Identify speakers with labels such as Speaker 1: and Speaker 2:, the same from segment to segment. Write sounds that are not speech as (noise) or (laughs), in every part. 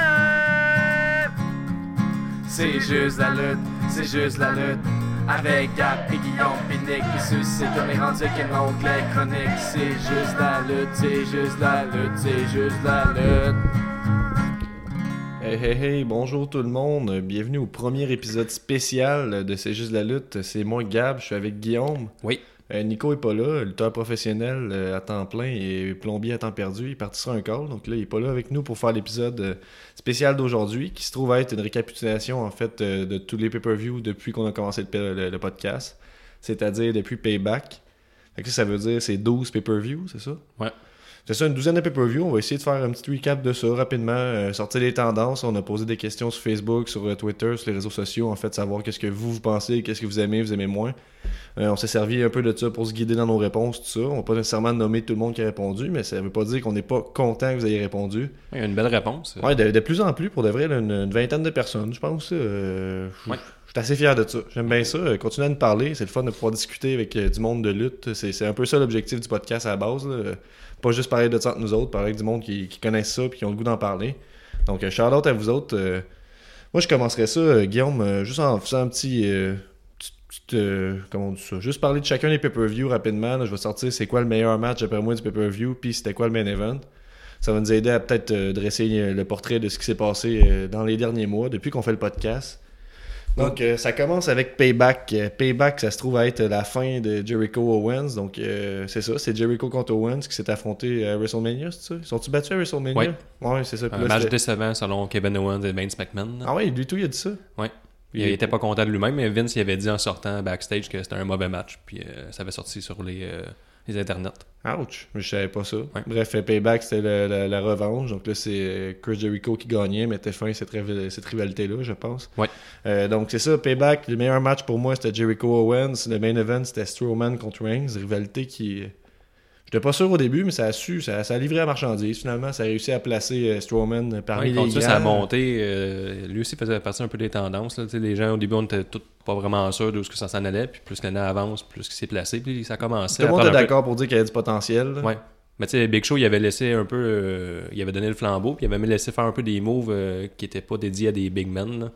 Speaker 1: CJDLF
Speaker 2: C'est juste la lutte, c'est juste la lutte. Avec Gap et Guillaume Pinique qui sucent comme les rendus qui montent les chroniques. C'est juste la lutte, c'est juste la lutte, c'est juste la lutte.
Speaker 3: Hey, hey, hey, bonjour tout le monde. Bienvenue au premier épisode spécial de C'est juste la lutte. C'est moi, Gab, je suis avec Guillaume.
Speaker 4: Oui.
Speaker 3: Euh, Nico est pas là, lutteur professionnel euh, à temps plein et plombier à temps perdu. Il partira un call, donc là, il est pas là avec nous pour faire l'épisode euh, spécial d'aujourd'hui qui se trouve être une récapitulation en fait euh, de tous les pay-per-views depuis qu'on a commencé le, pa- le- le podcast, c'est-à-dire depuis Payback. Fait que ça, ça veut dire c'est 12 pay-per-views, c'est ça?
Speaker 4: Ouais.
Speaker 3: C'est ça, une douzaine de pay-per-views. On va essayer de faire un petit recap de ça rapidement, euh, sortir les tendances. On a posé des questions sur Facebook, sur euh, Twitter, sur les réseaux sociaux, en fait, savoir qu'est-ce que vous, vous pensez, qu'est-ce que vous aimez, vous aimez moins. Euh, on s'est servi un peu de ça pour se guider dans nos réponses, tout ça. On va pas nécessairement nommer tout le monde qui a répondu, mais ça veut pas dire qu'on n'est pas content que vous ayez répondu.
Speaker 4: Il y a une belle réponse.
Speaker 3: Ouais, de, de plus en plus, pour de vrai, là, une, une vingtaine de personnes, je pense. euh, je-
Speaker 4: Ouais.
Speaker 3: Je suis assez fier de ça. J'aime bien ça. Euh, Continuez à nous parler. C'est le fun de pouvoir discuter avec euh, du monde de lutte. C'est c'est un peu ça l'objectif du podcast à la base. là. Euh, Pas juste parler de ça entre nous autres, parler avec du monde qui, qui connaissent ça et qui ont le goût d'en parler. Donc, euh, shout out à vous autres. euh. moi, je commencerais ça, euh, Guillaume, euh, juste en faisant un petit. euh, petit- petit, euh, comment on dit ça? Juste parler de chacun des pay-per-view rapidement. là. je vais sortir c'est quoi le meilleur match après moi du pay-per-view, puis c'était quoi le main event. Ça va nous aider à peut-être euh, dresser euh, le portrait de ce qui s'est passé euh, dans les derniers mois, depuis qu'on fait le podcast. Donc, euh, ça commence avec Payback. Euh, Payback, ça se trouve à être la fin de Jericho Owens. Donc, euh, c'est ça, c'est Jericho contre Owens qui s'est affronté à WrestleMania, c'est ça? Ils sont-ils battus à WrestleMania?
Speaker 4: Ouais.
Speaker 3: Ouais, c'est ça. Puis
Speaker 4: Un
Speaker 3: là,
Speaker 4: match
Speaker 3: c'était-
Speaker 4: décevant selon Kevin Owens et Vince McMahon.
Speaker 3: Ah ouais, du tout, il a dit ça?
Speaker 4: Ouais.
Speaker 3: Il-
Speaker 4: Il était pas content de lui-même, mais Vince il avait dit en sortant backstage que c'était un mauvais match, puis euh, ça avait sorti sur les, euh, les internets.
Speaker 3: Ouch, mais je savais pas ça. Bref, euh, Payback, c'était la, la- la revanche. Donc là, c'est euh, Chris Jericho qui gagnait, mettait fin à cette, rival- cette rivalité-là, je pense.
Speaker 4: Ouais.
Speaker 3: Euh, donc c'est ça, Payback. Le meilleur match pour moi, c'était Jericho Owens. Le main event, c'était Strowman contre Reigns. Rivalité qui. euh, J'étais pas sûr au début, mais ça a su, ça, ça a livré la marchandise. Finalement, ça a réussi à placer euh, Strowman
Speaker 4: Ouais,
Speaker 3: parmi
Speaker 4: il
Speaker 3: les
Speaker 4: continue sa
Speaker 3: grands.
Speaker 4: montée. euh, lui aussi faisait partie un peu des tendances. là. Tu sais, Les gens, au début, on était tous pas vraiment sûrs d'où ce que ça s'en allait, puis plus que l'année avance, plus qu'il s'est placé, puis ça commençait
Speaker 3: Tout le monde est
Speaker 4: prendre un peu-
Speaker 3: d'accord pour dire qu'il y a du potentiel. là.
Speaker 4: Ouais. Mais tu sais, Big Show, il avait laissé un peu. euh, il avait donné le flambeau, puis il avait même laissé faire un peu des moves euh, qui n'étaient pas dédiés à des big men. là.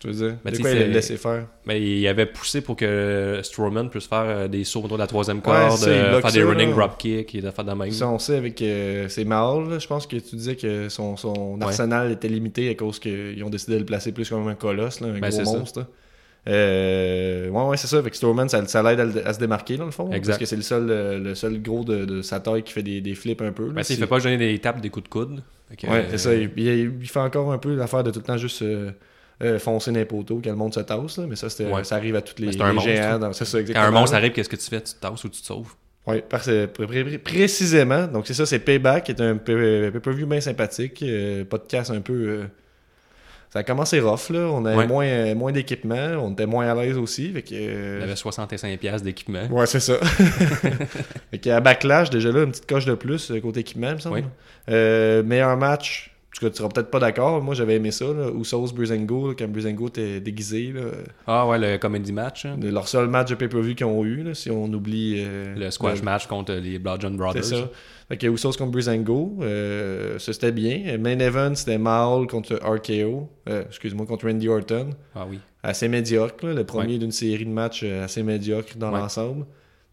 Speaker 3: Tu veux dire,
Speaker 4: Mais
Speaker 3: de
Speaker 4: tu
Speaker 3: quoi
Speaker 4: sais,
Speaker 3: il a
Speaker 4: c'est-
Speaker 3: laissé faire
Speaker 4: Mais il avait poussé pour que Strowman puisse faire euh, des sauts autour de la troisième
Speaker 3: Ouais,
Speaker 4: corde,
Speaker 3: c'est ça, il
Speaker 4: euh,
Speaker 3: bloque
Speaker 4: faire des
Speaker 3: ça,
Speaker 4: running
Speaker 3: là.
Speaker 4: drop kicks, et des affaires de même.
Speaker 3: Ça, on sait avec euh, ses Mahal, là, je pense que tu disais que son, son
Speaker 4: Ouais.
Speaker 3: arsenal était limité à cause qu'ils ont décidé de le placer plus comme un colosse, là, un gros
Speaker 4: Ben, c'est ça.
Speaker 3: monstre. là. Euh, ouais, ouais, c'est ça. Fait que Strowman, ça, ça l'aide à, le- à se démarquer, dans le fond.
Speaker 4: Exact.
Speaker 3: Parce que c'est le seul, euh, le seul gros de, de sa taille qui fait des, des flips un peu. là.
Speaker 4: Ben, tu sais, il
Speaker 3: C'est-
Speaker 4: fait pas donner des tapes, des coups de coude. Fait que,
Speaker 3: Ouais,
Speaker 4: euh,
Speaker 3: c'est ça. Il, il- il fait encore un peu l'affaire de tout le temps juste euh, euh, foncer dans les poteaux quand le monde se tasse, là, mais ça, c'était-
Speaker 4: Ouais.
Speaker 3: ça arrive à toutes les,
Speaker 4: Mais c'est un
Speaker 3: les
Speaker 4: monstre.
Speaker 3: géants. dans- c'est ça,
Speaker 4: Quand un
Speaker 3: exactement.
Speaker 4: monstre arrive, qu'est-ce que tu fais Tu te tasses ou tu te sauves
Speaker 3: Oui, précisément. Donc, c'est ça, c'est Payback, qui est un pay- pay-per-view bien sympathique. euh, podcast un peu. euh, ça a commencé rough, là. On avait
Speaker 4: Ouais.
Speaker 3: moins, euh, moins d'équipement, on était moins à l'aise aussi. Fait que, euh,
Speaker 4: Il avait 65$ d'équipement.
Speaker 3: Ouais, c'est
Speaker 4: (laughs)
Speaker 3: ça. (laughs) fait qu'à Backlash, déjà là, une petite coche de plus euh, côté équipement, il me semble.
Speaker 4: Oui.
Speaker 3: Euh, meilleur match, en tout cas, tu seras peut-être pas d'accord. Moi, j'avais aimé ça, là. Usos Bruzengo, là, quand Bruzengo était déguisé. Là. Euh,
Speaker 4: Ah ouais, le comedy match. hein.
Speaker 3: Leur seul match de pay-per-view qu'ils ont eu, là, si on oublie. euh,
Speaker 4: Le squash
Speaker 3: le-
Speaker 4: match contre les Bludgeon
Speaker 3: c'est
Speaker 4: Brothers.
Speaker 3: ça. Fait que Usos contre Breezango, euh, ça c'était bien. Main event, c'était Maul contre RKO, euh, excuse-moi, contre Randy Orton.
Speaker 4: Ah oui.
Speaker 3: Assez médiocre, là, le premier d'une série de matchs euh, assez médiocre dans
Speaker 4: Ouais.
Speaker 3: l'ensemble.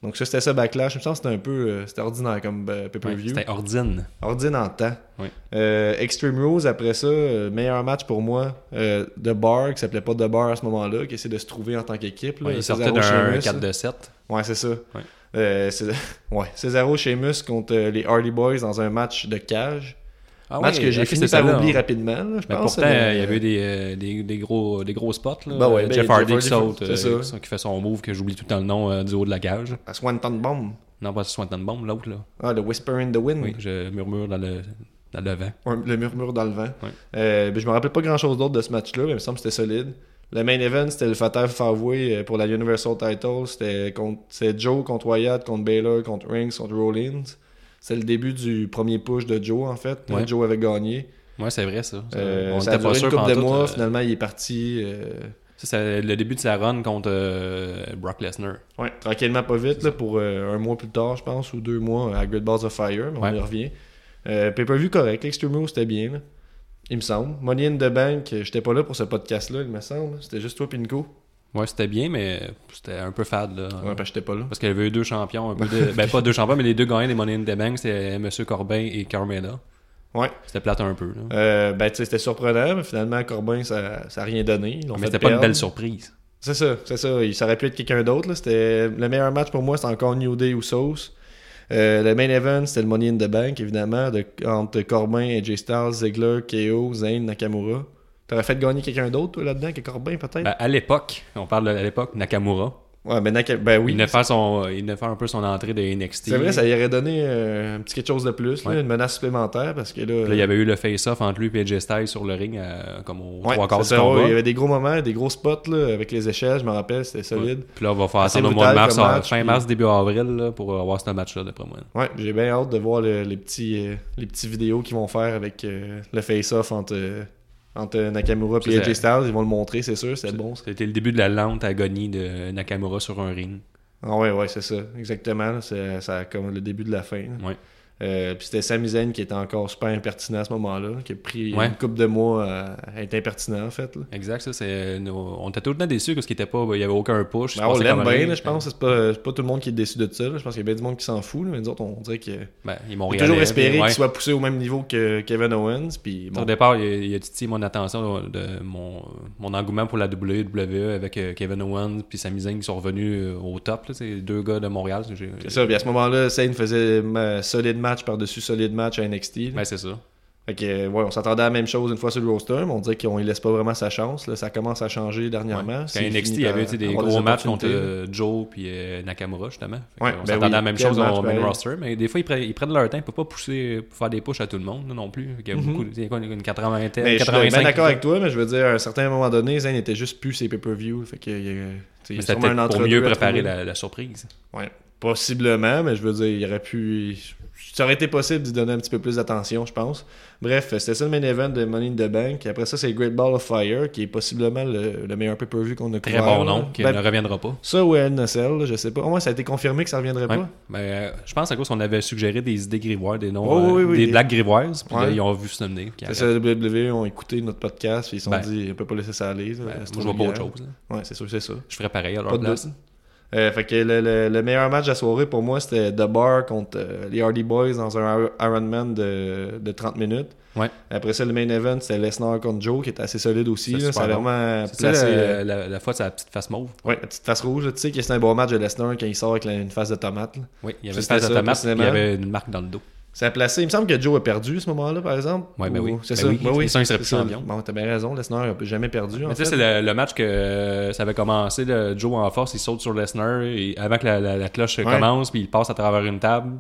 Speaker 3: Donc ça, c'était ça, Backlash. Je me sens que c'était un peu... euh, c'était ordinaire comme euh,
Speaker 4: Ouais,
Speaker 3: pay-per-view.
Speaker 4: C'était Ordine.
Speaker 3: Ordine en temps.
Speaker 4: Ouais.
Speaker 3: Euh, Extreme Rules, après ça, euh, meilleur match pour moi, euh, The Bar, qui s'appelait pas The Bar à ce moment-là, qui essaie de se trouver en tant qu'équipe. là.
Speaker 4: Ouais, il
Speaker 3: Cesaro,
Speaker 4: sortait d'un
Speaker 3: Sheamus,
Speaker 4: 4 de 7.
Speaker 3: Ouais, c'est ça.
Speaker 4: Ouais.
Speaker 3: Euh, c'est- (laughs) ouais, Cesaro Sheamus contre euh, les Hardy Boys dans un match de cage.
Speaker 4: Ah
Speaker 3: match
Speaker 4: ouais,
Speaker 3: que j'ai
Speaker 4: ok,
Speaker 3: fini
Speaker 4: c'était
Speaker 3: par
Speaker 4: celle-là,
Speaker 3: oublier
Speaker 4: hein.
Speaker 3: rapidement, là, je
Speaker 4: Mais
Speaker 3: pense.
Speaker 4: pourtant,
Speaker 3: mais-
Speaker 4: il y avait des, euh, des, des gros, des gros spots. Là.
Speaker 3: Ben ouais, ben,
Speaker 4: Jeff
Speaker 3: Jeff
Speaker 4: Hardy qui
Speaker 3: Hardy,
Speaker 4: saute,
Speaker 3: c'est
Speaker 4: euh,
Speaker 3: ça.
Speaker 4: qui fait son move que j'oublie tout le temps le nom euh, du haut de la cage.
Speaker 3: La Swanton Bomb.
Speaker 4: Non, pas Swanton Bomb, l'autre. là.
Speaker 3: Ah, le Whisper in the Wind.
Speaker 4: Oui, je murmure dans le, dans le vent.
Speaker 3: Un- Le murmure dans le vent.
Speaker 4: Ouais.
Speaker 3: Euh, ben, je me rappelle pas grand chose d'autre de ce match-là, mais il me semble que c'était solide. Le main event, c'était le Fatal Farway pour la Universal Title. C'était contre- c'était Joe contre Wyatt, contre Baylor, contre Rings, contre Rollins. C'est le début du premier push de Joe, en fait.
Speaker 4: Ouais.
Speaker 3: Joe avait gagné.
Speaker 4: Ouais, c'est vrai, ça. Ça,
Speaker 3: Euh,
Speaker 4: on
Speaker 3: ça a
Speaker 4: n'était pas
Speaker 3: duré une
Speaker 4: sûr
Speaker 3: couple de
Speaker 4: pantoute,
Speaker 3: mois.
Speaker 4: euh,
Speaker 3: Finalement, il est parti. euh,
Speaker 4: Ça, c'est le début de sa run contre euh, Brock Lesnar.
Speaker 3: Ouais, tranquillement pas vite, là, pour euh, un mois plus tard, je pense, ou deux mois à Great Balls of Fire, mais on
Speaker 4: Ouais.
Speaker 3: y revient. Euh, Pay-per-view correct. Extreme Rules, c'était bien, là. Il me semble. Money in the Bank, euh, j'étais pas là pour ce podcast-là, il me semble. C'était juste toi, Pinko.
Speaker 4: Ouais, c'était bien, mais c'était un peu fade. Là.
Speaker 3: Ouais, ben- parce que j'étais pas là.
Speaker 4: Parce qu'il y avait eu deux champions, un peu de... ben pas deux champions, mais les deux gagnants des Money in the Bank, c'était M. Corbin et Carmella.
Speaker 3: Ouais.
Speaker 4: C'était plate un peu. là.
Speaker 3: Euh, ben, tu sais, c'était surprenant, mais finalement, Corbin, ça, ça a rien donné. Ils l'ont
Speaker 4: mais
Speaker 3: fait
Speaker 4: c'était pas une
Speaker 3: perdre.
Speaker 4: belle surprise.
Speaker 3: C'est ça, c'est ça. Il ça aurait pu être quelqu'un d'autre. là. C'était le meilleur match pour moi, c'était encore New Day ou Sauce. Euh, le main event, c'était le Money in the Bank, évidemment, de, entre Corbin et Jay Styles, Ziggler, KO, Zayn, Nakamura. T'aurais fait gagner quelqu'un d'autre toi, là-dedans que Corbin, peut-être
Speaker 4: Ben, à l'époque, on parle de à l'époque, Nakamura.
Speaker 3: Ouais, ben, Naka- ben
Speaker 4: Il
Speaker 3: oui.
Speaker 4: venait faire, son, il venait faire un peu son entrée de NXT.
Speaker 3: C'est vrai, ça y aurait donné euh, un petit quelque chose de plus, là,
Speaker 4: Ouais.
Speaker 3: une menace supplémentaire, parce que là.
Speaker 4: Puis là, il y avait eu le face-off entre lui et AJ Styles sur le ring, euh, comme au
Speaker 3: Ouais,
Speaker 4: trois quarts du
Speaker 3: c'est ça, ouais,
Speaker 4: combat.
Speaker 3: il y avait des gros moments, des gros spots là, avec les échelles, je me rappelle, c'était solide.
Speaker 4: Puis là, on va faire
Speaker 3: Assez
Speaker 4: attendre au mois de
Speaker 3: brutal
Speaker 4: mars,
Speaker 3: comme
Speaker 4: en-
Speaker 3: match,
Speaker 4: fin
Speaker 3: puis-
Speaker 4: mars, début avril, là, pour avoir ce match-là, d'après moi.
Speaker 3: Ouais, j'ai bien hâte de voir le- les petits euh, les petits vidéos qu'ils vont faire avec euh, le face-off entre, euh, entre Nakamura
Speaker 4: C'est
Speaker 3: et AJ
Speaker 4: ça.
Speaker 3: Styles. Ils vont le montrer, c'est sûr, c'est bon. ça.
Speaker 4: C'était le début de la lente agonie de Nakamura sur un ring.
Speaker 3: Ah ouais, ouais, c'est ça, exactement. là, C'est ça a comme le début de la fin. là.
Speaker 4: Ouais.
Speaker 3: Euh, puis c'était Sami Zayn qui était encore super impertinent à ce moment-là, qui a pris
Speaker 4: Ouais.
Speaker 3: une coupe de mois à, à être impertinent en fait. Là.
Speaker 4: Exact, ça,
Speaker 3: euh,
Speaker 4: c'est. nos- On était tout le temps déçus parce qu'il était pas. Il y avait aucun push.
Speaker 3: Ben,
Speaker 4: il
Speaker 3: on
Speaker 4: se passait
Speaker 3: l'aime
Speaker 4: comme
Speaker 3: bien,
Speaker 4: rien.
Speaker 3: là, je pense. C'est pas, c'est pas tout le monde qui est déçu de ça. là. Je pense qu'il y a bien du monde qui s'en fout, là, mais nous autres, on dirait que.
Speaker 4: Ben, ils
Speaker 3: J'ai toujours espéré
Speaker 4: ouais.
Speaker 3: qu'il soit poussé au même niveau que Kevin Owens. Puis bon,
Speaker 4: Au départ, il a, il a titillé mon attention, de, de mon, mon engouement pour la WWE avec euh, Kevin Owens puis Sami Zayn qui sont revenus euh, au top. là, C'est deux gars de Montréal. j'ai-
Speaker 3: C'est ça, puis à ce moment-là, Zayn faisait ma- solide match par-dessus solide match à NXT. là.
Speaker 4: Ben, c'est ça.
Speaker 3: Fait que, ouais, on s'attendait à la même chose une fois sur le roster, mais on dirait qu'on ne laisse pas vraiment sa chance. là. Ça commence à changer dernièrement.
Speaker 4: Quand
Speaker 3: S'il
Speaker 4: NXT,
Speaker 3: finit
Speaker 4: il y avait
Speaker 3: par
Speaker 4: tu sais, des
Speaker 3: avoir
Speaker 4: gros matchs contre
Speaker 3: opportunités,
Speaker 4: euh, Joe puis euh, Nakamura, justement. Fait que,
Speaker 3: Ouais,
Speaker 4: on
Speaker 3: ben
Speaker 4: s'attendait à
Speaker 3: oui,
Speaker 4: la même
Speaker 3: quel
Speaker 4: chose
Speaker 3: match
Speaker 4: au main
Speaker 3: pareil.
Speaker 4: roster, mais des fois, ils, pre- ils prennent leur temps. Ils peuvent pas pousser, pour faire des pushs à tout le monde non plus. Il y a beaucoup, il y a quoi, une
Speaker 3: là.
Speaker 4: quatre-vingtaine,
Speaker 3: Mais Mhm. Ben, je suis
Speaker 4: 85
Speaker 3: bien d'accord avec toi, mais je veux dire, à un certain moment donné, Zayn n'était juste plus ses pay-per-view. Fait que, il y a- tu sais, il y
Speaker 4: Mais
Speaker 3: a sûrement
Speaker 4: c'était
Speaker 3: un
Speaker 4: peut-être pour
Speaker 3: entre-deux
Speaker 4: mieux
Speaker 3: à
Speaker 4: préparer
Speaker 3: trouver.
Speaker 4: la, la surprise.
Speaker 3: Ouais, possiblement, mais je veux dire, il aurait pu. Ça aurait été possible d'y donner un petit peu plus d'attention, je pense. Bref, c'était ça le main event de Money in the Bank. Après ça, c'est Great Ball of Fire, qui est possiblement le, le meilleur pay-per-view qu'on a
Speaker 4: Très
Speaker 3: couvert,
Speaker 4: bon
Speaker 3: là.
Speaker 4: nom, qui
Speaker 3: Ben,
Speaker 4: ne reviendra pas.
Speaker 3: Ça ou NSL, là, je sais pas. Au moins, ça a été confirmé que ça reviendrait
Speaker 4: Ouais.
Speaker 3: pas.
Speaker 4: Mais, euh, je pense à cause qu'on avait suggéré des idées grivoises, des noms,
Speaker 3: Oh,
Speaker 4: euh,
Speaker 3: oui, oui,
Speaker 4: des
Speaker 3: des-
Speaker 4: blagues grivoises, puis là,
Speaker 3: Ouais.
Speaker 4: ils ont vu ce nom.
Speaker 3: C'est ça, WWE ont écouté notre podcast, puis ils se sont
Speaker 4: Ben.
Speaker 3: dit, on peut pas laisser ça aller. là, c'est
Speaker 4: moi, je
Speaker 3: trop
Speaker 4: vois pas autre
Speaker 3: vulgaire.
Speaker 4: chose. là.
Speaker 3: Ouais, c'est sûr, c'est ça.
Speaker 4: Je ferais pareil à leur
Speaker 3: Pas de
Speaker 4: place.
Speaker 3: doute. Euh, fait que le, le- le meilleur match de la soirée pour moi, c'était The Bar contre euh, les Hardy Boys dans un Ironman de, de 30 minutes.
Speaker 4: Ouais.
Speaker 3: Après ça, le main event, c'était Lesnar contre Joe, qui était assez solide aussi.
Speaker 4: C'est
Speaker 3: là.
Speaker 4: super
Speaker 3: ça a
Speaker 4: bon.
Speaker 3: vraiment
Speaker 4: C'est ça,
Speaker 3: placé
Speaker 4: la,
Speaker 3: euh,
Speaker 4: la- la fois de sa petite face mauve.
Speaker 3: ouais, la petite face rouge. là. Tu sais que c'est un bon match de Lesnar quand il sort avec la- une face de tomate. là.
Speaker 4: Oui, il y avait une
Speaker 3: C'était
Speaker 4: face de
Speaker 3: ça,
Speaker 4: tomate, puis il y
Speaker 3: précisément.
Speaker 4: avait une marque dans le dos.
Speaker 3: Ça a placé. Il me semble que Joe a perdu à ce moment-là, par exemple.
Speaker 4: Ouais, ben oui.
Speaker 3: C'est
Speaker 4: Ben
Speaker 3: ça.
Speaker 4: oui,
Speaker 3: Ben oui,
Speaker 4: sinon il serait
Speaker 3: c'est
Speaker 4: plus
Speaker 3: ça.
Speaker 4: champion.
Speaker 3: Bon, t'as bien raison. Lesnar, il n'a jamais perdu. en
Speaker 4: Mais tu sais,
Speaker 3: fait.
Speaker 4: c'est le, le match que euh, ça avait commencé, là, Joe en force, il saute sur Lesnar et avant que la, la- la cloche
Speaker 3: Ouais.
Speaker 4: commence, puis il passe à travers une table.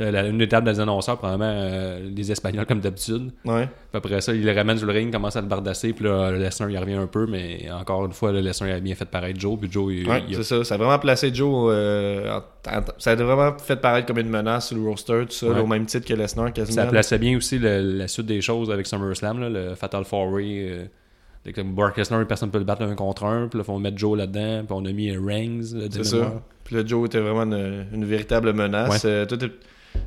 Speaker 4: Euh, la- une des tables des annonceurs, probablement euh, les Espagnols comme d'habitude.
Speaker 3: Ouais.
Speaker 4: Puis après ça, il le ramène sur le ring, commence à le bardasser, puis là, Lesnar, il revient un peu, mais encore une fois, là, Lesnar, il a bien fait paraître Joe, puis Joe, il,
Speaker 3: Ouais,
Speaker 4: il a-
Speaker 3: c'est ça. Ça a vraiment placé Joe. euh, en- en- ça a vraiment fait paraître comme une menace sur le roster, tout ça,
Speaker 4: Ouais.
Speaker 3: là, au même titre que Lesnar quasiment.
Speaker 4: ça plaçait bien aussi le- la suite des choses avec SummerSlam, là, le Fatal Four Way. euh, de comme Brock Lesnar, personne ne peut le battre un contre un, puis là, faut mettre Joe là-dedans, puis on a mis euh, Reigns, là, de
Speaker 3: C'est
Speaker 4: mémoire.
Speaker 3: ça. Puis là, Joe était vraiment une, une véritable menace.
Speaker 4: Ouais.
Speaker 3: Euh, toi, t'es-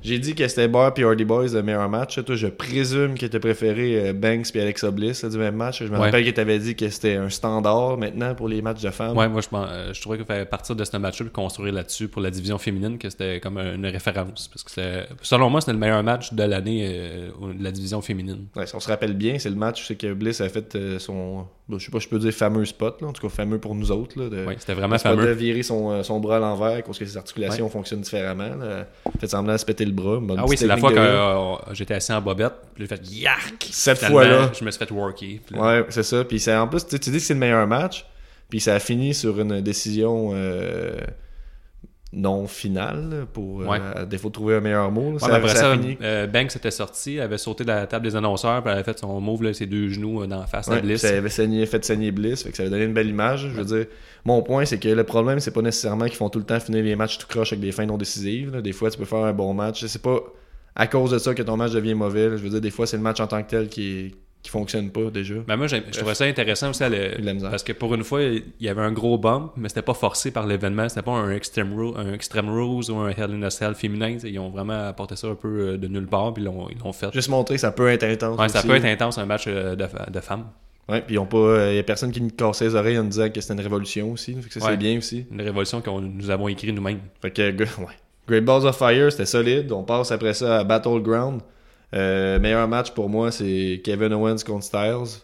Speaker 3: j'ai dit que c'était Barr puis Hardy Boys le meilleur match. Toi, je présume que t'as préféré euh, Banks puis Alexa Bliss là, du même match. Je me
Speaker 4: Ouais.
Speaker 3: rappelle que t'avais dit que c'était un standard maintenant pour les matchs de femmes.
Speaker 4: Ouais, moi, je, pense- euh, je trouvais qu'il fallait partir de ce match-up et construire là-dessus pour la division féminine, que c'était comme une référence. Parce que c'était- selon moi, c'était le meilleur match de l'année euh, de la division féminine.
Speaker 3: Ouais, si on se rappelle bien, c'est le match où c'est que Bliss a fait euh, son, bon, je sais pas, je peux dire fameux spot, là, en tout cas fameux pour nous autres, là, de,
Speaker 4: Ouais, c'était vraiment
Speaker 3: spot de
Speaker 4: fameux.
Speaker 3: virer son, euh, son bras à l'envers, parce que ses articulations fonctionnent différemment. Là. Fait semblant de se péter le bras. une bonne
Speaker 4: Ah oui,
Speaker 3: petite
Speaker 4: c'est la fois
Speaker 3: technique
Speaker 4: que
Speaker 3: de là.
Speaker 4: euh, j'étais assis en bobette, puis j'ai fait yark!
Speaker 3: Cette
Speaker 4: Finalement,
Speaker 3: fois-là.
Speaker 4: Je me suis fait worker. puis là,
Speaker 3: Ouais, c'est ça. Puis c'est- en plus, tu, tu dis que c'est le meilleur match, puis ça a fini sur une décision euh, non finale, là, pour, euh,
Speaker 4: Ouais.
Speaker 3: à défaut de trouver un meilleur mot. là.
Speaker 4: Ouais,
Speaker 3: ça,
Speaker 4: mais après
Speaker 3: ça a
Speaker 4: ça,
Speaker 3: fini.
Speaker 4: euh, Banks était sorti, elle avait sauté de la table des annonceurs, puis elle avait fait son move, là, ses deux genoux euh, dans la face à
Speaker 3: Ouais,
Speaker 4: Bliss.
Speaker 3: Ça avait saigné- fait saigner Bliss, fait que ça avait donné une belle image. Je veux dire, mon point, c'est que le problème, c'est pas nécessairement qu'ils font tout le temps finir les matchs tout croche avec des fins non décisives. là. Des fois, tu peux faire un bon match. C'est pas à cause de ça que ton match devient mauvais. là. Je veux dire, des fois, c'est le match en tant que tel qui est, qui fonctionne pas déjà.
Speaker 4: Ben moi, j'ai- je trouvais ça intéressant aussi à le-
Speaker 3: de la misère.
Speaker 4: parce que pour une fois, il y avait un gros bump, mais c'était pas forcé par l'événement. C'était pas un Extreme, Ru- un Extreme Rules ou un Hell in a Cell féminin. tu sais. Ils ont vraiment apporté ça un peu euh, de nulle part, puis ils l'ont ils l'ont fait.
Speaker 3: Juste montrer que ça peut être intense.
Speaker 4: Ouais, ça
Speaker 3: aussi.
Speaker 4: peut être intense un match euh, de, de femmes.
Speaker 3: Ouais, puis ils ont pas. Il y a personne qui me cassait les oreilles en me disant que c'était une révolution aussi. Fait que ça,
Speaker 4: Ouais.
Speaker 3: c'est bien aussi.
Speaker 4: Une révolution que nous avons écrite nous-mêmes.
Speaker 3: Fait que, gr- (laughs) ouais. Great Balls of Fire, c'était solide. On passe après ça à Battleground. Euh, meilleur match pour moi, c'est Kevin Owens contre Styles.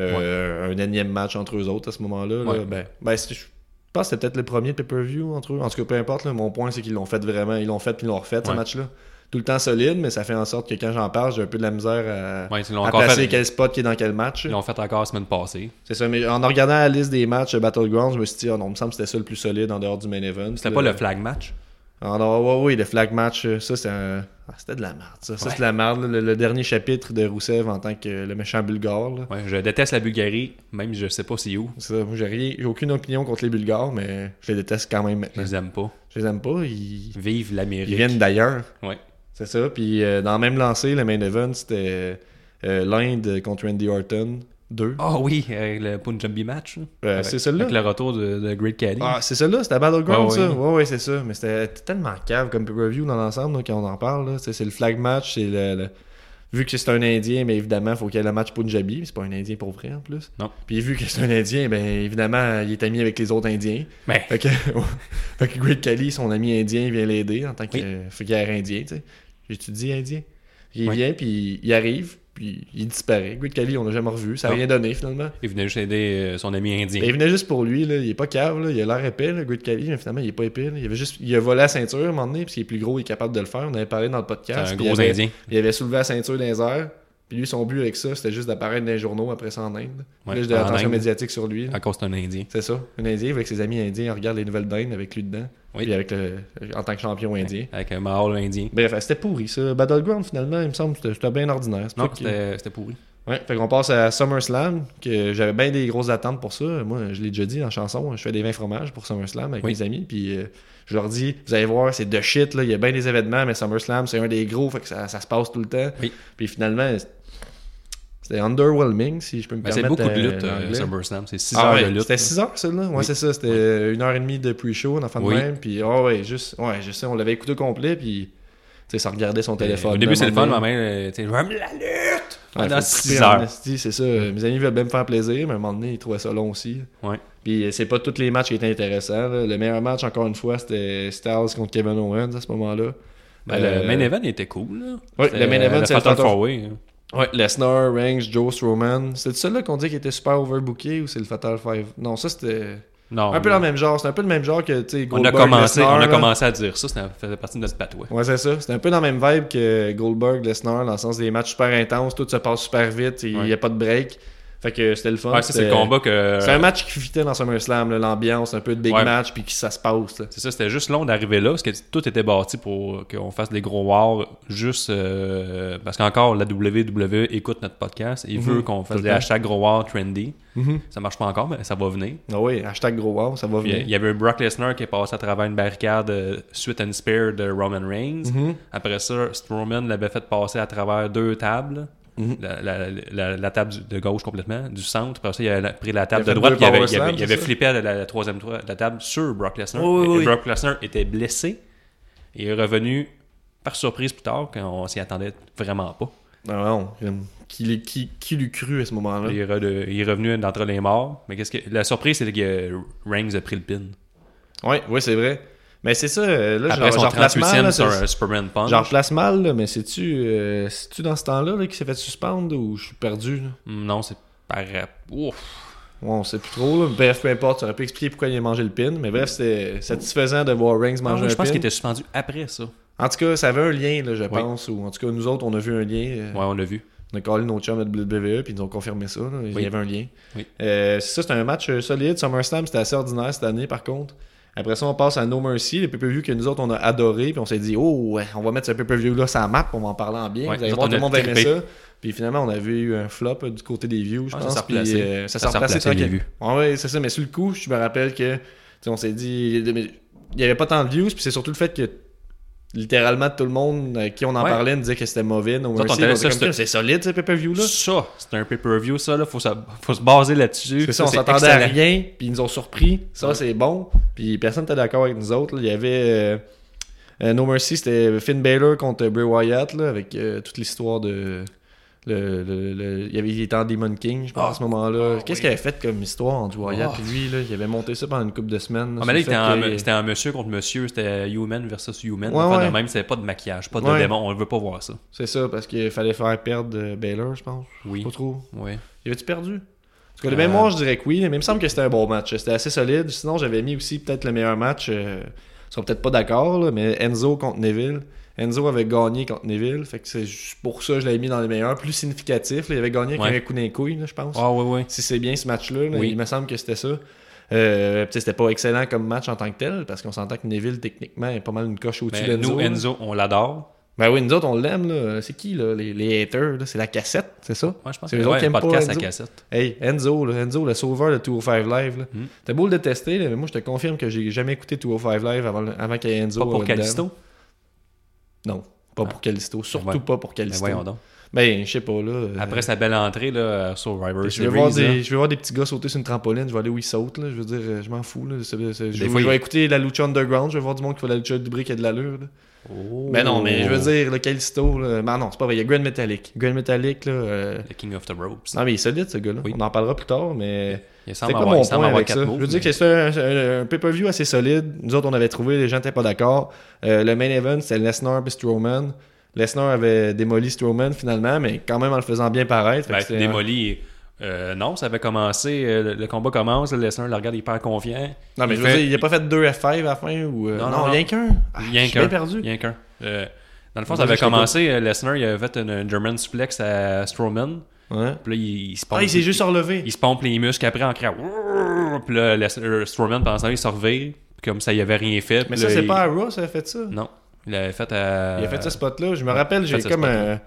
Speaker 3: Euh, Un énième match entre eux autres à ce moment-là. là.
Speaker 4: Ouais.
Speaker 3: Ben, ben, c'était- je pense que c'était peut-être le premier pay-per-view entre eux. En tout cas, peu importe. là, mon point, c'est qu'ils l'ont fait vraiment. Ils l'ont fait puis ils l'ont refait, ce
Speaker 4: Ouais.
Speaker 3: match-là. Tout le temps solide, mais ça fait en sorte que quand j'en parle, j'ai un peu de la misère à,
Speaker 4: Ouais, ils l'ont
Speaker 3: à
Speaker 4: encore
Speaker 3: placer
Speaker 4: fait.
Speaker 3: quel spot qui est dans quel match.
Speaker 4: Ils l'ont fait encore la semaine passée.
Speaker 3: C'est ça, mais en regardant la liste des matchs Battleground, je me suis dit, Ah non, il me semble que c'était ça le plus solide en dehors du main event.
Speaker 4: C'était
Speaker 3: Là,
Speaker 4: pas le flag match.
Speaker 3: ah non, ouais, ouais, le flag match, euh, ça c'est un... ah, c'était de la merde, ça. Ça, c'est de la merde, là, le, le dernier chapitre de Rousseff en tant que euh, le méchant bulgare. là.
Speaker 4: Ouais, je déteste la Bulgarie, même si je sais pas c'est où.
Speaker 3: Ça, moi, j'ai rien- j'ai aucune opinion contre les Bulgares, mais je les déteste quand même
Speaker 4: Je
Speaker 3: maintenant.
Speaker 4: les aime pas.
Speaker 3: Je les aime pas, ils,
Speaker 4: Vive l'Amérique.
Speaker 3: ils viennent d'ailleurs.
Speaker 4: Ouais.
Speaker 3: C'est ça, puis euh, dans le même lancé, le main event, c'était euh, l'Inde contre Randy Orton 2.
Speaker 4: Ah oui, euh, le Punjabi match. hein.
Speaker 3: Euh,
Speaker 4: Avec-
Speaker 3: c'est celui-là?
Speaker 4: Avec le retour de, de Great Khali.
Speaker 3: Ah, c'est ça là, c'était à Battleground
Speaker 4: Ouais,
Speaker 3: ça.
Speaker 4: ouais.
Speaker 3: Ouais, ouais, c'est ça. Mais c'était tellement cave comme review dans l'ensemble là, quand on en parle. là. Tu sais, C'est le flag match, c'est le, le- Vu que c'est un Indien, mais évidemment, faut qu'il y ait le match Punjabi. mais C'est pas un Indien pour vrai en plus.
Speaker 4: Non.
Speaker 3: Puis vu que c'est un Indien, ben évidemment, il est ami avec les autres Indiens.
Speaker 4: Mais
Speaker 3: Fait que, (laughs) fait que Great Khali, son ami indien, vient l'aider en tant que euh, fier indien, tu sais. J'étudie indien. Il
Speaker 4: Oui.
Speaker 3: vient, puis il arrive, puis il disparaît. Great Khali, on l'a jamais revu. Ça n'a
Speaker 4: Non.
Speaker 3: rien donné finalement.
Speaker 4: il venait juste aider euh, son ami indien.
Speaker 3: Ben, il venait juste pour lui, là. il est pas cave, là. il a l'air épais, le Great Khali, mais finalement il est pas épais. là. Il, avait juste... il a volé la ceinture à un moment donné, parce qu'il est plus gros, il est capable de le faire. On avait parlé dans le
Speaker 4: C'est
Speaker 3: podcast.
Speaker 4: un
Speaker 3: puis
Speaker 4: gros
Speaker 3: il avait...
Speaker 4: indien.
Speaker 3: Il avait soulevé la ceinture dans les airs, puis lui son but avec ça, c'était juste d'apparaître dans les journaux après ça en Inde.
Speaker 4: Ouais,
Speaker 3: là, j'ai de
Speaker 4: en
Speaker 3: l'attention
Speaker 4: Inde.
Speaker 3: médiatique sur lui. là.
Speaker 4: À cause d'un indien.
Speaker 3: C'est ça, un Indien avec ses amis indiens, il regarde les nouvelles d'Inde avec lui dedans,
Speaker 4: Oui.
Speaker 3: puis avec le... en tant que champion indien.
Speaker 4: Avec un Mahal indien.
Speaker 3: Bref, c'était pourri ça. Battleground finalement, il me semble que c'était- c'était bien ordinaire. C'est
Speaker 4: Non,
Speaker 3: pas que-
Speaker 4: c'était c'était pourri.
Speaker 3: Ouais, fait qu'on passe à SummerSlam, que j'avais bien des grosses attentes pour ça. Moi, je l'ai déjà dit en chanson, je fais des 20 fromages pour SummerSlam avec
Speaker 4: Oui.
Speaker 3: mes amis, puis euh, je leur dis, vous allez voir, c'est de shit, là, il y a bien des événements, mais SummerSlam, c'est un des gros, fait que ça, ça se passe tout le temps.
Speaker 4: Oui.
Speaker 3: Puis finalement, c'était underwhelming, si je peux me
Speaker 4: Ben, c'est
Speaker 3: permettre.
Speaker 4: beaucoup de
Speaker 3: euh,
Speaker 4: lutte, euh,
Speaker 3: l'anglais.
Speaker 4: SummerSlam. C'est 6
Speaker 3: Ah
Speaker 4: heures
Speaker 3: ouais,
Speaker 4: de lutte.
Speaker 3: C'était 6 heures, celle-là. Ouais,
Speaker 4: Oui.
Speaker 3: c'est ça. C'était une heure et demie de pre-show, en fin de
Speaker 4: Oui.
Speaker 3: même. Puis, ah ouais, juste, ouais, je sais, on l'avait écouté au complet, puis, tu sais, ça regardait son téléphone.
Speaker 4: Ben,
Speaker 3: ben,
Speaker 4: Au début, c'est le fun,
Speaker 3: maman.
Speaker 4: ma mère, euh, tu sais, j'aime la lutte!
Speaker 3: Ouais,
Speaker 4: Pendant
Speaker 3: faut
Speaker 4: 6
Speaker 3: couper en
Speaker 4: heures.
Speaker 3: esti, c'est ça. Mes amis veulent bien me faire plaisir, mais à un moment donné, ils trouvaient ça long aussi.
Speaker 4: Ouais.
Speaker 3: Puis euh, c'est pas tous les matchs qui étaient intéressants. là. Le meilleur match, encore une fois, c'était Styles contre Kevin Owens à ce moment-là.
Speaker 4: Ben,
Speaker 3: Euh,
Speaker 4: Le main event était cool. là.
Speaker 3: Ouais,
Speaker 4: C'était,
Speaker 3: le main
Speaker 4: euh,
Speaker 3: event,
Speaker 4: le
Speaker 3: c'est le
Speaker 4: Fatal
Speaker 3: Fatal-
Speaker 4: Four Way, hein.
Speaker 3: Ouais, Lesnar, Reigns, Joe Strowman. C'est celui-là qu'on dit qui était super overbooké ou c'est le Fatal Five Non, ça c'était
Speaker 4: Ah, Non.
Speaker 3: un peu
Speaker 4: mais-
Speaker 3: dans le même genre. C'est un peu le même genre que, tu sais,
Speaker 4: On a,
Speaker 3: Goldberg,
Speaker 4: commencé,
Speaker 3: Lesnar,
Speaker 4: on a
Speaker 3: là.
Speaker 4: commencé à dire ça, ça faisait partie de notre patois.
Speaker 3: Ouais, c'est ça. C'est un peu dans la même vibe que Goldberg, Lesnar, dans le sens des matchs super intenses, tout se passe super vite, il n'y a
Speaker 4: Ouais.
Speaker 3: pas de break. Fait que c'était le fun.
Speaker 4: Ouais, ça, c'est le
Speaker 3: c'était-
Speaker 4: combat que.
Speaker 3: C'est un match qui fitait dans SummerSlam, là, l'ambiance, un peu de big
Speaker 4: Ouais.
Speaker 3: match, puis que ça se passe. là.
Speaker 4: C'est ça, c'était juste long d'arriver là, parce que tout était bâti pour qu'on fasse des gros wars, juste euh, parce qu'encore, la WWE écoute notre podcast
Speaker 3: Mm-hmm.
Speaker 4: et veut qu'on fasse
Speaker 3: Tout le
Speaker 4: des
Speaker 3: temps.
Speaker 4: hashtags gros wars trendy.
Speaker 3: Mm-hmm.
Speaker 4: Ça marche pas encore, mais ça va venir.
Speaker 3: Ah oui, hashtag gros wow, ça va
Speaker 4: Puis,
Speaker 3: venir.
Speaker 4: Il y avait Brock Lesnar qui est passé à travers une barricade euh, suite à une spear de Roman Reigns.
Speaker 3: Mm-hmm.
Speaker 4: Après ça, Strowman l'avait fait passer à travers deux tables.
Speaker 3: Mm-hmm.
Speaker 4: La, la- la- la table du- de gauche complètement, du centre. Après ça, il a la- pris la table
Speaker 3: Il a
Speaker 4: de
Speaker 3: fait
Speaker 4: droite.
Speaker 3: deux
Speaker 4: Il avait,
Speaker 3: power
Speaker 4: il avait-
Speaker 3: slams,
Speaker 4: il
Speaker 3: c'est
Speaker 4: avait
Speaker 3: ça?
Speaker 4: flippé à la, la- la troisième tour- la table sur Brock Lesnar.
Speaker 3: Oui, oui,
Speaker 4: Et
Speaker 3: oui.
Speaker 4: Brock Lesnar était blessé. Il est revenu par surprise plus tard, quand on s'y attendait vraiment pas.
Speaker 3: Non, Ah non, j'aime. qui, l'eût- qui, qui l'eût cru à ce moment-là?
Speaker 4: Il est, re- il est revenu d'entre les morts. Mais qu'est-ce que la surprise, c'est que Reigns a pris le pin.
Speaker 3: Oui, oui, c'est vrai. Mais c'est ça, euh, là,
Speaker 4: Après
Speaker 3: genre,
Speaker 4: son
Speaker 3: genre place mal,
Speaker 4: 38e
Speaker 3: là,
Speaker 4: sur
Speaker 3: c'est-
Speaker 4: un Superman Punch.
Speaker 3: genre place mal, là, mais c'est-tu euh, c'est-tu dans ce temps-là là, qui s'est fait suspendre ou je suis perdu? là?
Speaker 4: Hmm, Non, c'est par... Ouf.
Speaker 3: Ouais, on sait plus trop. là. Bref, peu importe, ça aurait pu expliquer pourquoi il a mangé le pin, mais bref, c'était satisfaisant de voir Reigns
Speaker 4: Ah
Speaker 3: manger
Speaker 4: oui,
Speaker 3: un
Speaker 4: je pense
Speaker 3: pin. Euh,
Speaker 4: qu'il était suspendu après ça.
Speaker 3: En tout cas, ça avait un lien, là, je pense, ou en tout cas, nous autres, on a vu un lien. euh,
Speaker 4: Ouais, on l'a vu.
Speaker 3: On a callé nos chums à WWE, puis ils nous ont confirmé ça. là. Il
Speaker 4: Oui.
Speaker 3: y avait un lien.
Speaker 4: Oui.
Speaker 3: Euh, c'est ça, c'était un match euh, solide. SummerSlam, c'était assez ordinaire cette année, par contre. Après ça, on passe à No Mercy, le pay-per-view que nous autres, on a adoré, puis on s'est dit, oh, ouais, on va mettre ce pay-per-view-là sur la map, on va en parler en bien.
Speaker 4: Ouais,
Speaker 3: Vous allez
Speaker 4: nous
Speaker 3: voir,
Speaker 4: autres,
Speaker 3: tout le
Speaker 4: on a
Speaker 3: monde va aimer
Speaker 4: trippé.
Speaker 3: ça. Puis finalement, on avait eu un flop euh, du côté des views, je
Speaker 4: Ouais, ça
Speaker 3: pense.
Speaker 4: s'est
Speaker 3: puis,
Speaker 4: replacé.
Speaker 3: euh, ça
Speaker 4: Ça
Speaker 3: s'est
Speaker 4: s'est
Speaker 3: replacé
Speaker 4: replacé, les
Speaker 3: tranquille. Ouais, Ah ouais, c'est ça, mais sur le coup, je me rappelle que, tu sais, on s'est dit, il y avait pas tant de views, puis c'est surtout le fait que littéralement tout le monde à qui on en
Speaker 4: Ouais.
Speaker 3: parlait nous disait que c'était mauvais. No
Speaker 4: Nous autres, on
Speaker 3: Mercy.
Speaker 4: était
Speaker 3: On
Speaker 4: là,
Speaker 3: était
Speaker 4: ça,
Speaker 3: comme,
Speaker 4: c'est-
Speaker 3: C'est solide, ce pay-per-view là.
Speaker 4: Ça, c'est un pay-per-view, ça, là. Faut, ça- faut se baser là-dessus.
Speaker 3: C'est ça, on
Speaker 4: c'est
Speaker 3: s'attendait à
Speaker 4: excellent.
Speaker 3: rien, puis ils nous ont surpris. Ça,
Speaker 4: Ouais.
Speaker 3: c'est bon. Puis personne n'était d'accord avec nous autres. là. Il y avait euh, euh, No Mercy, c'était Finn Balor contre Bray Wyatt, là, avec euh, toute l'histoire de. Le, le- le- il, y avait, il était en Demon King, je pense,
Speaker 4: Ah.
Speaker 3: à ce moment-là.
Speaker 4: Ah,
Speaker 3: Qu'est-ce
Speaker 4: oui.
Speaker 3: qu'il avait fait comme histoire entre Wyatt
Speaker 4: Ah.
Speaker 3: et lui là? Il avait monté ça pendant une couple de semaines.
Speaker 4: Ah, mais là, il
Speaker 3: sur
Speaker 4: était en-
Speaker 3: le fait que-
Speaker 4: c'était un monsieur contre monsieur, c'était human versus human.
Speaker 3: Ouais,
Speaker 4: Enfin, de
Speaker 3: ouais.
Speaker 4: même, c'était pas de maquillage, pas de
Speaker 3: Ouais.
Speaker 4: démon, on veut pas voir ça.
Speaker 3: C'est ça, parce qu'il fallait faire perdre euh, Balor, je pense.
Speaker 4: Oui.
Speaker 3: Pas trop.
Speaker 4: Oui.
Speaker 3: Il avait-tu perdu? En tout cas, de
Speaker 4: Euh,
Speaker 3: même moi, je dirais que oui, mais il me semble que c'était un bon match. C'était assez solide. Sinon, j'avais mis aussi peut-être le meilleur match. euh, ils sont peut-être pas d'accord, là, mais Enzo contre Neville. Enzo avait gagné contre Neville. Fait que c'est juste pour ça que je l'avais mis dans les meilleurs. Plus significatif. là. il avait gagné avec
Speaker 4: Ouais.
Speaker 3: un coup d'un couille, là, je pense.
Speaker 4: Ah, oui, oui.
Speaker 3: Si c'est bien ce match-là, là,
Speaker 4: Oui.
Speaker 3: il me semble que c'était ça. Euh, puis c'était pas excellent comme match en tant que tel, parce qu'on s'entend que Neville, techniquement, est pas mal une coche au-dessus
Speaker 4: Mais
Speaker 3: d'Enzo.
Speaker 4: Ben, nous,
Speaker 3: là.
Speaker 4: Enzo, on l'adore.
Speaker 3: Ben oui, nous autres, on l'aime. là. C'est qui, là, les, les haters? là? C'est la cassette, c'est ça?
Speaker 4: Moi, je pense
Speaker 3: C'est
Speaker 4: que
Speaker 3: eux autres qui
Speaker 4: ouais,
Speaker 3: aiment pas
Speaker 4: podcast à
Speaker 3: Enzo.
Speaker 4: cassette.
Speaker 3: Hey, Enzo, là, Enzo, le sauveur de 205 Live. là.
Speaker 4: Mm.
Speaker 3: T'as beau le détester, là, mais moi, je te confirme que j'ai jamais écouté 205 Live avant, le- avant qu'il y ait Enzo.
Speaker 4: Pas pour
Speaker 3: euh, dedans.
Speaker 4: Calisto.
Speaker 3: Non, pas pour Calisto. Surtout
Speaker 4: ouais.
Speaker 3: pas pour
Speaker 4: Mais
Speaker 3: Calisto.
Speaker 4: Ben voyons donc.
Speaker 3: Ben, je sais pas, là. euh,
Speaker 4: Après sa belle entrée, là, à Survivor
Speaker 3: je
Speaker 4: Series.
Speaker 3: vais, voir
Speaker 4: là.
Speaker 3: des, je vais voir des petits gars sauter sur une trampoline, je vais aller où ils sautent, là. je veux dire, euh, je m'en fous. Là. C'est- c'est- je,
Speaker 4: Des fois,
Speaker 3: je
Speaker 4: il-
Speaker 3: vais écouter la lucha underground, je vais voir du monde qui fait la lucha du qui a de l'allure. là.
Speaker 4: Oh.
Speaker 3: Mais non, mais je veux dire, le Calisto, là, ben non, c'est pas vrai, il y a Grand Metallic. Grand Metallic, là, euh,
Speaker 4: Le King of the Ropes.
Speaker 3: non mais il est solide ce gars-là,
Speaker 4: Oui.
Speaker 3: on en parlera plus tard, mais...
Speaker 4: Il
Speaker 3: C'est
Speaker 4: semble
Speaker 3: quoi
Speaker 4: avoir,
Speaker 3: mon
Speaker 4: il semble
Speaker 3: point
Speaker 4: avoir
Speaker 3: avec
Speaker 4: quatre
Speaker 3: ça?
Speaker 4: moves.
Speaker 3: Je veux dire
Speaker 4: mais-
Speaker 3: que c'est un, un- un pay-per-view assez solide. Nous autres, on avait trouvé, les gens n'étaient pas d'accord. Euh, le main event, c'était Lesnar et Strowman. Lesnar avait démoli Strowman finalement, mais quand même en le faisant bien paraître. Fait que
Speaker 4: Ben,
Speaker 3: c'était
Speaker 4: démoli. euh, non, ça avait commencé. euh, le, le combat commence. Le Lesnar le regarde hyper confiant.
Speaker 3: un- Non, mais
Speaker 4: il
Speaker 3: je veux
Speaker 4: fait-
Speaker 3: dire, il a pas fait 2 F5 à la fin ou. euh,
Speaker 4: Non,
Speaker 3: Non,
Speaker 4: non, non.
Speaker 3: rien qu'un. Ah,
Speaker 4: Il y a
Speaker 3: je
Speaker 4: un
Speaker 3: suis
Speaker 4: qu'un.
Speaker 3: bien perdu.
Speaker 4: Il y a un qu'un. Euh, dans le fond, ça
Speaker 3: Vas-y,
Speaker 4: avait
Speaker 3: je t'écoute.
Speaker 4: commencé. euh, Lesnar, il avait fait un, un German suplex à Strowman.
Speaker 3: Ouais.
Speaker 4: Puis là, il, il se pompe.
Speaker 3: Ah, il s'est juste relevé.
Speaker 4: il se pompe les muscles après en criant. Ouh Puis là, Lesnar- euh, Strowman, pendant ce temps, il se revire. Puis Comme ça, il avait rien fait.
Speaker 3: Mais
Speaker 4: Puis
Speaker 3: ça,
Speaker 4: là,
Speaker 3: c'est
Speaker 4: il-
Speaker 3: pas à Raw, ça a fait ça.
Speaker 4: Non. Il l'avait fait à.
Speaker 3: Il a fait ce spot-là. Je me rappelle, j'ai
Speaker 4: Euh, fait ce
Speaker 3: comme
Speaker 4: spot-là.
Speaker 3: un,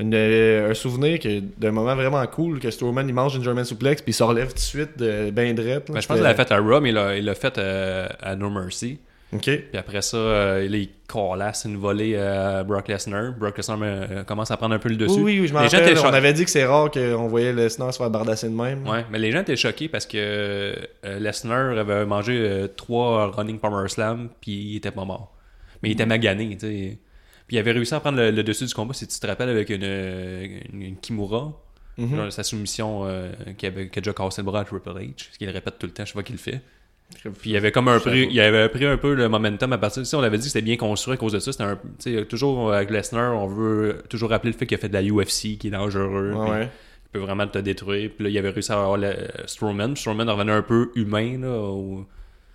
Speaker 3: une- euh, un souvenir que- d'un moment vraiment cool que Strowman il mange une German suplex puis il se relève tout de suite de ben drette. là.
Speaker 4: Ben, je pense qu'il l'a fait à Raw, mais il l'a- il l'a fait euh, à No Mercy.
Speaker 3: Ok.
Speaker 4: Puis après ça, euh, là, il collasse une volée à Brock Lesnar. Brock Lesnar euh, commence à prendre un peu le dessus.
Speaker 3: Oui, oui, oui, je m'en
Speaker 4: Les gens
Speaker 3: rappelle.
Speaker 4: étaient
Speaker 3: On
Speaker 4: cho-
Speaker 3: avait dit que c'est rare qu'on voyait Lesnar se faire bardasser de même.
Speaker 4: Ouais, mais les gens étaient choqués parce que euh, Lesnar avait mangé euh, trois running power slam puis il était pas mort. Mais
Speaker 3: Mm.
Speaker 4: il était magané, tu sais. Puis il avait réussi à prendre le, le dessus du combat, si tu te rappelles, avec une, une- une Kimura,
Speaker 3: Mhm.
Speaker 4: genre sa soumission euh, qui, avait, qui a déjà cassé le bras à Triple H, ce qu'il répète tout le temps, je sais pas qu'il le fait. Puis il avait comme un
Speaker 3: Je sais
Speaker 4: pris,
Speaker 3: pas.
Speaker 4: il avait pris un peu le momentum à partir de ça. On avait dit que c'était bien construit à cause de ça. C'était un, tu sais, toujours euh, avec Lesnar, on veut toujours rappeler le fait qu'il a fait de la UFC, qui est dangereux,
Speaker 3: Ouais,
Speaker 4: puis
Speaker 3: ouais.
Speaker 4: qui peut vraiment te détruire. Puis là, il avait réussi à avoir le, euh, Strowman. Strowman revenait un peu humain là, au,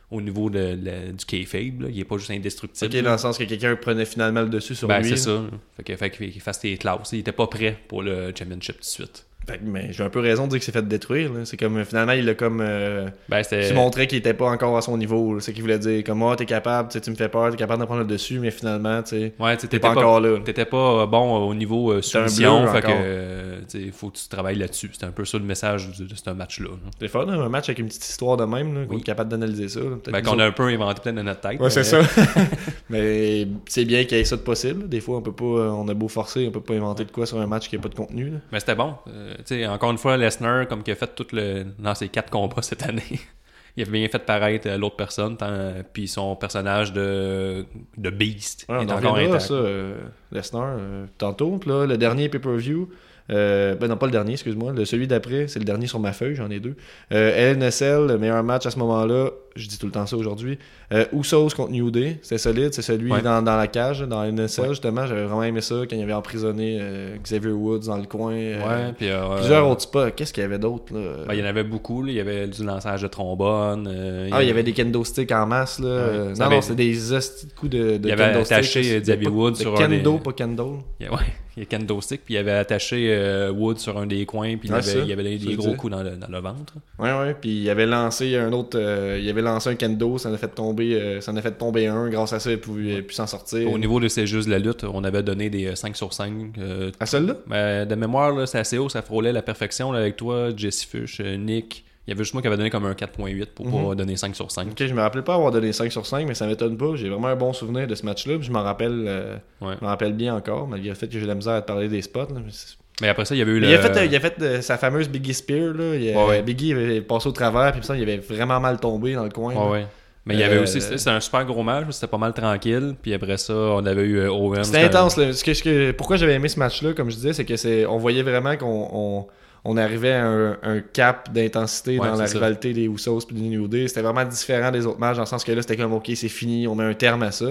Speaker 4: au niveau de, la- du kayfabe. là. Il est pas juste indestructible.
Speaker 3: Ok, dans le sens que quelqu'un prenait finalement le dessus sur
Speaker 4: Ben,
Speaker 3: lui.
Speaker 4: c'est ça. Fait que- fait qu'il fasse tes classes. Il était pas prêt pour le championship tout de suite.
Speaker 3: Fait que, mais j'ai un peu raison de dire que c'est fait détruire. là. C'est comme euh, finalement il a comme euh,
Speaker 4: Ben, c'était-
Speaker 3: qui montrait qu'il était pas encore à son niveau. là. C'est qu'il voulait dire comme moi t'es capable, tu sais, tu me fais peur, t'es capable de prendre le dessus, mais finalement tu sais,
Speaker 4: Ouais, tu sais,
Speaker 3: t'es pas, encore là.
Speaker 4: T'étais pas euh, bon euh, au niveau euh,
Speaker 3: T'es un
Speaker 4: soumission,
Speaker 3: bleu
Speaker 4: fait que
Speaker 3: encore.
Speaker 4: euh, tu sais, faut que tu travailles là-dessus. C'était un peu ça le message de, de ce match-là. hein.
Speaker 3: C'est fun, hein, un match avec une petite histoire de même, là, qu'on
Speaker 4: Oui.
Speaker 3: est capable d'analyser ça. là. Peut-être
Speaker 4: Ben,
Speaker 3: nous
Speaker 4: qu'on a un peu inventé plein de notre tête.
Speaker 3: Ouais, c'est
Speaker 4: mais-
Speaker 3: ça. (laughs) mais c'est bien qu'il y ait ça de possible. Des fois, on peut pas, euh, on a beau forcer, on peut pas inventer de quoi sur un match qui a pas de contenu. là.
Speaker 4: Mais c'était bon. Euh, tu sais, encore une fois, Lesnar, comme qu'il a fait tout le, dans ses quatre combats cette année, (laughs) il avait bien fait paraître euh, l'autre personne, tant- euh, puis son personnage de, de Beast.
Speaker 3: Ouais,
Speaker 4: il
Speaker 3: on
Speaker 4: est
Speaker 3: en
Speaker 4: encore
Speaker 3: reviendra à
Speaker 4: intact.
Speaker 3: ça, euh, Lesnar, euh, tantôt. Puis là, le dernier pay-per-view, euh, ben non, pas le dernier, excuse-moi, le, celui d'après, c'est le dernier sur ma feuille, j'en ai deux. Euh, LNSL, le meilleur match à ce moment-là, je dis tout le temps ça aujourd'hui. Euh, Usos contre New Day, c'est solide, c'est celui
Speaker 4: Ouais.
Speaker 3: dans, dans la cage, dans LNSL, justement, j'avais vraiment aimé ça quand il avait emprisonné euh, Xavier Woods dans le coin. euh,
Speaker 4: Ouais, puis, euh,
Speaker 3: Plusieurs autres spots, qu'est-ce qu'il y avait d'autre là?
Speaker 4: ben, il y en avait beaucoup. là. Il y avait du lançage de trombone. euh,
Speaker 3: Ah, il y avait des kendo sticks en masse, là. Euh,
Speaker 4: Ça
Speaker 3: Non,
Speaker 4: avait-
Speaker 3: non, c'était des hosties de coups de, de
Speaker 4: Il avait
Speaker 3: kendo
Speaker 4: attaché,
Speaker 3: sticks,
Speaker 4: euh,
Speaker 3: là.
Speaker 4: Xavier
Speaker 3: Pas-
Speaker 4: Woods
Speaker 3: de
Speaker 4: sur un
Speaker 3: Kendo,
Speaker 4: des-
Speaker 3: pas kendo.
Speaker 4: Il y a, (laughs) ouais, il y a Kendo Stick, puis il avait attaché euh, Wood sur un des coins, puis il,
Speaker 3: Ouais,
Speaker 4: avait,
Speaker 3: Ah, ça,
Speaker 4: il avait des,
Speaker 3: ça
Speaker 4: des
Speaker 3: le
Speaker 4: gros
Speaker 3: dit.
Speaker 4: coups dans le, dans le ventre.
Speaker 3: Ouais, ouais. Puis il avait lancé un autre. euh, il avait lancé un kendo, ça en a fait tomber, euh, ça en a fait tomber un. Grâce à ça, il pouvait, il a pu s'en sortir.
Speaker 4: Au niveau de C'est juste la lutte, on avait donné des euh, 5 sur 5. euh,
Speaker 3: À celle-là
Speaker 4: ben, de mémoire, là, c'est assez haut, ça frôlait la perfection là, avec toi, Jesse Fuchs, euh, Nick, Il y avait juste moi qui avait donné comme un 4.8 pour
Speaker 3: Mhm.
Speaker 4: pas donner 5 sur 5.
Speaker 3: Ok, je me rappelais pas avoir donné 5 sur 5, mais ça m'étonne pas. J'ai vraiment un bon souvenir de ce match-là. puis Je m'en rappelle, euh,
Speaker 4: Ouais.
Speaker 3: je m'en rappelle bien encore, malgré le fait que j'ai de la misère à te parler des spots. là, mais c'est-
Speaker 4: Mais après ça, il y avait eu
Speaker 3: Mais
Speaker 4: le...
Speaker 3: il a fait, euh, il a fait euh, sa fameuse Biggie Spear. Là. Il, a-
Speaker 4: Ouais, ouais.
Speaker 3: Biggie avait passé au travers, puis ça, il avait vraiment mal tombé dans le coin.
Speaker 4: Ouais,
Speaker 3: là.
Speaker 4: ouais. Mais il y avait
Speaker 3: Euh,
Speaker 4: aussi, c'était c'était un super gros match, c'était pas mal tranquille. Puis après ça, on avait eu euh, Owen.
Speaker 3: C'était intense. là. Ce que- ce que- pourquoi j'avais aimé ce match-là, comme je disais, c'est que c'est, on voyait vraiment qu'on on, on arrivait à un, un cap d'intensité
Speaker 4: Ouais,
Speaker 3: dans
Speaker 4: c'est
Speaker 3: la
Speaker 4: ça.
Speaker 3: rivalité des Usos et du New Day. C'était vraiment différent des autres matchs, dans le sens que là, c'était comme, OK, c'est fini, on met un terme à ça.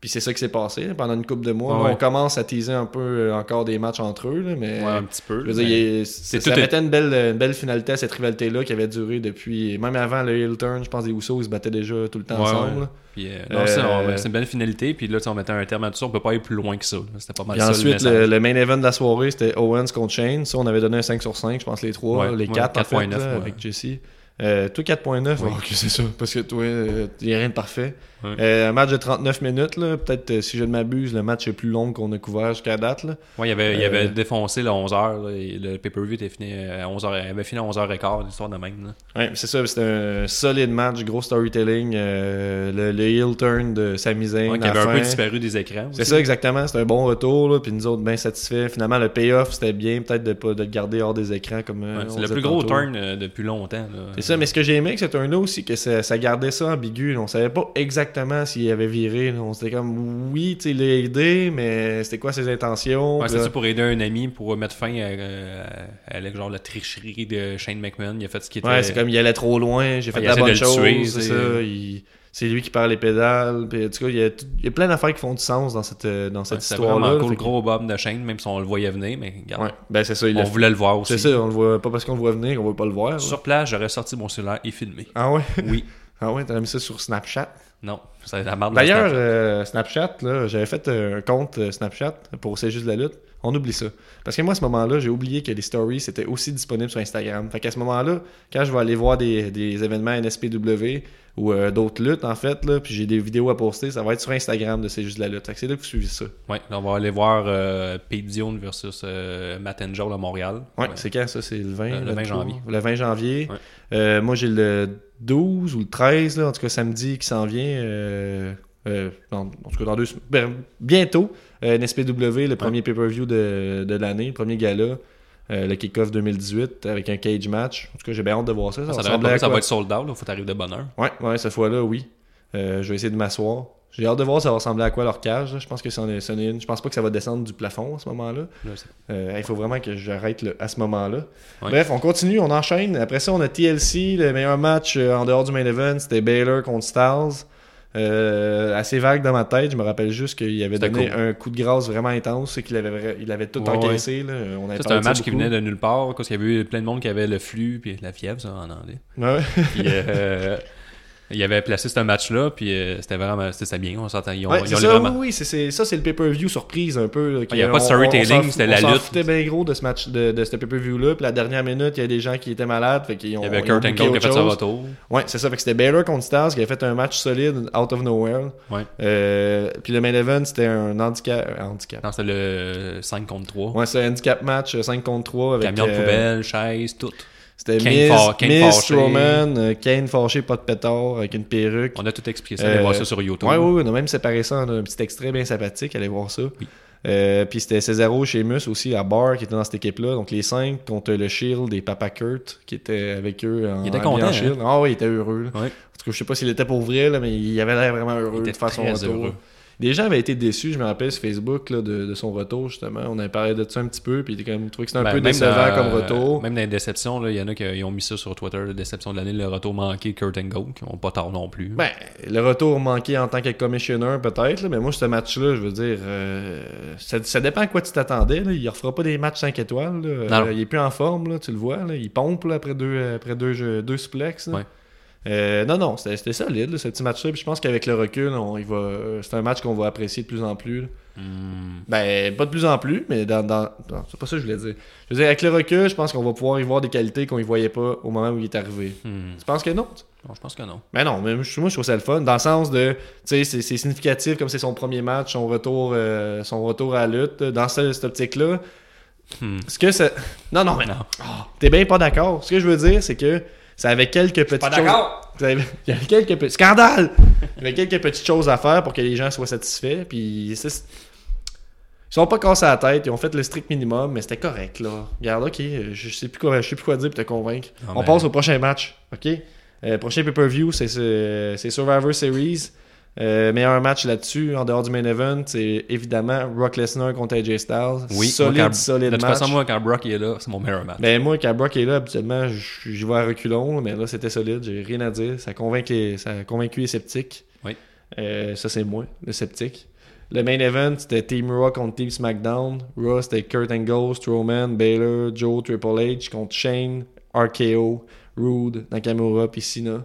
Speaker 3: Puis c'est ça qui s'est passé là, pendant une coupe de mois.
Speaker 4: Ouais,
Speaker 3: Là,
Speaker 4: ouais.
Speaker 3: On commence à teaser un peu euh, encore des matchs entre eux, là, mais...
Speaker 4: Ouais, un petit peu.
Speaker 3: Je veux dire,
Speaker 4: mais-
Speaker 3: il est- ça,
Speaker 4: tout
Speaker 3: ça
Speaker 4: un-
Speaker 3: mettait une belle, une belle finalité à cette rivalité-là qui avait duré depuis. Même avant le Hill Turn, je pense des Usos, ils se battaient déjà tout le temps
Speaker 4: Ouais,
Speaker 3: ensemble.
Speaker 4: ouais.
Speaker 3: là.
Speaker 4: Puis, euh, non, c'est- on-
Speaker 3: Euh,
Speaker 4: c'est une belle finalité. Puis là, tu sais, on mettait un terme à tout ça. On peut pas aller plus loin que ça. C'était pas mal
Speaker 3: Puis
Speaker 4: ça.
Speaker 3: ensuite,
Speaker 4: le
Speaker 3: le,
Speaker 4: message.
Speaker 3: le main event de la soirée, c'était Owens contre Shane. Ça, on avait donné un 5 sur 5, je pense, les 3,
Speaker 4: Ouais,
Speaker 3: les
Speaker 4: ouais,
Speaker 3: 4,
Speaker 4: 4.9, ouais.
Speaker 3: avec Jesse. Euh, toi, 4.9,
Speaker 4: Oui.
Speaker 3: oh, ok, c'est ça, parce que toi, euh, il n'y a rien de parfait.
Speaker 4: Ouais.
Speaker 3: Euh, un match de 39 minutes, là, peut-être, euh, si je ne m'abuse, le match le plus long qu'on a couvert jusqu'à date. là.
Speaker 4: Ouais, il avait, il
Speaker 3: euh,
Speaker 4: avait défoncé le 11h. Le pay-per-view était fini à 11h. Il avait fini à 11h15, l'histoire de même. là.
Speaker 3: Ouais, c'est ça, c'était un solide match, gros storytelling, euh, le, le heel turn de Sami Zayn.
Speaker 4: Ouais, qui
Speaker 3: à
Speaker 4: avait
Speaker 3: la
Speaker 4: un peu
Speaker 3: fin.
Speaker 4: disparu des écrans.
Speaker 3: C'est
Speaker 4: aussi.
Speaker 3: ça, exactement. C'était un bon retour, là, puis nous autres, bien satisfaits. Finalement, le payoff, c'était bien, peut-être de, pas- de le garder hors des écrans. comme euh,
Speaker 4: Ouais,
Speaker 3: on
Speaker 4: c'est le
Speaker 3: disait
Speaker 4: plus gros
Speaker 3: tantôt.
Speaker 4: turn euh, depuis longtemps. là.
Speaker 3: C'est ça, mais ce que j'ai aimé avec ce turn-là aussi, que ça, ça gardait ça ambigu. là. On savait pas exactement s'il avait viré. là. On s'était comme, oui, tu sais, il a aidé, mais c'était quoi ses intentions?
Speaker 4: Ouais,
Speaker 3: Puis
Speaker 4: c'est
Speaker 3: là-
Speaker 4: ça pour aider un ami pour mettre fin à, euh, à- à la- genre, la tricherie de Shane McMahon. Il a fait ce qui était.
Speaker 3: Ouais, c'est comme il allait trop loin, j'ai fait
Speaker 4: il
Speaker 3: la
Speaker 4: essaie de
Speaker 3: bonne
Speaker 4: le
Speaker 3: chose,
Speaker 4: tuer,
Speaker 3: c'est
Speaker 4: c'est-
Speaker 3: ça. il- C'est lui qui parle les pédales. Puis, en tout cas, il y a, tout- il y a plein d'affaires qui font du sens dans cette, euh, dans cette
Speaker 4: Ouais, c'était
Speaker 3: histoire-là.
Speaker 4: vraiment cool,
Speaker 3: Fait
Speaker 4: le
Speaker 3: que-
Speaker 4: gros bob de Shane, même si on le voyait venir. Mais regarde,
Speaker 3: Ouais, ben c'est ça, il
Speaker 4: on
Speaker 3: l'a
Speaker 4: voulait le voir
Speaker 3: C'est
Speaker 4: aussi.
Speaker 3: ça, on le voit pas parce qu'on le voit venir, on veut pas le voir. là.
Speaker 4: Sur place, j'aurais sorti mon cellulaire
Speaker 3: (laughs)
Speaker 4: et filmé.
Speaker 3: Ah ouais?
Speaker 4: Oui.
Speaker 3: Ah ouais, t'as mis ça sur Snapchat.
Speaker 4: Non, c'est la marde. de
Speaker 3: D'ailleurs,
Speaker 4: Snapchat.
Speaker 3: euh, Snapchat, là, j'avais fait euh, un compte euh, Snapchat pour C'est juste de la lutte. On oublie ça. Parce que moi, à ce moment-là, j'ai oublié que les stories c'était aussi disponible sur Instagram. Fait qu'à ce moment-là, quand je vais aller voir des, des événements NSPW ou euh, d'autres luttes, en fait, là, puis j'ai des vidéos à poster, ça va être sur Instagram de C'est juste de la lutte. Fait que c'est là que vous suivez ça.
Speaker 4: Ouais, on va aller voir euh, Pete Dion versus euh, Matt Angel à Montréal.
Speaker 3: Ouais, c'est quand ça C'est le 20,
Speaker 4: Euh, Le- le 20
Speaker 3: 23?
Speaker 4: janvier.
Speaker 3: Le 20 janvier.
Speaker 4: Ouais.
Speaker 3: Euh, moi, j'ai le 12 ou le 13, là, en tout cas samedi qui s'en vient. euh, euh, dans- en tout cas, dans deux sem- ben, bientôt, euh, NSPW, le premier pay-per-view de, de l'année, le premier gala, euh, le kick-off 2018 avec un cage match. En tout cas, j'ai bien hâte de voir ça. Ça,
Speaker 4: Ah, Ça, devrait
Speaker 3: ressemblait
Speaker 4: être-
Speaker 3: à
Speaker 4: ça
Speaker 3: quoi?
Speaker 4: va être sold out, là, faut t'arriver de bonne heure.
Speaker 3: Ouais, ouais, cette fois-là, oui. Euh, je vais essayer de m'asseoir. J'ai hâte de voir ça va ressembler à quoi leur cage. là. Je pense que c'en est, c'en est une. Je pense pas que ça va descendre du plafond à ce moment-là.
Speaker 4: Là, c'est-
Speaker 3: Euh, il faut vraiment que j'arrête le- à ce moment-là.
Speaker 4: Ouais.
Speaker 3: Bref, on continue, on enchaîne. Après ça, on a TLC, le meilleur match euh, en dehors du main event, c'était Baylor contre Styles. Euh, assez vague dans ma tête, je me rappelle juste qu'il avait
Speaker 4: C'était
Speaker 3: donné
Speaker 4: cool.
Speaker 3: un coup de grâce vraiment intense, c'est qu'il avait, vra- il avait tout
Speaker 4: Ouais,
Speaker 3: encaissé. là. Euh, On avait
Speaker 4: Ça, C'était
Speaker 3: parlé
Speaker 4: un
Speaker 3: de ça
Speaker 4: match qui
Speaker 3: beaucoup.
Speaker 4: venait de nulle part, parce qu'il y avait eu plein de monde qui avait le flux, puis la fièvre, ça, en anglais.
Speaker 3: Ouais.
Speaker 4: Puis,
Speaker 3: (laughs)
Speaker 4: euh, il avait placé ce match-là, puis euh, c'était vraiment c'était c'était bien, on s'entend. Ils ont,
Speaker 3: Ouais,
Speaker 4: ils
Speaker 3: c'est
Speaker 4: ont
Speaker 3: ça,
Speaker 4: vraiment-
Speaker 3: oui, oui, c'est- c'est- ça c'est le pay-per-view surprise un peu. là, qui-
Speaker 4: Il y a pas de
Speaker 3: on-
Speaker 4: storytelling,
Speaker 3: on s'en-
Speaker 4: c'était la
Speaker 3: On s'en
Speaker 4: lutte.
Speaker 3: foutait bien gros de ce match, de, de ce pay-per-view-là. Puis la dernière minute, il y a des gens qui étaient malades. Fait qu'ils ont,
Speaker 4: Il y avait
Speaker 3: ils ont
Speaker 4: Kurt Angle
Speaker 3: booké
Speaker 4: qui a
Speaker 3: autre
Speaker 4: fait son
Speaker 3: chose.
Speaker 4: retour.
Speaker 3: Ouais, c'est ça. Fait que c'était Baylor contre Stars qui a fait un match solide out of nowhere.
Speaker 4: Ouais.
Speaker 3: Euh, puis le main event, c'était un handicap. un handicap.
Speaker 4: Non, c'était le 5 contre 3.
Speaker 3: Ouais, c'est un handicap match euh, 5 contre 3 avec.
Speaker 4: Camion de
Speaker 3: euh,
Speaker 4: poubelle, chaise, tout.
Speaker 3: C'était
Speaker 4: Kane
Speaker 3: Miz,
Speaker 4: fa- Kane
Speaker 3: Miz
Speaker 4: fâché.
Speaker 3: Strowman, euh, Kane fâché, pas de pétard, avec une perruque.
Speaker 4: On a tout expliqué ça, allez voir ça sur YouTube.
Speaker 3: euh, Ouais, oui, on a même séparé ça en un petit extrait bien sympathique, allez voir ça.
Speaker 4: Oui.
Speaker 3: Euh, puis c'était Cesaro chez Mus aussi, à Barr, qui était dans cette équipe-là. Donc les 5 contre le Shield des Papa Kurt, qui était avec eux en
Speaker 4: Il était
Speaker 3: en
Speaker 4: content,
Speaker 3: habillé en Shield. Ah oui, il était heureux. là.
Speaker 4: hein? Ouais.
Speaker 3: En tout cas, je sais pas s'il était pour vrai, là, mais il avait l'air vraiment heureux
Speaker 4: Il était
Speaker 3: de faire son
Speaker 4: très
Speaker 3: retour.
Speaker 4: heureux.
Speaker 3: Des gens avaient été déçus, je me rappelle, sur Facebook là, de, de son retour, justement. On avait parlé de ça un petit peu, puis il était comme, trouvé que c'était un
Speaker 4: Ben,
Speaker 3: peu
Speaker 4: même
Speaker 3: décevant
Speaker 4: dans-
Speaker 3: comme retour.
Speaker 4: Même dans les déceptions, là, il y en a qui euh, ils ont mis ça sur Twitter, la déception de l'année, le retour manqué de Kurt Angle, qui n'ont pas tard non plus.
Speaker 3: Ben, le retour manqué en tant que commissioner, peut-être, là, mais moi, ce match-là, je veux dire, euh, ça, ça dépend à quoi tu t'attendais. là. Il ne refera pas des matchs 5 étoiles. là.
Speaker 4: Non, non.
Speaker 3: Euh, il est plus en forme, là, tu le vois. là. Il pompe là, après deux, euh, après deux, jeux- deux suplex. là.
Speaker 4: Ouais.
Speaker 3: Euh, non, non, c'était c'était solide, là, ce petit match-là. Puis Je pense qu'avec le recul, on- il va, euh, c'est un match qu'on va apprécier de plus en plus. là.
Speaker 4: Hmm.
Speaker 3: Ben, pas de plus en plus, mais dans. dans... non, c'est pas ça que je voulais dire. Je veux dire, avec le recul, je pense qu'on va pouvoir y voir des qualités qu'on y voyait pas au moment où il est arrivé.
Speaker 4: Hmm.
Speaker 3: Tu penses que non? tu-
Speaker 4: Non, je pense que non.
Speaker 3: Ben non, mais moi, je moi, je trouve ça le fun. Dans le sens de. Tu sais, c'est c'est significatif comme c'est son premier match, son retour, euh, son retour à la lutte. Dans ce- cette optique-là.
Speaker 4: Hmm.
Speaker 3: Ce que ça. Non, non, mais
Speaker 4: Non.
Speaker 3: T'es bien pas d'accord. Ce que je veux dire, c'est que Ça avait quelques petites
Speaker 4: Pas
Speaker 3: choses.
Speaker 4: d'accord.
Speaker 3: Ça avait- Il y avait quelques petits. Scandale! Il y avait quelques petites choses à faire pour que les gens soient satisfaits. Puis c'est- ils sont pas cassés à la tête. Ils ont fait le strict minimum, mais c'était correct là. Regarde, ok, euh, je je sais plus quoi, je sais plus quoi dire pour te convaincre.
Speaker 4: Non,
Speaker 3: On
Speaker 4: mais-
Speaker 3: passe au prochain match, ok? Euh, prochain pay-per-view, c'est ce- c'est Survivor Series. Euh, meilleur match là-dessus, en dehors du main event, c'est évidemment Brock Lesnar contre AJ Styles.
Speaker 4: Oui,
Speaker 3: solide,
Speaker 4: moi, quand-
Speaker 3: solide
Speaker 4: De toute
Speaker 3: match.
Speaker 4: façon, moi, quand Brock est là, c'est mon meilleur match.
Speaker 3: Ben moi, quand Brock est là, habituellement, j- j'y vais à reculons, mais là, c'était solide, j'ai rien à dire. Ça a convaincu les, ça a convaincu les sceptiques.
Speaker 4: Oui.
Speaker 3: Euh, ça, c'est moi, le sceptique. Le main event, c'était Team Raw contre Team SmackDown. Raw, c'était Kurt Angle, Strowman, Baylor, Joe, Triple H contre Shane, RKO, Rude, Nakamura, puis Cena.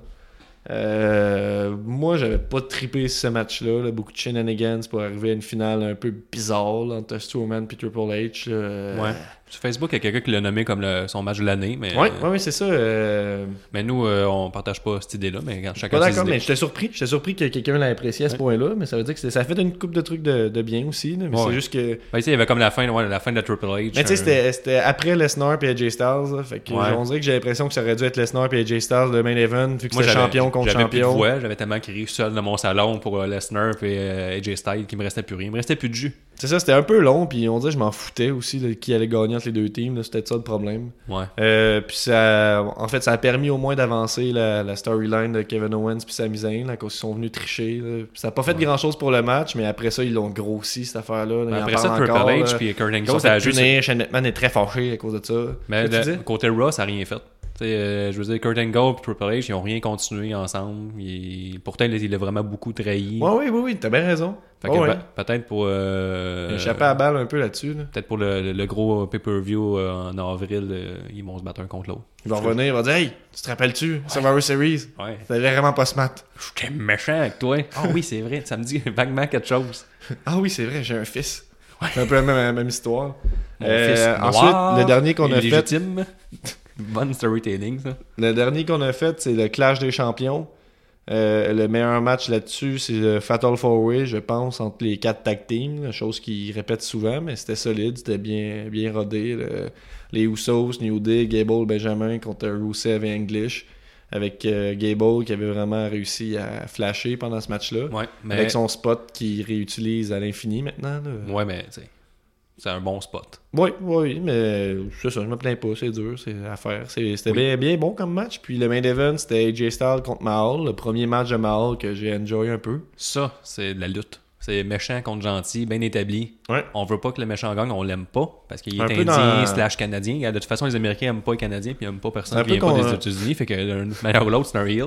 Speaker 3: Euh, moi, j'avais pas trippé ce match-là. là. Beaucoup de shenanigans pour arriver à une finale un peu bizarre là, entre Strowman et Triple H. là.
Speaker 4: Ouais. Sur Facebook, il y a quelqu'un qui l'a nommé comme le- son match de l'année, mais,
Speaker 3: euh, Ouais, ouais, ouais, c'est ça. euh,
Speaker 4: mais nous, euh, on partage pas cette idée-là, mais quand chacun
Speaker 3: Pas
Speaker 4: ses
Speaker 3: d'accord,
Speaker 4: idées.
Speaker 3: mais j'étais surpris. J'étais surpris que quelqu'un l'ait apprécié à ce point-là, mais ça veut dire que c'est- ça fait une coupe de trucs de, de bien aussi. là, mais
Speaker 4: Ouais.
Speaker 3: c'est juste que.
Speaker 4: Ben, tu sais, il y avait comme la fin, ouais, la fin de la Triple H. euh,
Speaker 3: Mais tu sais,
Speaker 4: un-
Speaker 3: c'était- c'était après Lesnar et AJ Styles. là, fait que
Speaker 4: Ouais.
Speaker 3: on dirait que j'ai l'impression que ça aurait dû être Lesnar et AJ Styles le main event, vu que
Speaker 4: Moi,
Speaker 3: c'était
Speaker 4: j'avais-
Speaker 3: champion contre
Speaker 4: j'avais plus de
Speaker 3: champion.
Speaker 4: voix, j'avais tellement crié seul dans mon salon pour euh, Lesnar et euh, AJ Styles qu'il me restait plus rien. Il me restait plus de jus.
Speaker 3: C'est ça, c'était un peu long, puis on dirait que je m'en foutais aussi de qui allait gagner entre les deux teams. là, C'était ça le problème.
Speaker 4: Ouais.
Speaker 3: Euh, puis ça, en fait, ça a permis au moins d'avancer la, la storyline de Kevin Owens puis Sami Zayn, là, quand ils sont venus tricher. là. Ça n'a pas fait grand-chose pour le match, mais après ça, ils l'ont grossi cette affaire-là. là. Ils en
Speaker 4: Après ça,
Speaker 3: parlent
Speaker 4: Triple
Speaker 3: encore, là.
Speaker 4: H puis Kurt
Speaker 3: Ils sont
Speaker 4: Angle,
Speaker 3: fait
Speaker 4: ça a juste.
Speaker 3: punir, Shane McMahon est très fâché à cause de ça.
Speaker 4: Mais
Speaker 3: Qu'est-ce que
Speaker 4: le-
Speaker 3: tu dis?
Speaker 4: côté Raw, ça n'a rien fait. Tu sais, euh, je veux dire, Kurt Angle et Triple H, ils n'ont rien continué ensemble. Il- Pourtant, il il a vraiment beaucoup trahi.
Speaker 3: Ouais, oui, oui, oui, t'as bien raison.
Speaker 4: Fait
Speaker 3: Ouais,
Speaker 4: que
Speaker 3: ouais.
Speaker 4: pe- peut-être pour. euh,
Speaker 3: Échappé à la balle un peu là-dessus. là.
Speaker 4: Peut-être pour le, le- le gros pay-per-view euh, en avril, euh, ils vont se battre un contre l'autre.
Speaker 3: Il va revenir, il va dire Hey, tu te rappelles-tu Survivor Series
Speaker 4: Ouais.
Speaker 3: C'était vraiment pas smart.
Speaker 4: J'étais méchant avec toi. Ah oui, c'est vrai. Ça me dit (laughs) vaguement quelque chose.
Speaker 3: Ah oui, c'est vrai, j'ai un fils. C'est un peu la même, la même histoire.
Speaker 4: Mon
Speaker 3: Euh,
Speaker 4: fils noir,
Speaker 3: ensuite, le dernier qu'on a fait, (laughs)
Speaker 4: illégitime. Bonne storytelling, ça.
Speaker 3: Le dernier qu'on a fait, c'est le Clash des Champions. Euh, le meilleur match là-dessus, c'est le Fatal Four Way, je pense, entre les quatre tag teams, là, chose qu'ils répètent souvent, mais c'était solide, c'était bien, bien rodé. le- les Usos, New Day, Gable, Benjamin contre Rusev et English, avec euh, Gable qui avait vraiment réussi à flasher pendant ce match-là,
Speaker 4: Ouais, mais,
Speaker 3: avec son spot qu'il réutilise à l'infini maintenant. là.
Speaker 4: ouais, mais tu sais, c'est un bon spot.
Speaker 3: Oui, oui, mais c'est ça, je me plains pas, c'est dur, c'est à faire. C'est- C'était
Speaker 4: Oui.
Speaker 3: bien, bien bon comme match. Puis le main event, c'était AJ Styles contre Mahal, le premier match de Mahal que j'ai enjoyé un peu.
Speaker 4: Ça, c'est de la lutte. C'est méchant contre gentil, bien établi.
Speaker 3: Ouais.
Speaker 4: On veut pas que le méchant gagne, on l'aime pas. Parce qu'il est
Speaker 3: Un peu
Speaker 4: indien
Speaker 3: dans-
Speaker 4: slash canadien. Regarde, De toute façon, les Américains aiment pas les Canadiens, puis ils aiment pas
Speaker 3: Un
Speaker 4: personne qui
Speaker 3: peu
Speaker 4: vient pas
Speaker 3: qu'on-
Speaker 4: des États-Unis. Fait que d'un manière ou l'autre, c'est un heel.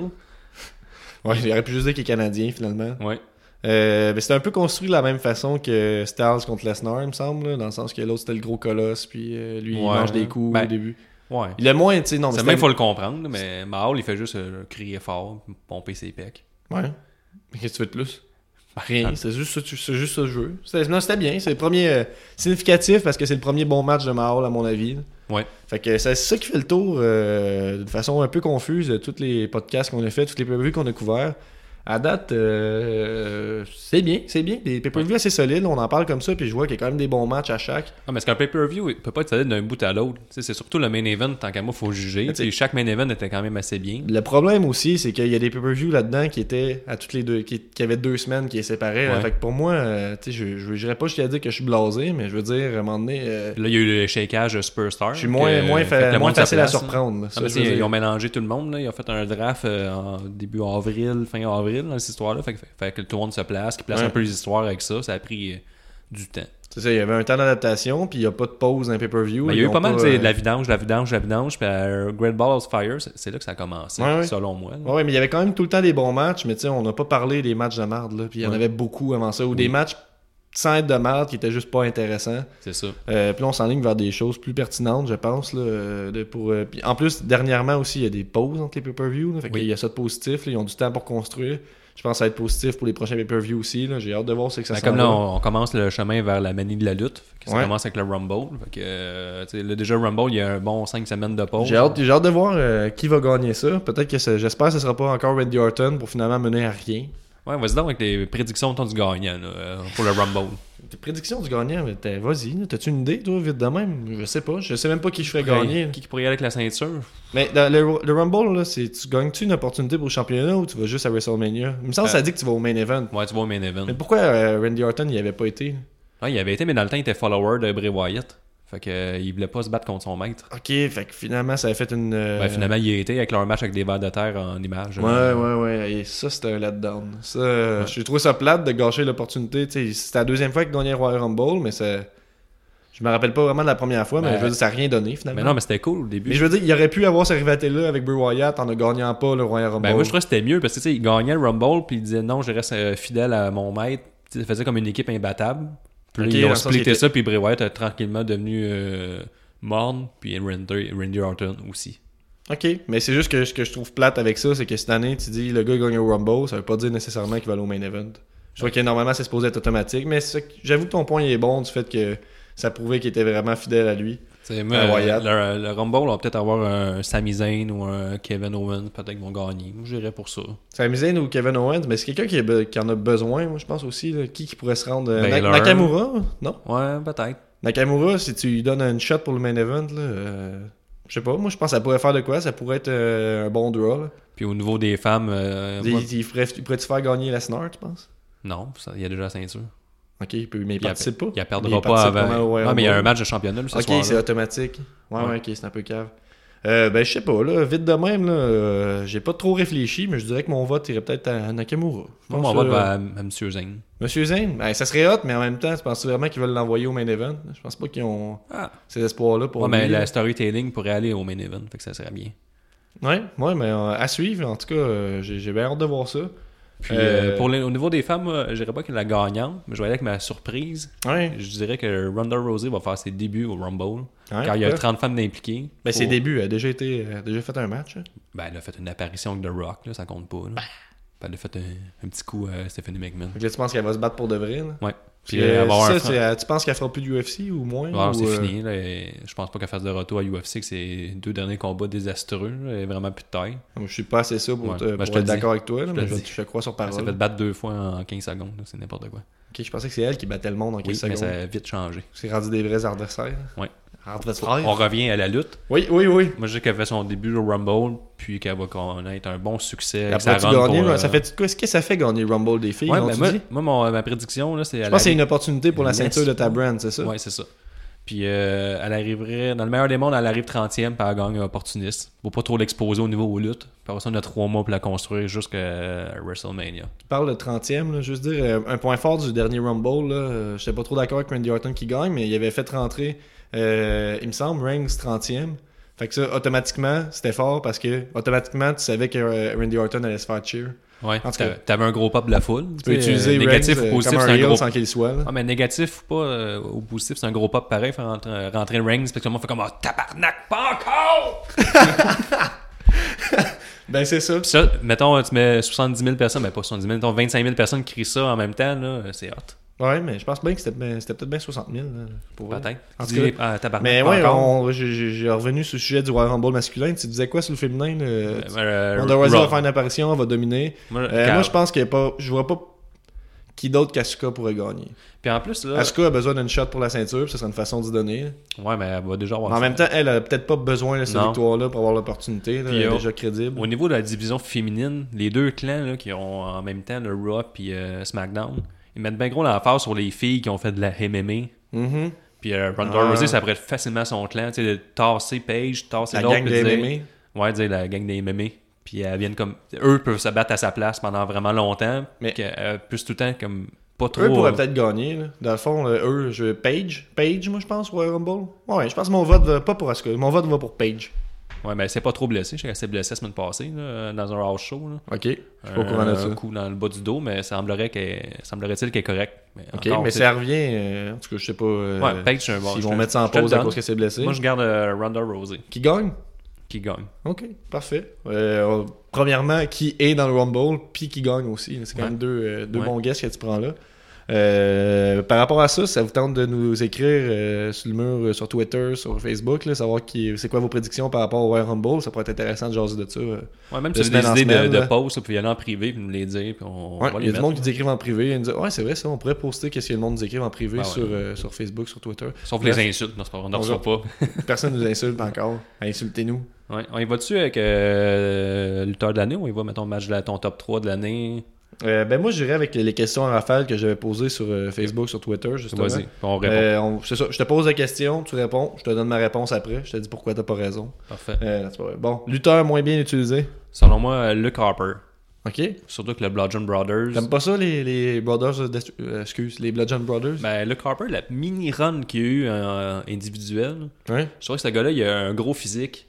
Speaker 3: Ouais, j'aurais pu juste dire qu'il est canadien finalement.
Speaker 4: Ouais.
Speaker 3: Euh, mais c'était un peu construit de la même façon que Styles contre Lesnar, il me semble, là, dans le sens que l'autre c'était le gros colosse, puis euh, lui il
Speaker 4: Ouais.
Speaker 3: mange des coups
Speaker 4: Ben,
Speaker 3: au début.
Speaker 4: Ouais.
Speaker 3: Il est moins, tu sais, non, mais
Speaker 4: Ça
Speaker 3: c'était-
Speaker 4: même, faut le comprendre, mais Mahal, il fait juste euh, crier fort, pomper ses pecs.
Speaker 3: Ouais. Mais qu'est-ce que tu veux de plus Rien, c'est juste, ça- c'est juste ça que je veux. C'était- Non, c'était bien, c'est le premier euh, significatif parce que c'est le premier bon match de Mahal à mon avis.
Speaker 4: Ouais.
Speaker 3: Fait que ça- c'est ça qui fait le tour euh, d'une façon un peu confuse de tous les podcasts qu'on a fait, toutes les pay qu'on a couverts. À date, euh, c'est bien, c'est bien. Des pay per assez solides, on en parle comme ça, puis je vois qu'il y a quand même des bons matchs à chaque.
Speaker 4: Ah, mais parce qu'un pay-per-view, il peut pas être solide d'un bout à l'autre. Tu sais, C'est surtout le main event, tant qu'à moi, faut juger.
Speaker 3: Mais tu sais-
Speaker 4: Puis chaque main event était quand même assez bien.
Speaker 3: Le problème aussi, c'est qu'il y a des pay-per-views là-dedans qui étaient à toutes les deux, qui, qui avaient deux semaines qui les séparaient. là.
Speaker 4: Ouais.
Speaker 3: Fait que pour moi, euh, tu sais, je, je dirais pas jusqu'à dire que je suis blasé, mais je veux dire, à un moment donné, euh,
Speaker 4: Là, il y a eu le shakeage de Superstar.
Speaker 3: je suis moins, moins, fa- moins facile à
Speaker 4: hein.
Speaker 3: surprendre. là. Ça, je veux dire.
Speaker 4: Ah, ils ont mélangé tout le monde. Là. Ils ont fait un draft euh, en début avril, fin avril, dans cette histoire-là. Fait, que- fait que tout le monde se place, qui place
Speaker 3: Ouais.
Speaker 4: un peu les histoires avec ça. Ça a pris euh, du temps.
Speaker 3: C'est ça, il y avait un temps d'adaptation, puis il n'y a pas de pause dans les pay-per-view.
Speaker 4: Mais il y
Speaker 3: Ils
Speaker 4: a eu
Speaker 3: ont
Speaker 4: pas mal tu sais,
Speaker 3: euh,
Speaker 4: de la vidange, de la vidange, de la vidange. Puis à Great Ball of Fire, c'est- c'est là que ça a commencé,
Speaker 3: Ouais, ouais.
Speaker 4: selon moi. là.
Speaker 3: Ouais, ouais, mais il y avait quand même tout le temps des bons matchs, mais tu sais, on n'a pas parlé des matchs de marde, là, puis il y en
Speaker 4: Ouais.
Speaker 3: avait beaucoup avant ça, ou des matchs sans être de marde qui étaient juste pas intéressants.
Speaker 4: C'est ça.
Speaker 3: Euh, puis là, on s'enligne vers des choses plus pertinentes, je pense. Là, euh, de- pour, euh, puis en plus, dernièrement aussi, il y a des pauses entre les pay-per-views. là, Fait
Speaker 4: Oui.
Speaker 3: qu'il y a ça de positif, là, ils ont du temps pour construire. Je pense que ça va être positif pour les prochains pay-per-views aussi. là. J'ai hâte de voir c'est que ça
Speaker 4: Ben,
Speaker 3: s'en
Speaker 4: comme
Speaker 3: va.
Speaker 4: là, on, on commence le chemin vers la manie de la lutte. Fait que Ça
Speaker 3: Ouais.
Speaker 4: commence avec le Rumble. Fait que, euh, tu sais, là, déjà, le Rumble, il y a un bon 5 semaines de pause.
Speaker 3: J'ai hâte, j'ai hâte de voir euh, qui va gagner ça. Peut-être que ça- j'espère que ce sera pas encore Randy Orton pour finalement mener à rien.
Speaker 4: Ouais, vas-y donc avec les prédictions autour du gagnant là, euh, pour le Rumble.
Speaker 3: Tes prédictions du gagnant, mais t'es- vas-y, là, t'as-tu une idée, toi, vite de même Je sais pas, je sais même pas qui je ferais (laughs) gagner.
Speaker 4: Qui, qui pourrait y aller avec la ceinture
Speaker 3: Mais dans le, le Rumble, là, c'est, tu gagnes-tu une opportunité pour le championnat ou tu vas juste à WrestleMania Il me semble que
Speaker 4: Euh.
Speaker 3: ça dit que tu vas au main event.
Speaker 4: Ouais, tu vois, au main event.
Speaker 3: Mais pourquoi euh, Randy Orton n'y avait pas été
Speaker 4: Ouais, il avait été, mais dans le temps, il était follower de Bray Wyatt. Fait que, euh, il voulait pas se battre contre son maître.
Speaker 3: Ok, fait que finalement, ça a fait une. euh,
Speaker 4: Ben, finalement, il y a été avec leur match avec des vers de terre en image.
Speaker 3: Ouais, ouais, ouais. Et ça, c'était un letdown. Ça, euh, j'ai trouvé ça plate de gâcher l'opportunité. Tu sais, C'était la deuxième fois qu'il gagnait le Royal Rumble, mais ça... je me rappelle pas vraiment de la première fois, mais
Speaker 4: Ben,
Speaker 3: je veux dire, ça n'a rien donné finalement.
Speaker 4: Mais non, mais c'était cool au début.
Speaker 3: Mais je veux dire, il aurait pu avoir cette rivalité-là avec Bray Wyatt en ne gagnant pas le Royal Rumble.
Speaker 4: Ben, moi, je trouvais que c'était mieux parce que, tu sais, il gagnait le Rumble, puis il disait non, je reste euh, fidèle à mon maître. Tu sais, ça faisait comme une équipe imbattable. Puis là,
Speaker 3: Ok,
Speaker 4: ils
Speaker 3: dans
Speaker 4: ont
Speaker 3: le sens qu'il
Speaker 4: splitté
Speaker 3: était-
Speaker 4: ça, puis Bray Wyatt est tranquillement devenu euh, morne, puis Randy, Randy Orton aussi.
Speaker 3: Ok, mais c'est juste que ce que je trouve plate avec ça, c'est que cette année, tu dis le gars gagne au Rumble, ça veut pas dire nécessairement qu'il va aller au main event. Je crois que normalement, c'est supposé être automatique, mais c'est- j'avoue que ton point il est bon du fait que ça prouvait qu'il était vraiment fidèle à lui.
Speaker 4: Tu sais, moi,
Speaker 3: Ah,
Speaker 4: euh,
Speaker 3: Wyatt.
Speaker 4: le, le Rumble, on va peut-être avoir un Sami Zayn ou un Kevin Owens, peut-être qu'ils vont gagner. Moi, j'irais pour ça.
Speaker 3: Sami Zayn ou Kevin Owens, mais c'est quelqu'un qui, est be- qui en a besoin, moi je pense aussi. là. Qui, qui pourrait se rendre euh,
Speaker 4: Baylor.
Speaker 3: Na- Nakamura Non
Speaker 4: Ouais, peut-être.
Speaker 3: Nakamura, si tu lui donnes une shot pour le main event, là, euh, je sais pas, moi je pense que ça pourrait faire de quoi Ça pourrait être euh, un bon draw. là.
Speaker 4: Puis au niveau des femmes, euh,
Speaker 3: Il,
Speaker 4: moi-
Speaker 3: il ferait- il pourrait-tu faire gagner Lesnar, tu penses
Speaker 4: non, ça, il y a déjà la ceinture.
Speaker 3: Ok, il peut- mais il
Speaker 4: Il a-
Speaker 3: participe pas.
Speaker 4: Il la perdra
Speaker 3: Mais il
Speaker 4: pas
Speaker 3: participe
Speaker 4: avant.
Speaker 3: pas mal au Royal
Speaker 4: non, mais il y a un
Speaker 3: Rumble.
Speaker 4: match de championnat, lui, ce
Speaker 3: Ok,
Speaker 4: soir-là.
Speaker 3: c'est automatique. Ouais, ouais,
Speaker 4: Ouais.
Speaker 3: ok, c'est un peu cave. Euh, ben, je sais pas, là, vite de même, là, euh, j'ai pas trop réfléchi, mais je dirais que mon vote irait peut-être à Nakamura. Je
Speaker 4: Moi,
Speaker 3: pense,
Speaker 4: on va
Speaker 3: là,
Speaker 4: à, à M. Zane.
Speaker 3: Monsieur Zane, ben, ça serait hot, mais en même temps, tu penses vraiment qu'ils veulent l'envoyer au main event? Je pense pas qu'ils ont
Speaker 4: Ah.
Speaker 3: ces espoirs-là pour
Speaker 4: Ouais,
Speaker 3: lui.
Speaker 4: mais la storytelling pourrait aller au main event, fait que ça serait bien.
Speaker 3: Ouais, ouais, mais euh, à suivre, en tout cas, euh, j'ai j'ai bien hâte de voir ça.
Speaker 4: Puis
Speaker 3: Euh,
Speaker 4: euh, pour les- au niveau des femmes, moi, je dirais pas qu'elle est la gagnante, mais je vais aller avec ma surprise.
Speaker 3: Ouais,
Speaker 4: Je dirais que Ronda Rousey va faire ses débuts au Rumble.
Speaker 3: Ouais,
Speaker 4: car il y a
Speaker 3: pourquoi?
Speaker 4: 30 femmes impliquées.
Speaker 3: ben, ses
Speaker 4: Faut-
Speaker 3: débuts, elle a déjà, été, elle a déjà fait un match. hein.
Speaker 4: Ben, elle a fait une apparition avec The Rock, là, ça compte pas.
Speaker 3: Bah.
Speaker 4: là. Puis Elle a fait un, un petit coup à Stephanie McMahon.
Speaker 3: Donc là, tu penses qu'elle va se battre pour de vrai? Là?
Speaker 4: Ouais.
Speaker 3: Puis,
Speaker 4: Puis elle
Speaker 3: euh,
Speaker 4: va avoir
Speaker 3: ça,
Speaker 4: un
Speaker 3: c'est- euh, tu penses qu'elle fera plus d'UFC ou moins?
Speaker 4: Alors,
Speaker 3: ou,
Speaker 4: c'est
Speaker 3: euh,
Speaker 4: fini. Là, et je pense pas qu'elle fasse de retour à UFC, que ses deux derniers combats désastreux. là, elle a vraiment plus de taille.
Speaker 3: Je suis pas assez ça pour,
Speaker 4: Ouais,
Speaker 3: te-
Speaker 4: ben, je
Speaker 3: pour
Speaker 4: te le
Speaker 3: être
Speaker 4: dis.
Speaker 3: d'accord avec toi, là,
Speaker 4: Je te
Speaker 3: mais
Speaker 4: le
Speaker 3: je,
Speaker 4: dis. Ben,
Speaker 3: je crois sur
Speaker 4: Elle s'est
Speaker 3: parole.
Speaker 4: fait battre deux fois en 15 secondes. là, C'est n'importe quoi.
Speaker 3: Ok, je pensais que c'est elle qui battait le monde en
Speaker 4: Oui,
Speaker 3: 15
Speaker 4: mais
Speaker 3: secondes.
Speaker 4: ça a vite changé.
Speaker 3: C'est rendu des vrais adversaires.
Speaker 4: Ouais.
Speaker 3: Adversaires?
Speaker 4: On revient à la lutte.
Speaker 3: Oui, oui, oui.
Speaker 4: Moi, je dis qu'elle fait son début au Rumble, puis qu'elle va connaître un bon succès. que
Speaker 3: Après, tu
Speaker 4: run
Speaker 3: gagner,
Speaker 4: pour,
Speaker 3: là,
Speaker 4: euh,
Speaker 3: ça fait quoi? Qu'est-ce que ça fait gagner le Rumble des filles?
Speaker 4: Ouais,
Speaker 3: non,
Speaker 4: ben,
Speaker 3: tu
Speaker 4: moi,
Speaker 3: dis?
Speaker 4: moi, mon- ma prédiction, là, c'est.
Speaker 3: Je pense que c'est une opportunité pour la ceinture de ta brand, c'est ça?
Speaker 4: Ouais, c'est ça. Puis euh, elle arriverait, dans le meilleur des mondes, elle arrive 30e, puis elle gagne un opportuniste. Faut pas trop l'exposer au niveau aux luttes. Puis après ça, on a trois mois pour la construire jusqu'à euh, WrestleMania.
Speaker 3: Tu parles de 30e, là, juste dire, euh, un point fort du dernier Rumble, là, euh, j'étais pas trop d'accord avec Randy Orton qui gagne, mais il avait fait rentrer, euh, il me semble, Reigns 30e. Fait que ça, automatiquement, c'était fort parce que, automatiquement, tu savais que euh, Randy Orton allait se faire cheer.
Speaker 4: Ouais,
Speaker 3: En tout cas.
Speaker 4: t'avais t'avais un gros pop de la foule.
Speaker 3: Tu peux
Speaker 4: sais,
Speaker 3: utiliser
Speaker 4: euh, négatif
Speaker 3: Reigns, euh,
Speaker 4: ou positif,
Speaker 3: comme un
Speaker 4: c'est un
Speaker 3: heel
Speaker 4: gros
Speaker 3: sans qu'il soit. là.
Speaker 4: Ah, mais négatif ou pas, euh, ou positif, c'est un gros pop pareil, faire rentrer, rentrer Reigns, puis que tout le monde fait comme Ah, tabarnak, pas encore!
Speaker 3: Ben, c'est ça.
Speaker 4: Puis ça, mettons, tu mets 70 000 personnes, mais pas 70 000, mettons 25 000 personnes qui crient ça en même temps, là, c'est hot.
Speaker 3: Ouais, mais je pense bien que c'était ben- c'était peut-être bien 60 000. là, pour vrai.
Speaker 4: Peut-être.
Speaker 3: En
Speaker 4: Tu
Speaker 3: tout
Speaker 4: dis,
Speaker 3: cas,
Speaker 4: ah, tabarnak,
Speaker 3: Mais
Speaker 4: pas
Speaker 3: ouais,
Speaker 4: encore.
Speaker 3: on- j'ai- j'ai j'ai revenu sur le sujet du Royal Rumble masculin. Tu disais quoi sur le féminin? là?
Speaker 4: Euh,
Speaker 3: Tu-
Speaker 4: euh,
Speaker 3: Ronda Rousey
Speaker 4: Raw.
Speaker 3: va faire une apparition, elle va dominer.
Speaker 4: Moi,
Speaker 3: Euh,
Speaker 4: Carl.
Speaker 3: moi, je pense qu'il n'y a pas. Je vois pas qui d'autre qu'Asuka pourrait gagner.
Speaker 4: Puis en plus, là.
Speaker 3: Asuka a besoin d'une shot pour la ceinture, puis ça serait une façon d'y donner.
Speaker 4: Ouais, mais elle va déjà avoir
Speaker 3: Mais en
Speaker 4: ça.
Speaker 3: même temps, elle a peut-être pas besoin de cette
Speaker 4: Non.
Speaker 3: victoire-là pour avoir l'opportunité. là.
Speaker 4: Puis,
Speaker 3: Elle est
Speaker 4: euh,
Speaker 3: déjà crédible.
Speaker 4: Au niveau de la division féminine, les deux clans là, qui ont en même temps le Raw puis euh, SmackDown, ils mettent bien gros l'emphase sur les filles qui ont fait de la MMA.
Speaker 3: Mhm.
Speaker 4: Puis euh, Ronda
Speaker 3: Ah.
Speaker 4: Rousey, ça pourrait être facilement son clan, tu sais, de tasser Paige, tasser
Speaker 3: La
Speaker 4: l'autre.
Speaker 3: gang
Speaker 4: puis
Speaker 3: des
Speaker 4: dire-
Speaker 3: MMA.
Speaker 4: Ouais, dire la gang des MMA. Puis elles viennent comme. Eux peuvent se battre à sa place pendant vraiment longtemps.
Speaker 3: Mais-
Speaker 4: Mais. Qu'elles puissent tout le temps, comme. Pas trop.
Speaker 3: Eux pourraient
Speaker 4: euh,
Speaker 3: peut-être gagner. Là. Dans le fond, là, eux, je Page. Page, moi, je pense, Royal Rumble. Ouais, je pense que mon vote va pas pour Asuka. Mon vote va pour Page.
Speaker 4: Ouais, mais c'est pas trop blessé. Je sais qu'elle s'est blessée la semaine passée, là, dans un house show. Là.
Speaker 3: Ok. Je suis pas au
Speaker 4: un,
Speaker 3: courant de ça.
Speaker 4: un coup dans le bas du dos, mais semblerait qu'elle- semblerait-il qu'elle est correcte. Mais
Speaker 3: Ok,
Speaker 4: encore,
Speaker 3: mais
Speaker 4: tu sais,
Speaker 3: ça revient. euh, en tout cas, je sais pas. euh,
Speaker 4: Ouais, Page, c'est un bon-
Speaker 3: S'ils
Speaker 4: je
Speaker 3: vont
Speaker 4: te-
Speaker 3: mettre ça en
Speaker 4: je te le
Speaker 3: pause à
Speaker 4: donne.
Speaker 3: cause que c'est blessé.
Speaker 4: Moi, je garde euh, Ronda Rousey
Speaker 3: Qui gagne
Speaker 4: qui gagne.
Speaker 3: Ok, parfait. Euh, on- premièrement, qui est dans le Rumble, puis qui gagne aussi. C'est quand
Speaker 4: Ouais.
Speaker 3: même deux, euh, deux
Speaker 4: Ouais.
Speaker 3: bons guests que tu prends là. Euh, par rapport à ça, ça vous tente de nous écrire euh, sur le mur, euh, sur Twitter, sur Facebook, là, savoir qui, c'est quoi vos prédictions par rapport au Royal Rumble. Ça pourrait être intéressant de jaser de ça. euh.
Speaker 4: Ouais, même
Speaker 3: De
Speaker 4: si vous
Speaker 3: semaine en
Speaker 4: avez des idées
Speaker 3: semaine,
Speaker 4: de,
Speaker 3: là.
Speaker 4: de posts, vous pouvez y aller en privé puis nous les dire. Puis on on
Speaker 3: Ouais,
Speaker 4: va
Speaker 3: il
Speaker 4: les
Speaker 3: y a du
Speaker 4: mettre.
Speaker 3: monde qui nous écrivent en privé et nous disent Ouais, c'est vrai, ça, on pourrait poster qu'est-ce que le monde nous écrive en privé
Speaker 4: Ah ouais.
Speaker 3: sur, euh, sur Facebook, sur Twitter.
Speaker 4: Sauf
Speaker 3: Bref.
Speaker 4: les insultes, non, c'est pas vrai, on n'en
Speaker 3: On
Speaker 4: reçoit pas.
Speaker 3: Personne nous insulte
Speaker 4: (laughs)
Speaker 3: encore. Insultez-nous.
Speaker 4: Ouais. On y va-tu avec euh, lutteur de l'année ou on y va, mettons, match de la- ton top 3 de l'année
Speaker 3: Euh, ben moi, j'irai avec les questions à rafale que j'avais posées sur euh, Facebook, sur Twitter, justement.
Speaker 4: Vas-y, on répond.
Speaker 3: Euh, on- c'est ça, je te pose la question, tu réponds, je te donne ma réponse après, je te dis pourquoi t'as pas raison.
Speaker 4: Parfait.
Speaker 3: Euh, c'est pas vrai. Bon, lutteur moins bien utilisé.
Speaker 4: Selon moi, euh, Luke Harper.
Speaker 3: Ok.
Speaker 4: Surtout que le Bludgeon Brothers.
Speaker 3: T'aimes pas ça, les, les Brothers of Destru- euh, excuse, les Bludgeon Brothers
Speaker 4: Ben, Luke Harper, la mini-run qu'il y a eu euh, individuelle,
Speaker 3: Ouais.
Speaker 4: je trouve que ce gars-là, il a un gros physique.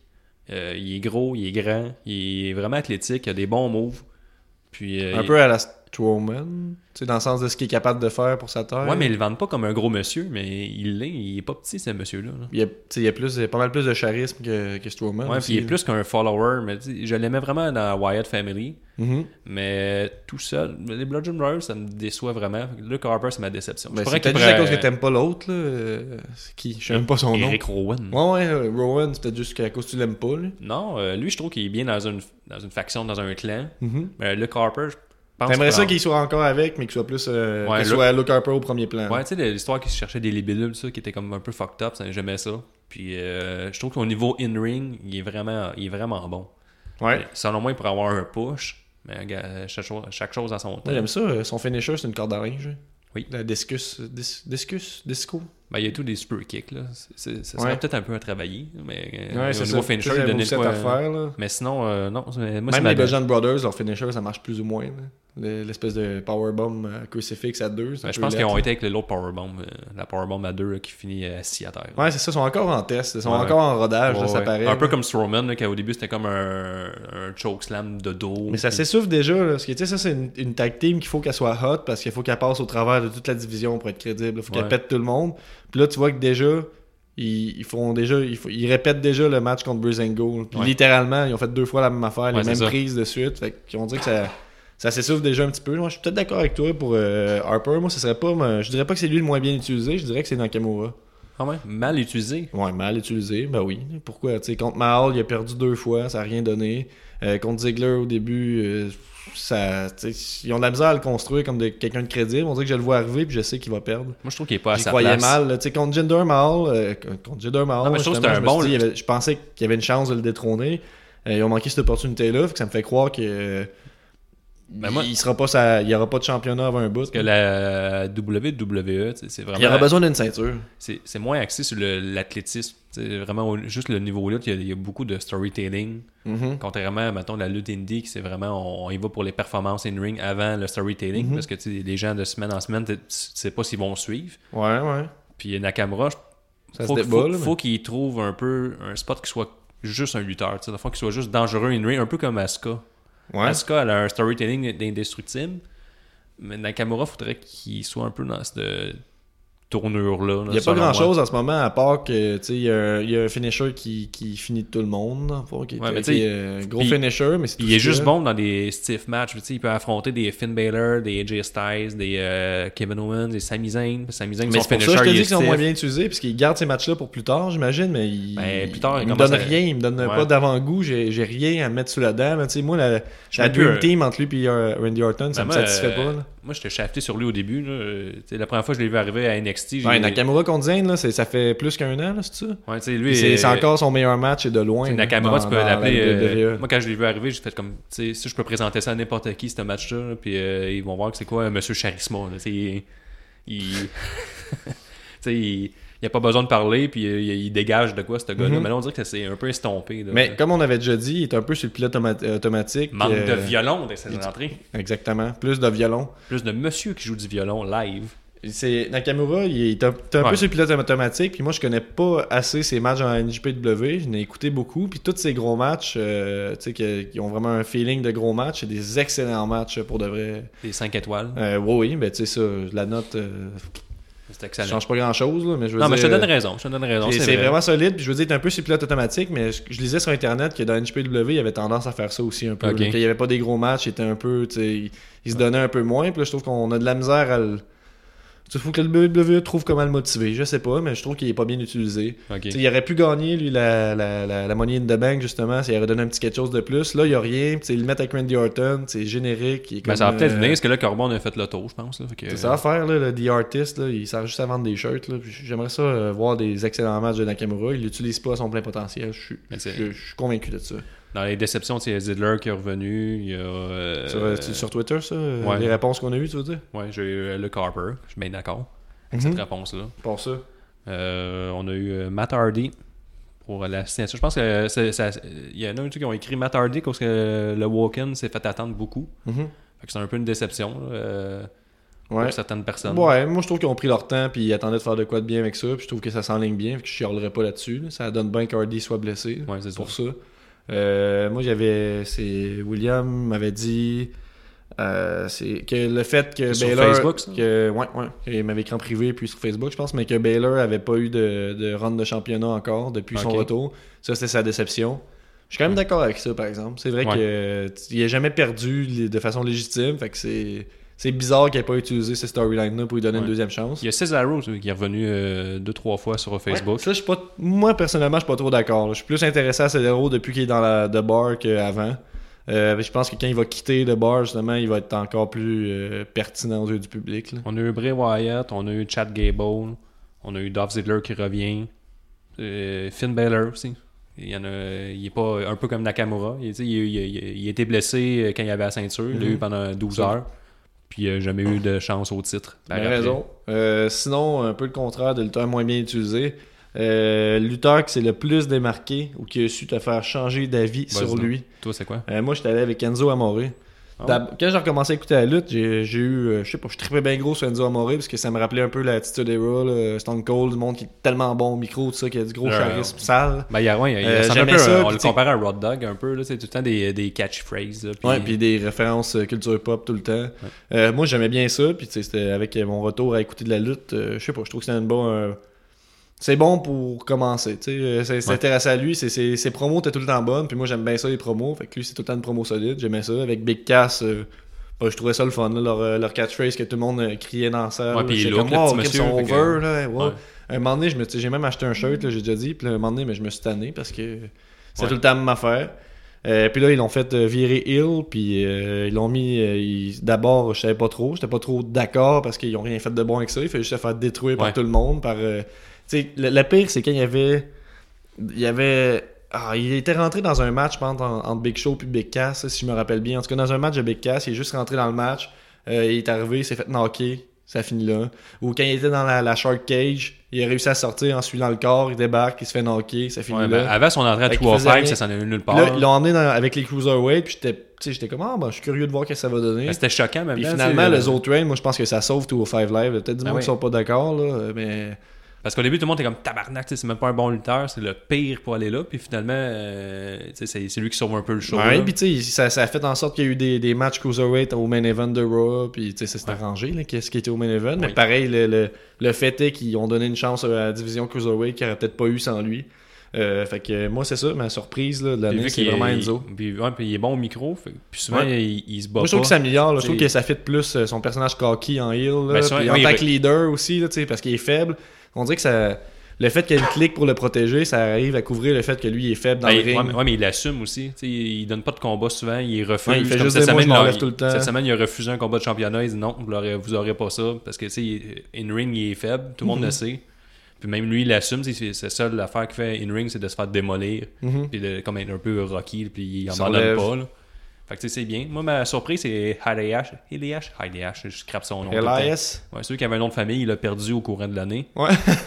Speaker 4: Euh, il est gros, il est grand, il est vraiment athlétique, il a des bons moves. Puis, euh,
Speaker 3: Un
Speaker 4: il-
Speaker 3: peu à la Strowman, tu sais, dans le sens de ce qu'il est capable de faire pour sa taille.
Speaker 4: Ouais, mais il le vend pas comme un gros monsieur, mais il l'est, il est pas petit, ce monsieur-là. là.
Speaker 3: Il y a, tu sais, il y a plus, il y a pas mal plus de charisme que, que Strowman.
Speaker 4: Ouais,
Speaker 3: aussi,
Speaker 4: puis il est
Speaker 3: là.
Speaker 4: plus qu'un follower, mais tu sais, je l'aimais vraiment dans Wyatt Family,
Speaker 3: Mhm.
Speaker 4: mais tout seul. mais Les Bludgeon Brothers, ça me déçoit vraiment. Luke Harper, c'est ma déception.
Speaker 3: Ben,
Speaker 4: pourrais
Speaker 3: c'est peut-être juste à cause que t'aimes pas l'autre, là. euh, c'est qui Je sais même pas son nom.
Speaker 4: Eric Rowan.
Speaker 3: Ouais, ouais, euh, Rowan, c'est peut-être juste qu'à cause que tu l'aimes pas, là.
Speaker 4: Non, euh, lui, je trouve qu'il est bien dans une, dans une faction, dans un clan.
Speaker 3: Mhm.
Speaker 4: Mais Luke Harper, je pense.
Speaker 3: T'aimerais
Speaker 4: que-
Speaker 3: ça qu'il soit encore avec, mais qu'il soit plus. euh,
Speaker 4: Ouais,
Speaker 3: qu'il
Speaker 4: le-
Speaker 3: soit Luke Harper au premier plan.
Speaker 4: Ouais, tu sais, l'histoire qu'il se cherchait des libellules, ça, qui était comme un peu fucked up, ça, j'aimais ça. Puis euh, je trouve qu'au niveau in-ring, il, est vraiment- il est vraiment bon.
Speaker 3: Ouais.
Speaker 4: Mais Selon moi, il pourrait avoir un push, mais gars, chaque, chose, chaque chose à son temps.
Speaker 3: Moi, j'aime ça. euh, Son finisher, c'est une corde à linge. hein.
Speaker 4: Oui.
Speaker 3: La discus. dis- discus Disco.
Speaker 4: Ben, il y a tout des super kicks, là. C'est- c'est- ça
Speaker 3: Ouais.
Speaker 4: serait peut-être un peu à travailler, mais euh,
Speaker 3: Ouais,
Speaker 4: au
Speaker 3: c'est ça.
Speaker 4: niveau finisher,
Speaker 3: Ça,
Speaker 4: il
Speaker 3: j'avais
Speaker 4: donnait
Speaker 3: aussi
Speaker 4: le quoi,
Speaker 3: à faire, là.
Speaker 4: Mais sinon, euh, non, c'est- moi, c'est
Speaker 3: Même
Speaker 4: ma-
Speaker 3: les Belgian Brothers, leur finisher, ça marche plus ou moins. là. Le- L'espèce de powerbomb euh, crucifix à deux. c'est un
Speaker 4: Ben, je
Speaker 3: peu
Speaker 4: pense qu'ils
Speaker 3: laid,
Speaker 4: ont
Speaker 3: là.
Speaker 4: été avec l'autre powerbomb, euh, la powerbomb à deux là, qui finit euh, assis à terre.
Speaker 3: Ouais, c'est ça. Ils sont encore en test. Ils sont
Speaker 4: Ouais.
Speaker 3: encore en rodage,
Speaker 4: Ouais,
Speaker 3: là, ça
Speaker 4: ouais.
Speaker 3: paraît.
Speaker 4: Un peu
Speaker 3: là.
Speaker 4: comme Strowman, là, qui au début c'était comme un, un choke slam de dos.
Speaker 3: Mais ça
Speaker 4: Puis-
Speaker 3: s'essouffle déjà. Là, parce que tu sais, ça, c'est une, une tag team qu'il faut qu'elle soit hot parce qu'il faut qu'elle passe au travers de toute la division pour être crédible. Il faut qu'elle
Speaker 4: Ouais.
Speaker 3: pète tout le monde. Puis là, tu vois que déjà. Ils, ils font déjà ils, font- ils répètent déjà le match contre Breezango. Puis
Speaker 4: Ouais.
Speaker 3: littéralement, ils ont fait deux fois la même affaire,
Speaker 4: Ouais,
Speaker 3: les
Speaker 4: c'est
Speaker 3: mêmes
Speaker 4: ça.
Speaker 3: prises de suite. Fait qu'on dirait que ça, ça s'essouffle déjà un petit peu. Moi, je suis peut-être d'accord avec toi pour euh, Harper. Moi, ce serait pas. mais Je dirais pas que c'est lui le moins bien utilisé. Je dirais que c'est Nakamura.
Speaker 4: Ah ouais, mal utilisé.
Speaker 3: Ouais, mal utilisé, ben oui. Pourquoi? Tu sais, contre Mahal, il a perdu deux fois, ça n'a rien donné. Euh, contre Ziggler, au début, euh, ça, tu sais, ils ont de la misère à le construire comme de- quelqu'un de crédible. On dirait que je le vois arriver puis je sais qu'il va perdre.
Speaker 4: Moi, je trouve qu'il est pas à
Speaker 3: J'y
Speaker 4: sa
Speaker 3: croyais
Speaker 4: place.
Speaker 3: mal. là. Tu sais, contre Jinder Mahal, euh, contre Jinder Mahal,
Speaker 4: Non, mais je trouve
Speaker 3: justement,
Speaker 4: que c'était un
Speaker 3: me suis
Speaker 4: bon,
Speaker 3: dit,
Speaker 4: là.
Speaker 3: il y avait- je pensais qu'il y avait une chance de le détrôner. Euh, ils ont manqué cette opportunité-là, fait que ça me fait croire que euh,
Speaker 4: Ben moi-
Speaker 3: il sera pas sa- il y aura pas de championnat avant un bout.
Speaker 4: Que la WWE, tu sais, c'est
Speaker 3: Il y aura
Speaker 4: vraiment.
Speaker 3: besoin d'une ceinture.
Speaker 4: C'est c'est moins axé sur le- l'athlétisme. Tu sais, Vraiment, au- juste le niveau lutte, il y a- il y, a beaucoup de storytelling.
Speaker 3: Mhm.
Speaker 4: Contrairement à, mettons, la lutte indie, qui c'est vraiment, on, on y va pour les performances in-ring avant le storytelling,
Speaker 3: Mhm.
Speaker 4: parce que tu sais, les gens de semaine en semaine, tu tu sais pas s'ils vont suivre.
Speaker 3: Ouais, ouais.
Speaker 4: Puis Nakamura, je-
Speaker 3: Ça
Speaker 4: faut,
Speaker 3: se
Speaker 4: qu'il-
Speaker 3: débat,
Speaker 4: faut-
Speaker 3: là, mais-
Speaker 4: faut qu'il trouve un peu un spot qui soit juste un lutteur. tu sais, Dans le fond, qu'il soit juste dangereux in-ring, un peu comme Asuka.
Speaker 3: Ouais.
Speaker 4: Asuka, elle a un storytelling d'indestructible. Mais Nakamura, faudrait qu'il soit un peu dans cette tournure-là. là,
Speaker 3: Il n'y a pas
Speaker 4: selon
Speaker 3: grand
Speaker 4: moi.
Speaker 3: chose en ce moment à part que tu sais, il y, a un- il y a un finisher qui, qui finit tout le monde. dans le fond, qui est-
Speaker 4: Ouais, mais
Speaker 3: qui
Speaker 4: tu sais,
Speaker 3: est, euh, gros
Speaker 4: puis-
Speaker 3: finisher, mais c'est tout
Speaker 4: Puis il est
Speaker 3: ce qu'il
Speaker 4: juste
Speaker 3: y a.
Speaker 4: bon dans des stiff matchs. Tu sais, il peut affronter des Finn Balor, des AJ Styles, des euh, Kevin Owens, des Sami Zayn. Sami Zayn,
Speaker 3: Mais
Speaker 4: son
Speaker 3: c'est pour ça que je
Speaker 4: finisher,
Speaker 3: te dis
Speaker 4: il est
Speaker 3: qu'ils sont moins
Speaker 4: stiff.
Speaker 3: bien utilisés, puisqu'ils gardent ces matchs-là pour plus tard, j'imagine, mais ils,
Speaker 4: Ben, plus tard,
Speaker 3: ils
Speaker 4: ils
Speaker 3: me
Speaker 4: commencent
Speaker 3: donnent
Speaker 4: à-
Speaker 3: rien, ils me donnent pas
Speaker 4: Ouais.
Speaker 3: d'avant-goût, j'ai j'ai rien à mettre sous la dent. là, tu sais, Moi, la,
Speaker 4: Je
Speaker 3: la
Speaker 4: me plus,
Speaker 3: dream
Speaker 4: euh,
Speaker 3: team entre lui et Randy Orton, ça
Speaker 4: Ben,
Speaker 3: me
Speaker 4: moi,
Speaker 3: satisfait
Speaker 4: euh,
Speaker 3: pas. là.
Speaker 4: Moi, j'étais shafté sur lui au début. là. Euh, tu sais, La première fois que je l'ai vu arriver à NXT, j'ai
Speaker 3: Ouais, Nakamura contre Zayn, là, c'est- ça fait plus qu'un an, là, c'est ça?
Speaker 4: Ouais, tu sais, lui,
Speaker 3: C'est c'est
Speaker 4: euh,
Speaker 3: encore son meilleur match et de loin.
Speaker 4: Puis
Speaker 3: là,
Speaker 4: Nakamura,
Speaker 3: dans-
Speaker 4: tu peux
Speaker 3: dans la E.
Speaker 4: l'appeler. euh,
Speaker 3: WWE.
Speaker 4: moi, quand je l'ai vu arriver, j'ai fait comme, tu sais, si je peux présenter ça à n'importe qui, ce match-là, là, puis euh, ils vont voir que c'est quoi euh, Monsieur Charisma. Là, tu sais, il,
Speaker 3: (laughs)
Speaker 4: il- tu sais, il, il a pas besoin de parler, puis euh, il, il dégage de quoi, ce gars-là.
Speaker 3: Mhm.
Speaker 4: Mais là, on dirait que c'est un peu estompé. là.
Speaker 3: Mais comme on avait déjà dit, il est un peu sur le pilote automa- automatique.
Speaker 4: Manque de
Speaker 3: euh,
Speaker 4: violon dans ses entrées.
Speaker 3: Exactement. Plus de violon.
Speaker 4: Plus de monsieur qui joue du violon live.
Speaker 3: C'est Nakamura, il est un, t'es un peu
Speaker 4: Ouais.
Speaker 3: sur le pilote automatique, puis moi je connais pas assez ses matchs en NJPW, je n'ai écouté beaucoup, puis tous ces gros matchs, euh, tu sais, que- qui ont vraiment un feeling de gros match, c'est des excellents matchs pour de vrai.
Speaker 4: Des 5 étoiles.
Speaker 3: Euh, oui, oui, ben tu sais ça, la note, euh,
Speaker 4: C'est
Speaker 3: ça
Speaker 4: excellent.
Speaker 3: change pas grand chose, mais je veux
Speaker 4: Non, mais
Speaker 3: dire,
Speaker 4: je te donne
Speaker 3: euh,
Speaker 4: raison. Je te donne raison.
Speaker 3: c'est-
Speaker 4: C'est
Speaker 3: c'est
Speaker 4: vrai.
Speaker 3: vraiment solide, puis je veux dire, t'es un peu sur le pilote automatique, mais je, je lisais sur internet que dans NJPW, il avait tendance à faire ça aussi un peu,
Speaker 4: Ok.
Speaker 3: là, qu'il y avait pas des gros matchs, il était un peu, tu sais, il, il se donnait un peu moins, puis là je trouve qu'on a de la misère à le Il faut que le WWE trouve comment le motiver. Je sais pas, mais je trouve qu'il est pas bien utilisé.
Speaker 4: Ok.
Speaker 3: Tu sais, Il aurait pu gagner, lui, la, la, la, la Money in the Bank, justement, s'il aurait donné un petit quelque chose de plus. Là, il n'y a rien. Puis, tu sais, Ils le mettent avec Randy Orton, c'est générique. il est
Speaker 4: Ben, ça va
Speaker 3: comme,
Speaker 4: peut-être
Speaker 3: euh,
Speaker 4: venir, parce que là, Corbon a fait le tour, je pense. Là, fait que-
Speaker 3: C'est ça à faire, là, le The Artist. Là, il sert juste à vendre des shirts. là. Puis J'aimerais ça euh, voir des excellents matchs de Nakamura. Il l'utilise pas à son plein potentiel. Je suis-
Speaker 4: Mais c'est- Euh,
Speaker 3: je- je suis convaincu de ça.
Speaker 4: Dans les déceptions, tu sais, il y a Zidler qui est revenu. Il y a. euh,
Speaker 3: Sur, c'est sur Twitter, ça euh,
Speaker 4: ouais.
Speaker 3: Les réponses qu'on a eues, tu veux dire
Speaker 4: Ouais, j'ai eu euh, Luke Harper. Je suis bien d'accord avec
Speaker 3: Mhm.
Speaker 4: cette réponse-là.
Speaker 3: Pour ça.
Speaker 4: Euh, on a eu euh, Matt Hardy pour la signature. Je pense que euh, c'est- ça- il y en a un qui ont écrit Matt Hardy parce que le walk-in s'est fait attendre beaucoup.
Speaker 3: Mhm.
Speaker 4: Fait que c'est un peu une déception là, euh,
Speaker 3: Ouais.
Speaker 4: pour certaines personnes.
Speaker 3: Ouais, moi je trouve qu'ils ont pris leur temps puis ils attendaient de faire de quoi de bien avec ça. Puis je trouve que ça s'enligne bien, puis que je chialerais pas là-dessus. là. Ça donne bien qu'Hardy soit blessé.
Speaker 4: Ouais, c'est
Speaker 3: pour ça. Euh, moi j'avais. C'est. William m'avait dit. euh, c'est que le fait que
Speaker 4: Sur
Speaker 3: Baylor
Speaker 4: Facebook, ça?
Speaker 3: que ouais ouais il m'avait écrit en privé puis sur Facebook je pense mais que Baylor avait pas eu de, de run de championnat encore depuis son
Speaker 4: Ok.
Speaker 3: retour ça c'était sa déception je suis quand même d'accord avec ça par exemple c'est vrai
Speaker 4: Ouais.
Speaker 3: que qu'il n'a jamais perdu li- de façon légitime fait que c'est c'est bizarre qu'il n'ait pas utilisé cette storyline là pour lui donner
Speaker 4: Ouais.
Speaker 3: une deuxième chance
Speaker 4: Il y a Cesaro aussi, qui est revenu euh, deux, trois fois sur
Speaker 3: Ouais,
Speaker 4: Facebook.
Speaker 3: ça, je suis pas- moi, personnellement, je suis pas trop d'accord. là. Je suis plus intéressé à Cedero depuis qu'il est dans la The Bar qu'avant. Euh, je pense que quand il va quitter The Bar, justement, il va être encore plus euh, pertinent aux yeux du public. là.
Speaker 4: On a eu Bray Wyatt, on a eu Chad Gable, on a eu Dolph Ziggler qui revient, euh, Finn Balor aussi. Il y en a, il est pas un peu comme Nakamura. Il, tu sais, il, il- il- il était blessé euh, quand il avait la ceinture. Il l'a
Speaker 3: Mhm.
Speaker 4: eu pendant 12
Speaker 3: Ça.
Speaker 4: heures. Puis euh, jamais eu de chance au titre. par
Speaker 3: T'as
Speaker 4: après.
Speaker 3: Ben, raison. Euh, sinon, un peu le contraire de lutteur moins bien utilisé. Euh, lutteur qui s'est le plus démarqué ou qui a su te faire changer d'avis
Speaker 4: Vas-y
Speaker 3: sur
Speaker 4: donc.
Speaker 3: lui.
Speaker 4: Toi, c'est quoi
Speaker 3: Euh, moi, j'étais allé avec Enzo Amore.
Speaker 4: Ah
Speaker 3: D'ab- Quand j'ai recommencé à écouter la lutte, j'ai j'ai eu, euh, je sais pas, je tripais bien gros sur Enzo Amore parce que ça me rappelait un peu l'attitude era, là, Stone Cold, du monde qui est tellement bon au micro, tout ça, qui a du gros
Speaker 4: Ouais.
Speaker 3: charisme sale.
Speaker 4: Ben, il y a, ouais, il y a-
Speaker 3: Euh,
Speaker 4: ça ressemble un
Speaker 3: j'aimais
Speaker 4: peu,
Speaker 3: ça,
Speaker 4: euh, on
Speaker 3: puis
Speaker 4: le
Speaker 3: t'sais-
Speaker 4: compare à Rod Dog un peu. là, C'est tout le temps des, des catchphrases. là, puis-
Speaker 3: Ouais, puis des références euh, culture pop tout le temps. Euh, moi, j'aimais bien ça, puis tu sais, c'était avec euh, mon retour à écouter de la lutte, euh, je sais pas, je trouve que c'est un bon... euh, c'est bon pour commencer, tu sais, euh, c'est- s'intéresser à lui, c'est- c'est- ses promos étaient tout le temps bonnes, puis moi j'aime bien ça les promos, fait que lui c'est tout le temps une promo solide, j'aimais ça, avec Big Cass, euh, bah, je trouvais ça le fun, là, leur, euh, leur catchphrase que tout le monde euh, criait dans la salle,
Speaker 4: Ouais,
Speaker 3: là,
Speaker 4: puis il
Speaker 3: j'étais oh,
Speaker 4: look, le
Speaker 3: wow,
Speaker 4: petit
Speaker 3: Chris,
Speaker 4: monsieur,
Speaker 3: sont
Speaker 4: fait que-
Speaker 3: over, là, wow.
Speaker 4: Ouais.
Speaker 3: Un moment donné, je me- tu sais, j'ai même acheté un shirt, là, j'ai déjà dit, puis là, un moment donné, mais je me suis tanné parce que c'est
Speaker 4: Ouais.
Speaker 3: tout le temps la même affaire. Euh, puis là, ils l'ont fait euh, virer Hill, puis euh, ils l'ont mis. euh, ils- D'abord, je savais pas trop, j'étais pas trop d'accord parce qu'ils ont rien fait de bon avec ça. Il fallait juste se faire détruire
Speaker 4: Ouais.
Speaker 3: par tout le monde. Par, euh, tu sais, le, le pire, c'est quand il y avait. Il y avait. ah, il était rentré dans un match, je pense, en- entre Big Show puis Big Cass, si je me rappelle bien. En tout cas, dans un match de Big Cass, il est juste rentré dans le match. Euh, il est arrivé, il s'est fait knocker. Ça finit là. Ou quand il était dans la, la Shark Cage, il a réussi à sortir en suivant le corps, il débarque, il se fait knocker, ça finit
Speaker 4: Ouais,
Speaker 3: là.
Speaker 4: ben, avant son entrée à
Speaker 3: Fait qu'il
Speaker 4: 3-5,
Speaker 3: faisait
Speaker 4: ça s'en est venu nulle
Speaker 3: Puis
Speaker 4: part.
Speaker 3: Là, ils l'ont emmené dans- avec les Cruiserweight, puis j'étais, tu sais, j'étais comme, ah, ben, je suis curieux de voir ce que ça va donner.
Speaker 4: Ben, C'était choquant, même.
Speaker 3: puis
Speaker 4: temps, euh,
Speaker 3: finalement,
Speaker 4: tu sais,
Speaker 3: le Zo Train, moi, je pense que ça sauve tout au Five Live. Il y a Peut-être du
Speaker 4: Ah
Speaker 3: monde
Speaker 4: oui.
Speaker 3: qui sont pas d'accord, là, mais.
Speaker 4: Parce qu'au début, tout le monde était comme tabarnak, tu sais, c'est même pas un bon lutteur, c'est le pire pour aller là. Puis finalement, euh, tu sais, c'est c'est lui qui sauve un peu le show.
Speaker 3: Ouais,
Speaker 4: là.
Speaker 3: puis tu sais, ça, ça a fait en sorte qu'il y a eu des, des matchs Cruiserweight au main event de Raw, puis tu sais, ça s'est
Speaker 4: Ouais.
Speaker 3: arrangé, là, qu'est-ce qui était au main event. Mais
Speaker 4: Oui.
Speaker 3: pareil, le, le- le fait est qu'ils ont donné une chance à la division Cruiserweight qu'il n'y aurait peut-être pas eu sans lui. Euh, fait que euh, moi, c'est ça, ma surprise là, de
Speaker 4: Puis
Speaker 3: l'année,
Speaker 4: vu
Speaker 3: c'est
Speaker 4: qu'il est-
Speaker 3: vraiment Enzo.
Speaker 4: il- Puis, ouais, puis il est bon au micro, fait- puis souvent,
Speaker 3: Ouais.
Speaker 4: il, il se bat
Speaker 3: Moi, je trouve
Speaker 4: pas.
Speaker 3: que ça améliore. là. Je trouve
Speaker 4: C'est-
Speaker 3: que ça fit plus euh, son personnage cocky en heel. là,
Speaker 4: Ben, souvent,
Speaker 3: puis
Speaker 4: oui,
Speaker 3: en tant
Speaker 4: il-
Speaker 3: que leader aussi, là, tu sais, parce qu'il est faible. On dirait que ça... le fait qu'il y ait une clique pour le protéger, ça arrive à couvrir le fait que lui il est faible dans
Speaker 4: Ben,
Speaker 3: le
Speaker 4: il- ouais,
Speaker 3: ring.
Speaker 4: mais- ouais, mais il l'assume aussi. Tu sais, il il donne pas de combat souvent, il refuse.
Speaker 3: Ouais, il fait
Speaker 4: Comme
Speaker 3: juste
Speaker 4: cette
Speaker 3: dire, Moi,
Speaker 4: semaine,
Speaker 3: je m'en
Speaker 4: là,
Speaker 3: lève
Speaker 4: il-
Speaker 3: tout le temps.
Speaker 4: Cette semaine, il a refusé un combat de championnat. Il dit non, vous l'aurez- vous aurez pas ça. Parce que, tu sais, il- in-ring, il est faible. Tout le monde
Speaker 3: Mhm.
Speaker 4: le sait. Puis même lui, il l'assume. tu sais, C'est ça l'affaire qu'il fait in-ring, c'est de se faire démolir.
Speaker 3: Mhm.
Speaker 4: Puis de- comme un peu Rocky, puis il en
Speaker 3: Il
Speaker 4: donne
Speaker 3: s'enlève.
Speaker 4: pas. là. Fait que, tu sais, c'est bien. Moi, ma surprise, c'est H.D.H. H.D.H. H.D.H. Je crappe son nom. tout le temps.
Speaker 3: Elias.
Speaker 4: Ouais, celui qui avait un nom de famille, il l'a perdu au courant de l'année.
Speaker 3: Ouais. (laughs)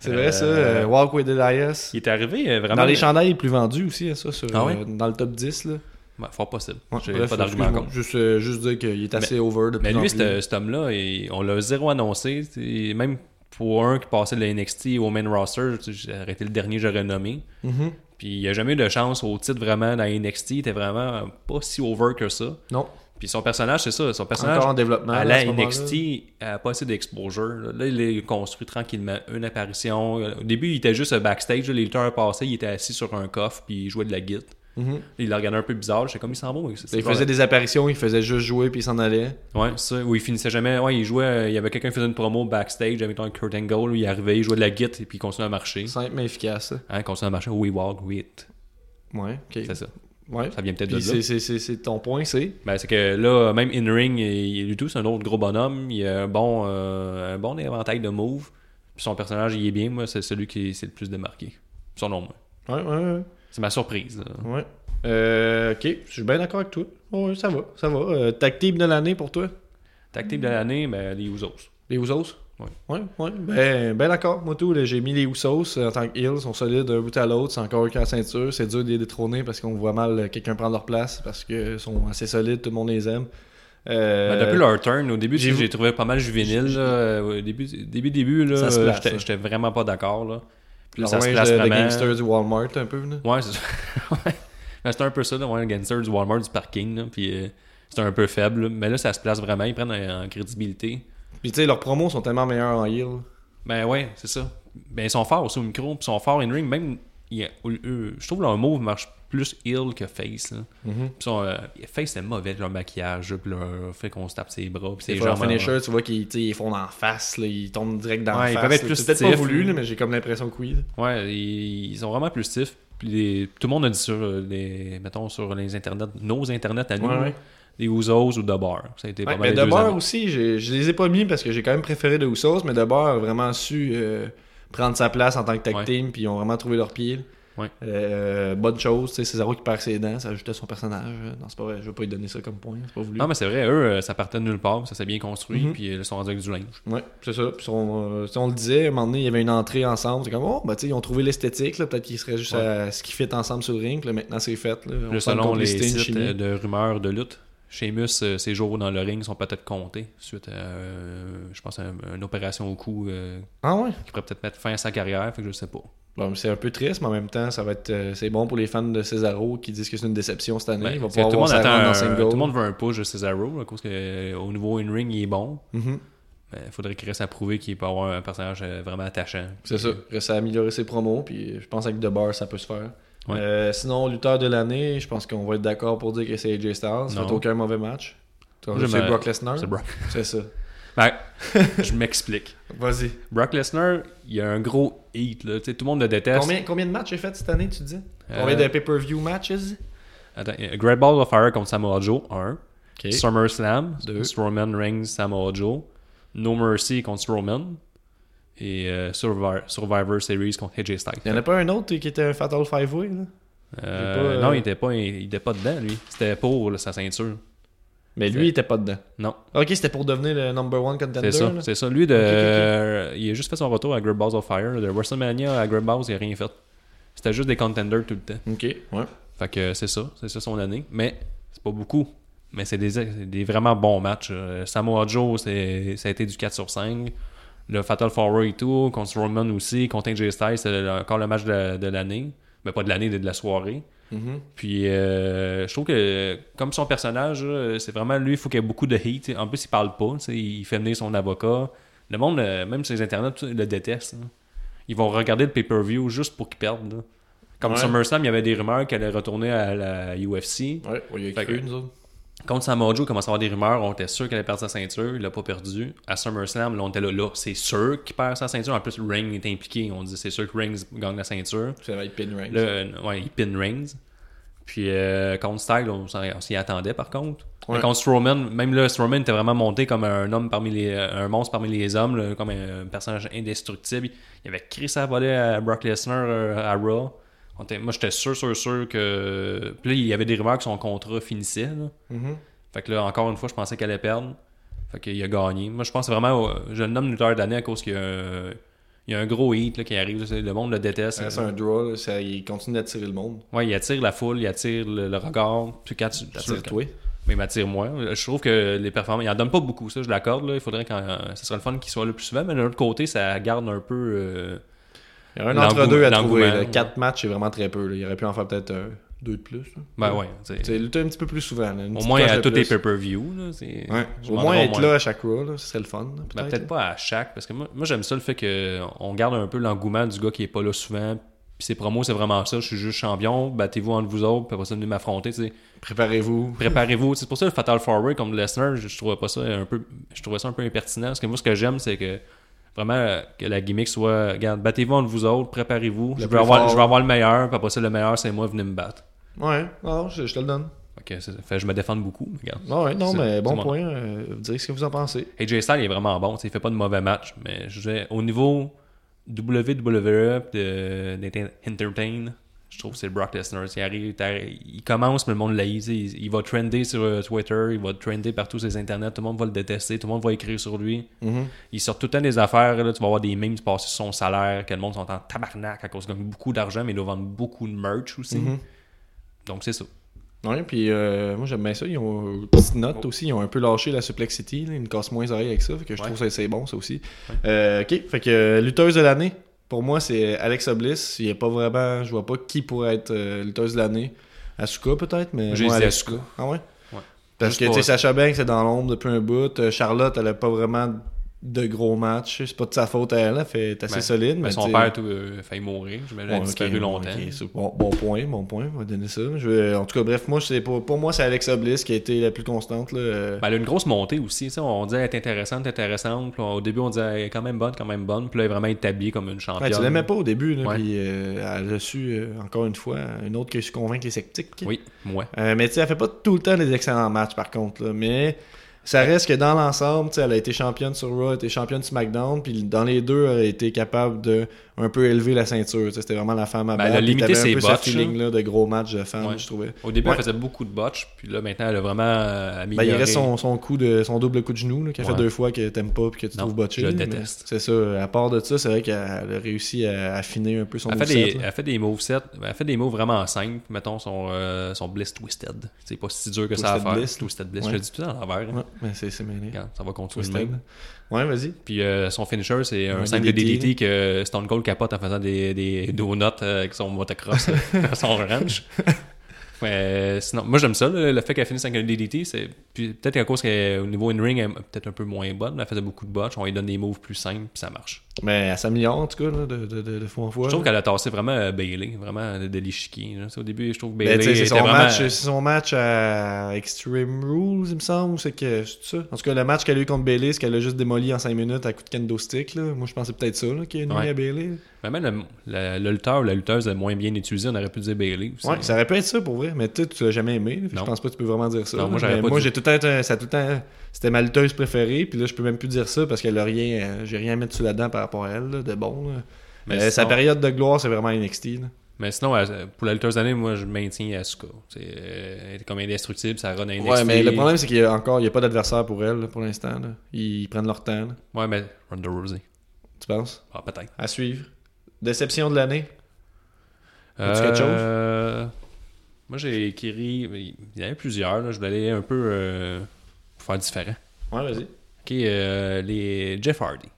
Speaker 3: c'est vrai ça. euh, Walk with Elias.
Speaker 4: Il est arrivé euh, vraiment.
Speaker 3: Dans les chandails les plus vendus aussi, ça, sur,
Speaker 4: Ah ouais?
Speaker 3: euh, dans le top 10. Là.
Speaker 4: Ouais, fort possible.
Speaker 3: Ouais,
Speaker 4: J'ai
Speaker 3: bref,
Speaker 4: pas d'argument
Speaker 3: excuse-moi.
Speaker 4: contre.
Speaker 3: Juste, euh, juste dire qu'il est assez over de
Speaker 4: Mais
Speaker 3: plus en
Speaker 4: lui,
Speaker 3: plus.
Speaker 4: cet, cet homme-là, il- on l'a zéro annoncé. C'est- Même pour un qui passait de la NXT au main roster, tu sais, j'ai arrêté le dernier, j'aurais nommé.
Speaker 3: Mhm.
Speaker 4: Puis il a jamais eu de chance au titre vraiment dans la NXT. Il était vraiment euh, pas si over que ça.
Speaker 3: Non,
Speaker 4: Puis son personnage, c'est ça. Son personnage,
Speaker 3: encore en développement.
Speaker 4: à
Speaker 3: là,
Speaker 4: la
Speaker 3: ce moment-là.
Speaker 4: NXT, elle a pas assez d'exposure. Là. Là, il est construit tranquillement. Une apparition. Au début, il était juste backstage. là, Les lutteurs passaient, il était assis sur un coffre, puis il jouait de la guitare.
Speaker 3: Mhm.
Speaker 4: Il la regardait un peu bizarre. J'étais comme, il s'en va. c'est- c'est
Speaker 3: Il
Speaker 4: bizarre.
Speaker 3: faisait des apparitions, il faisait juste jouer puis il s'en allait.
Speaker 4: Ouais, ça, où il finissait jamais. Ouais, il jouait. euh, Il y avait quelqu'un qui faisait une promo backstage avec un Kurt Angle. Où il arrivait, il jouait de la guitare et puis il continuait à marcher.
Speaker 3: Simple mais efficace. ça.
Speaker 4: Hein, il continuait à marcher. We walk with.
Speaker 3: Ouais, ok.
Speaker 4: C'est ça.
Speaker 3: Ouais.
Speaker 4: Ça vient peut-être de
Speaker 3: Puis
Speaker 4: là.
Speaker 3: c'est- c'est- c'est c'est ton point, c'est.
Speaker 4: Ben, c'est que là, même in-ring, il, il- lui tout, c'est un autre gros bonhomme. Il a un bon, euh, un bon éventail de moves. Puis son personnage, il est bien. Moi, c'est celui qui s'est le plus démarqué. Son nom, moi.
Speaker 3: Ouais, ouais, ouais.
Speaker 4: C'est ma surprise. là.
Speaker 3: ouais. Euh, ok, je suis bien d'accord avec toi. Ouais, ça va, ça va. Euh, tag team de l'année pour toi
Speaker 4: Tag team de l'année, ben, les Usos.
Speaker 3: Les Usos
Speaker 4: Ouais.
Speaker 3: Ouais, ouais. Ben, ben d'accord, moi tout. là, J'ai mis les Usos euh, en tant que heels, sont solides d'un bout à l'autre. C'est encore eux qui ont la ceinture. C'est dur de les détrôner parce qu'on voit mal euh, quelqu'un prendre leur place parce qu'ils sont assez solides, tout le monde les aime. Euh,
Speaker 4: Ben, depuis leur turn, au début,
Speaker 3: j'ai
Speaker 4: j'ai
Speaker 3: vu-
Speaker 4: j'ai trouvé pas mal juvénile. là. Au début, début, début là,
Speaker 3: Ça se place,
Speaker 4: j'étais-
Speaker 3: ça.
Speaker 4: j'étais vraiment pas d'accord. là. Puis
Speaker 3: leur
Speaker 4: là, ça se
Speaker 3: linge
Speaker 4: place
Speaker 3: de, de
Speaker 4: vraiment.
Speaker 3: gangster du Walmart un peu. là.
Speaker 4: Ouais, c'est ça. (laughs) Ouais. Mais c'était un peu ça, là, ouais, le gangster du Walmart, du parking. Là, puis euh, c'était un peu faible. là. Mais là, ça se place vraiment. Ils prennent en, en crédibilité.
Speaker 3: Puis tu sais, leurs promos sont tellement meilleurs en heel.
Speaker 4: Ben ouais, c'est ça. Ben ils sont forts aussi au micro. Puis ils sont forts in-ring. Même, il y a- euh, je trouve leur move marche plus heel que face. là.
Speaker 3: Mm-hmm.
Speaker 4: Puis ils sont, euh, face, c'est mauvais, leur maquillage. Puis leur fait qu'on se tape ses bras. Puis ses
Speaker 3: Les gens
Speaker 4: jambes.
Speaker 3: finisher, tu vois qu'ils tu sais, ils font en face, là, ils tombent direct dans
Speaker 4: Ouais,
Speaker 3: la
Speaker 4: ils
Speaker 3: face.
Speaker 4: peuvent être
Speaker 3: là.
Speaker 4: plus
Speaker 3: C'est peut-être pas
Speaker 4: stiff,
Speaker 3: voulu,
Speaker 4: là.
Speaker 3: là, mais j'ai comme l'impression que oui. là.
Speaker 4: Ouais, ils ils sont vraiment plus stiffs. Puis les- tout le monde a dit ça, euh, les, mettons, sur les internets, nos internets à nous,
Speaker 3: Ouais, ouais.
Speaker 4: là, les Ouzos ou The Bar. Ça a été
Speaker 3: Ouais,
Speaker 4: pas mal
Speaker 3: mais
Speaker 4: les
Speaker 3: de
Speaker 4: deux
Speaker 3: beurre
Speaker 4: avant.
Speaker 3: aussi, j'ai- je les ai pas mis parce que j'ai quand même préféré de Usos, mais de beurre a vraiment su euh, prendre sa place en tant que tag
Speaker 4: Ouais.
Speaker 3: team, puis ils ont vraiment trouvé leur pied.
Speaker 4: Ouais.
Speaker 3: Euh, bonne chose, tu sais, Cesaro qui perd ses dents, ça ajoutait son personnage. euh, Non, c'est pas vrai, je veux pas lui donner ça comme point, c'est pas voulu.
Speaker 4: Non, mais c'est vrai, eux, euh, ça partait de nulle part, ça s'est bien construit,
Speaker 3: Mhm.
Speaker 4: puis ils sont rendus avec du linge.
Speaker 3: Ouais, c'est ça. Puis on, euh, si on le disait, à un moment donné, il y avait une entrée ensemble. C'est comme, oh, bah, tu sais, ils ont trouvé l'esthétique. là, Peut-être qu'ils seraient juste
Speaker 4: Ouais.
Speaker 3: à ce qu'ils fit ensemble sur le ring. puis là, maintenant, c'est fait. Là, On
Speaker 4: Là,
Speaker 3: sent une
Speaker 4: selon les
Speaker 3: complicité, une
Speaker 4: sites
Speaker 3: chimie.
Speaker 4: euh, de rumeurs de lutte, Sheamus, euh, ses jours dans le ring sont peut-être comptés suite à, euh, je pense, à un- une opération au cou euh,
Speaker 3: Ah ouais?
Speaker 4: qui pourrait peut-être mettre fin à sa carrière, fait que je sais pas.
Speaker 3: Bon, mais c'est un peu triste, mais en même temps, ça va être, euh, c'est bon pour les fans de Cesaro qui disent que c'est une déception cette année.
Speaker 4: Ben,
Speaker 3: Ils vont
Speaker 4: parce que
Speaker 3: pouvoir
Speaker 4: tout, le
Speaker 3: voir
Speaker 4: monde
Speaker 3: ça
Speaker 4: attend
Speaker 3: rendre en
Speaker 4: un-
Speaker 3: single.
Speaker 4: tout le monde veut un push de Cesaro, à cause que, euh, au niveau in-ring, il est bon.
Speaker 3: Mhm.
Speaker 4: Mais il Ben, faudrait qu'il reste à prouver qu'il peut avoir un personnage euh, vraiment attachant.
Speaker 3: C'est ça. Reste à améliorer ses promos. Puis je pense avec The Bar, ça peut se faire.
Speaker 4: Ouais.
Speaker 3: Euh, sinon, lutteur de l'année, je pense qu'on va être d'accord pour dire que c'est AJ Styles. Ça
Speaker 4: Non.
Speaker 3: fait aucun mauvais match.
Speaker 4: Moi, j'aime,
Speaker 3: C'est
Speaker 4: euh,
Speaker 3: Brock Lesnar.
Speaker 4: C'est Brock.
Speaker 3: C'est ça.
Speaker 4: Ben, (laughs) je m'explique.
Speaker 3: Vas-y.
Speaker 4: Brock Lesnar, il a un gros hit. Là. Tu sais, Tout le monde le déteste.
Speaker 3: Combien, combien de matchs j'ai fait cette année, tu dis
Speaker 4: Euh,
Speaker 3: Combien de pay-per-view matches
Speaker 4: Attends, euh, Great Ball of Fire contre Samoa Joe, 1.
Speaker 3: Ok.
Speaker 4: SummerSlam,
Speaker 3: Deux.
Speaker 4: Strowman Reigns, Samoa Joe. No Mercy contre Strowman. Et euh, Survivor, Survivor Series contre AJ Styles.
Speaker 3: Il n'y en a pas un autre qui était un Fatal Five Way là?
Speaker 4: Euh,
Speaker 3: j'ai pas, euh,
Speaker 4: Non, il était pas, il était pas dedans, lui. C'était pour là, sa ceinture.
Speaker 3: Mais lui, il était pas dedans.
Speaker 4: Non,
Speaker 3: Ok, c'était pour devenir le number one contender.
Speaker 4: c'est ça.
Speaker 3: là.
Speaker 4: C'est ça. Lui, de,
Speaker 3: ok, ok.
Speaker 4: euh, il a juste fait son retour à Great Balls of Fire. De WrestleMania à Great Balls, il a rien fait. C'était juste des contenders tout le temps.
Speaker 3: Ok, ouais.
Speaker 4: Fait que c'est ça, c'est ça son année. Mais c'est pas beaucoup. Mais c'est des, c'est des vraiment bons matchs. Euh, Samoa Joe, c'est- ça a été du 4 sur 5. Le Fatal Four et tout, contre Roman aussi, contre AJ Styles, c'est le- encore le match de, la- de l'année. Mais pas de l'année, de, de la soirée.
Speaker 3: Mhm.
Speaker 4: Puis euh, je trouve que, comme son personnage, euh, c'est vraiment lui, il faut qu'il y ait beaucoup de hate. En plus, il parle pas. tu sais, Il fait venir son avocat. Le monde, euh, même sur les internets, tout- le déteste. hein. Ils vont regarder le pay-per-view juste pour qu'ils perdent. là. Comme
Speaker 3: Ouais.
Speaker 4: SummerSlam, il y avait des rumeurs qu'elle allait retourner à la UFC.
Speaker 3: Ouais, on y a
Speaker 4: Fait
Speaker 3: cru,
Speaker 4: que-
Speaker 3: nous autres.
Speaker 4: Contre Samoa Joe, il commence à avoir des rumeurs. On était sûr qu'elle allait perdre sa ceinture. Il l'a pas perdu. À SummerSlam, là, on était là. là c'est sûr qu'il perd sa ceinture. En plus, Ring est impliqué. On dit c'est sûr que Reigns gagne la ceinture.
Speaker 3: Ça va être pin range.
Speaker 4: Là, euh, ouais, il pin Reigns. Puis euh, contre Styles, on, s'en- on s'y attendait par contre. Mais
Speaker 3: Ouais.
Speaker 4: contre Strowman, même là, Strowman était vraiment monté comme un homme parmi les, un monstre parmi les hommes, là, comme un personnage indestructible. Il avait Chris à voler à Brock Lesnar euh, à Raw. On était- moi, j'étais sûr, sûr, sûr que. Puis là, il y avait des rumeurs que son contrat finissait. là.
Speaker 3: Mhm.
Speaker 4: Fait que là, encore une fois, je pensais qu'elle allait perdre. Fait qu'il a gagné. Moi, je pense vraiment. au- Je le nomme lutteur de l'année à cause qu'il y a un, il y a un gros hit là, qui arrive. là. Le monde le déteste.
Speaker 3: Ça reste un draw, là, ça, il continue d'attirer le monde.
Speaker 4: Ouais, il attire la foule, il attire le, le regard. Puis quand tu
Speaker 3: T'attires
Speaker 4: tu-
Speaker 3: toi.
Speaker 4: Mais il m'attire moi. Je trouve que les performances, il en donne pas beaucoup, ça, je l'accorde. là. Il faudrait quand ce serait le fun qu'il soit le plus souvent. Mais de l'autre côté, ça garde un peu. euh,
Speaker 3: Il y a un
Speaker 4: L'engouement-
Speaker 3: entre-deux à trouver.
Speaker 4: l'engouement,
Speaker 3: là.
Speaker 4: ouais.
Speaker 3: Quatre matchs, c'est vraiment très peu. là. Il aurait pu en faire peut-être euh, deux de plus. là.
Speaker 4: Ben ouais. tu
Speaker 3: Tu
Speaker 4: sais,
Speaker 3: sais, lutter un petit peu plus souvent. là, une
Speaker 4: Au
Speaker 3: petite
Speaker 4: moins
Speaker 3: coche
Speaker 4: à
Speaker 3: de
Speaker 4: tous les
Speaker 3: plus.
Speaker 4: pay-per-view. là, c'est-
Speaker 3: Ouais.
Speaker 4: je
Speaker 3: Au
Speaker 4: m'en
Speaker 3: moins
Speaker 4: vais
Speaker 3: être là à chaque round, là, ce serait le fun. là,
Speaker 4: Ben,
Speaker 3: Peut-être
Speaker 4: peut-être pas à chaque, parce que moi, moi, j'aime ça le fait que on garde un peu l'engouement du gars qui est pas là souvent, Puis ses promos, c'est vraiment ça. Je suis juste champion, battez-vous entre vous autres, puis après ça, venez m'affronter. tu sais.
Speaker 3: Préparez-vous.
Speaker 4: Préparez-vous. C'est pour ça le Fatal Forward comme Lesnar, je, je trouvais pas ça un peu. Je trouvais ça un peu impertinent. Parce que moi, ce que j'aime, c'est que vraiment euh, que la gimmick soit regarde, battez-vous entre vous autres, préparez-vous.
Speaker 3: Le
Speaker 4: Je
Speaker 3: plus
Speaker 4: veux avoir,
Speaker 3: fort.
Speaker 4: je veux avoir le meilleur, puis après ça, le meilleur, c'est moi, venez me battre.
Speaker 3: Ouais, non, je, je te le donne.
Speaker 4: Fait que c'est- fait que je me défends beaucoup, mais regarde.
Speaker 3: Ouais, non,
Speaker 4: C'est-
Speaker 3: mais
Speaker 4: c'est
Speaker 3: bon
Speaker 4: mon-
Speaker 3: point. euh, vous direz ce que vous en pensez.
Speaker 4: AJ Styles il est vraiment bon, tu sais, il fait pas de mauvais match, mais je dirais, au niveau WWE pis de d'Enter- Entertain, je trouve que c'est Brock Lesnar. Il arrive, t'arri- il commence, mais le monde l'haït. tu sais, Il, il va trender sur euh, Twitter, il va trender partout sur les internets, tout le monde va le détester, tout le monde va écrire sur lui.
Speaker 3: Mm-hmm.
Speaker 4: Il sort tout le temps des affaires, là, tu vas avoir des memes passer sur son salaire, que le monde sont en tabarnak à cause de beaucoup d'argent, mais il doit vendre beaucoup de merch aussi.
Speaker 3: Mm-hmm.
Speaker 4: Donc c'est ça.
Speaker 3: Ouais, puis euh, moi j'aime bien ça. Ils ont euh, petite note aussi. Ils ont un peu lâché la Suplexity. là, Ils me cassent moins les oreilles avec ça. Fait que je
Speaker 4: Ouais.
Speaker 3: trouve que c'est bon ça aussi. Euh, ok, fait que euh, lutteuse de l'année. Pour moi, c'est Alexa Bliss. Il n'y a pas vraiment. Je vois pas qui pourrait être euh, lutteuse de l'année. Asuka peut-être, mais.
Speaker 4: J'ai
Speaker 3: moi,
Speaker 4: hésité à
Speaker 3: Alexa.
Speaker 4: Asuka.
Speaker 3: Ah ouais?
Speaker 4: Ouais.
Speaker 3: Parce
Speaker 4: Juste
Speaker 3: que tu sais,
Speaker 4: pour- euh,
Speaker 3: Sacha Banks est dans l'ombre depuis un bout. Euh, Charlotte, elle a pas vraiment de gros matchs. C'est pas de sa faute à elle. Elle fait- est assez
Speaker 4: Ben,
Speaker 3: solide.
Speaker 4: Mais
Speaker 3: Mais
Speaker 4: son
Speaker 3: tu sais-
Speaker 4: père tout, euh, a failli mourir, je me l'ai
Speaker 3: Ouais,
Speaker 4: disparu
Speaker 3: ok,
Speaker 4: longtemps.
Speaker 3: ok, c'est bon, bon point, bon point, on va donner ça. Je vais- en tout cas, bref, moi, c'est pour, pour moi, c'est Alexa Bliss qui a été la plus constante. Là. Euh,
Speaker 4: Ben, elle a une grosse montée aussi. tu sais, On disait elle est intéressante, intéressante. Puis au début, on disait elle est quand même bonne, quand même bonne. Puis là, elle est vraiment établie comme une
Speaker 3: ouais,
Speaker 4: championne.
Speaker 3: tu l'aimais pas au début, là,
Speaker 4: Ouais.
Speaker 3: puis euh, elle a su, euh, encore une fois, une autre qui a su convaincre les sceptiques.
Speaker 4: Oui, moi.
Speaker 3: Euh, mais tu sais, elle fait pas tout le temps des excellents matchs, par contre. là, mais ça reste que dans l'ensemble, tu sais, elle a été championne sur Raw, elle a été championne sur SmackDown, puis dans les deux, elle a été capable de un peu élever la ceinture. tu sais, C'était vraiment la femme à
Speaker 4: Ben, elle a
Speaker 3: battre, puis
Speaker 4: limité
Speaker 3: t'avais un
Speaker 4: ses
Speaker 3: peu
Speaker 4: botches,
Speaker 3: ce feeling-là de gros matchs de femmes,
Speaker 4: Ouais.
Speaker 3: je trouvais.
Speaker 4: Au début,
Speaker 3: Ouais.
Speaker 4: elle faisait beaucoup de botch. Puis là, maintenant, elle a vraiment euh,
Speaker 3: Ben,
Speaker 4: amélioré.
Speaker 3: il reste son, son coup de son double coup de genou là, qu'elle
Speaker 4: Ouais.
Speaker 3: fait deux fois que t'aimes pas puis que tu
Speaker 4: Non,
Speaker 3: trouves botché.
Speaker 4: je le
Speaker 3: mais
Speaker 4: déteste.
Speaker 3: C'est ça. À part de ça, c'est vrai qu'elle a réussi à affiner un peu son
Speaker 4: Elle fait,
Speaker 3: moveset,
Speaker 4: des,
Speaker 3: là.
Speaker 4: elle fait des movesets, ben, elle fait des moves vraiment simples. Mettons son, euh, son Bliss Twisted. C'est pas si dur que ça à
Speaker 3: Twisted
Speaker 4: faire.
Speaker 3: Bliss.
Speaker 4: Twisted Bliss.
Speaker 3: Ouais.
Speaker 4: Je le dis tout à l'envers. hein.
Speaker 3: Ouais, mais c'est c'est mêlé.
Speaker 4: Regarde, ça va continuer de
Speaker 3: Twisted.
Speaker 4: même.
Speaker 3: Ouais, vas-y.
Speaker 4: Puis euh, son finisher, c'est un
Speaker 3: Un
Speaker 4: simple
Speaker 3: DDT.
Speaker 4: DDT que Stone Cold capote en faisant des, des donuts euh, avec son
Speaker 3: (laughs)
Speaker 4: motocross, euh, son ranch. Mais euh, sinon, moi j'aime ça, le, le fait qu'elle finisse avec un DDT. c'est- puis Peut-être qu'à cause qu'au niveau in-ring, elle est peut-être un peu moins bonne, mais elle faisait beaucoup de botch, on lui donne des moves plus simples, puis ça marche.
Speaker 3: Mais elle s'améliore en tout cas là, de, de, de, de fois en fois.
Speaker 4: Je trouve
Speaker 3: là.
Speaker 4: qu'elle a tassé vraiment euh, Bailey, vraiment de, de l'échiquier. là. Tu sais, Au début, je trouve que
Speaker 3: Ben,
Speaker 4: Bailey
Speaker 3: tu sais, c'est
Speaker 4: était
Speaker 3: son,
Speaker 4: vraiment... euh,
Speaker 3: match- c'est son match à Extreme Rules, il me semble. C'est que c'est ça. En tout cas, le match qu'elle a eu contre Bailey, c'est qu'elle a juste démoli en 5 minutes à coup de kendo stick. Là. Moi, je pensais peut-être ça là, qu'il y a une
Speaker 4: Ouais.
Speaker 3: à Bailey.
Speaker 4: Mais même le, le- le lutteur ou la lutteuse est moins bien utilisée, on aurait pu dire Bailey. aussi.
Speaker 3: Ouais, ça aurait pu être ça pour vrai, mais tu sais, tu l'as jamais aimé. là, fait que
Speaker 4: Non.
Speaker 3: Je pense pas que tu peux vraiment dire ça.
Speaker 4: Non,
Speaker 3: là,
Speaker 4: moi, j'aurais
Speaker 3: mais
Speaker 4: pas
Speaker 3: moi
Speaker 4: dit.
Speaker 3: j'ai tout le temps été un- ça a tout le temps c'était ma lutteuse préférée, puis là je peux même plus dire ça parce qu'elle a rien euh, j'ai rien à mettre sous la dent par rapport à elle là, de bon. là.
Speaker 4: Mais
Speaker 3: Euh, sa
Speaker 4: sinon-
Speaker 3: période de gloire, c'est vraiment NXT. là.
Speaker 4: Mais sinon, elle- pour la lutteuse d'année, moi, je maintiens Asuka. C'est, euh, elle est comme indestructible, ça run à NXT.
Speaker 3: Ouais, mais le problème c'est qu'il y a encore il y a pas d'adversaire pour elle là, pour l'instant. là. Ils prennent leur temps, là.
Speaker 4: Ouais, mais Ronda Rousey.
Speaker 3: tu penses
Speaker 4: Ah, peut-être.
Speaker 3: À suivre. Déception de l'année. As-tu
Speaker 4: Euh, Moi, j'ai écrit... Il y en a plusieurs. Là. Je voulais aller un peu... euh, faire différent.
Speaker 3: Ouais, vas-y.
Speaker 4: OK, euh, les Jeff Hardy.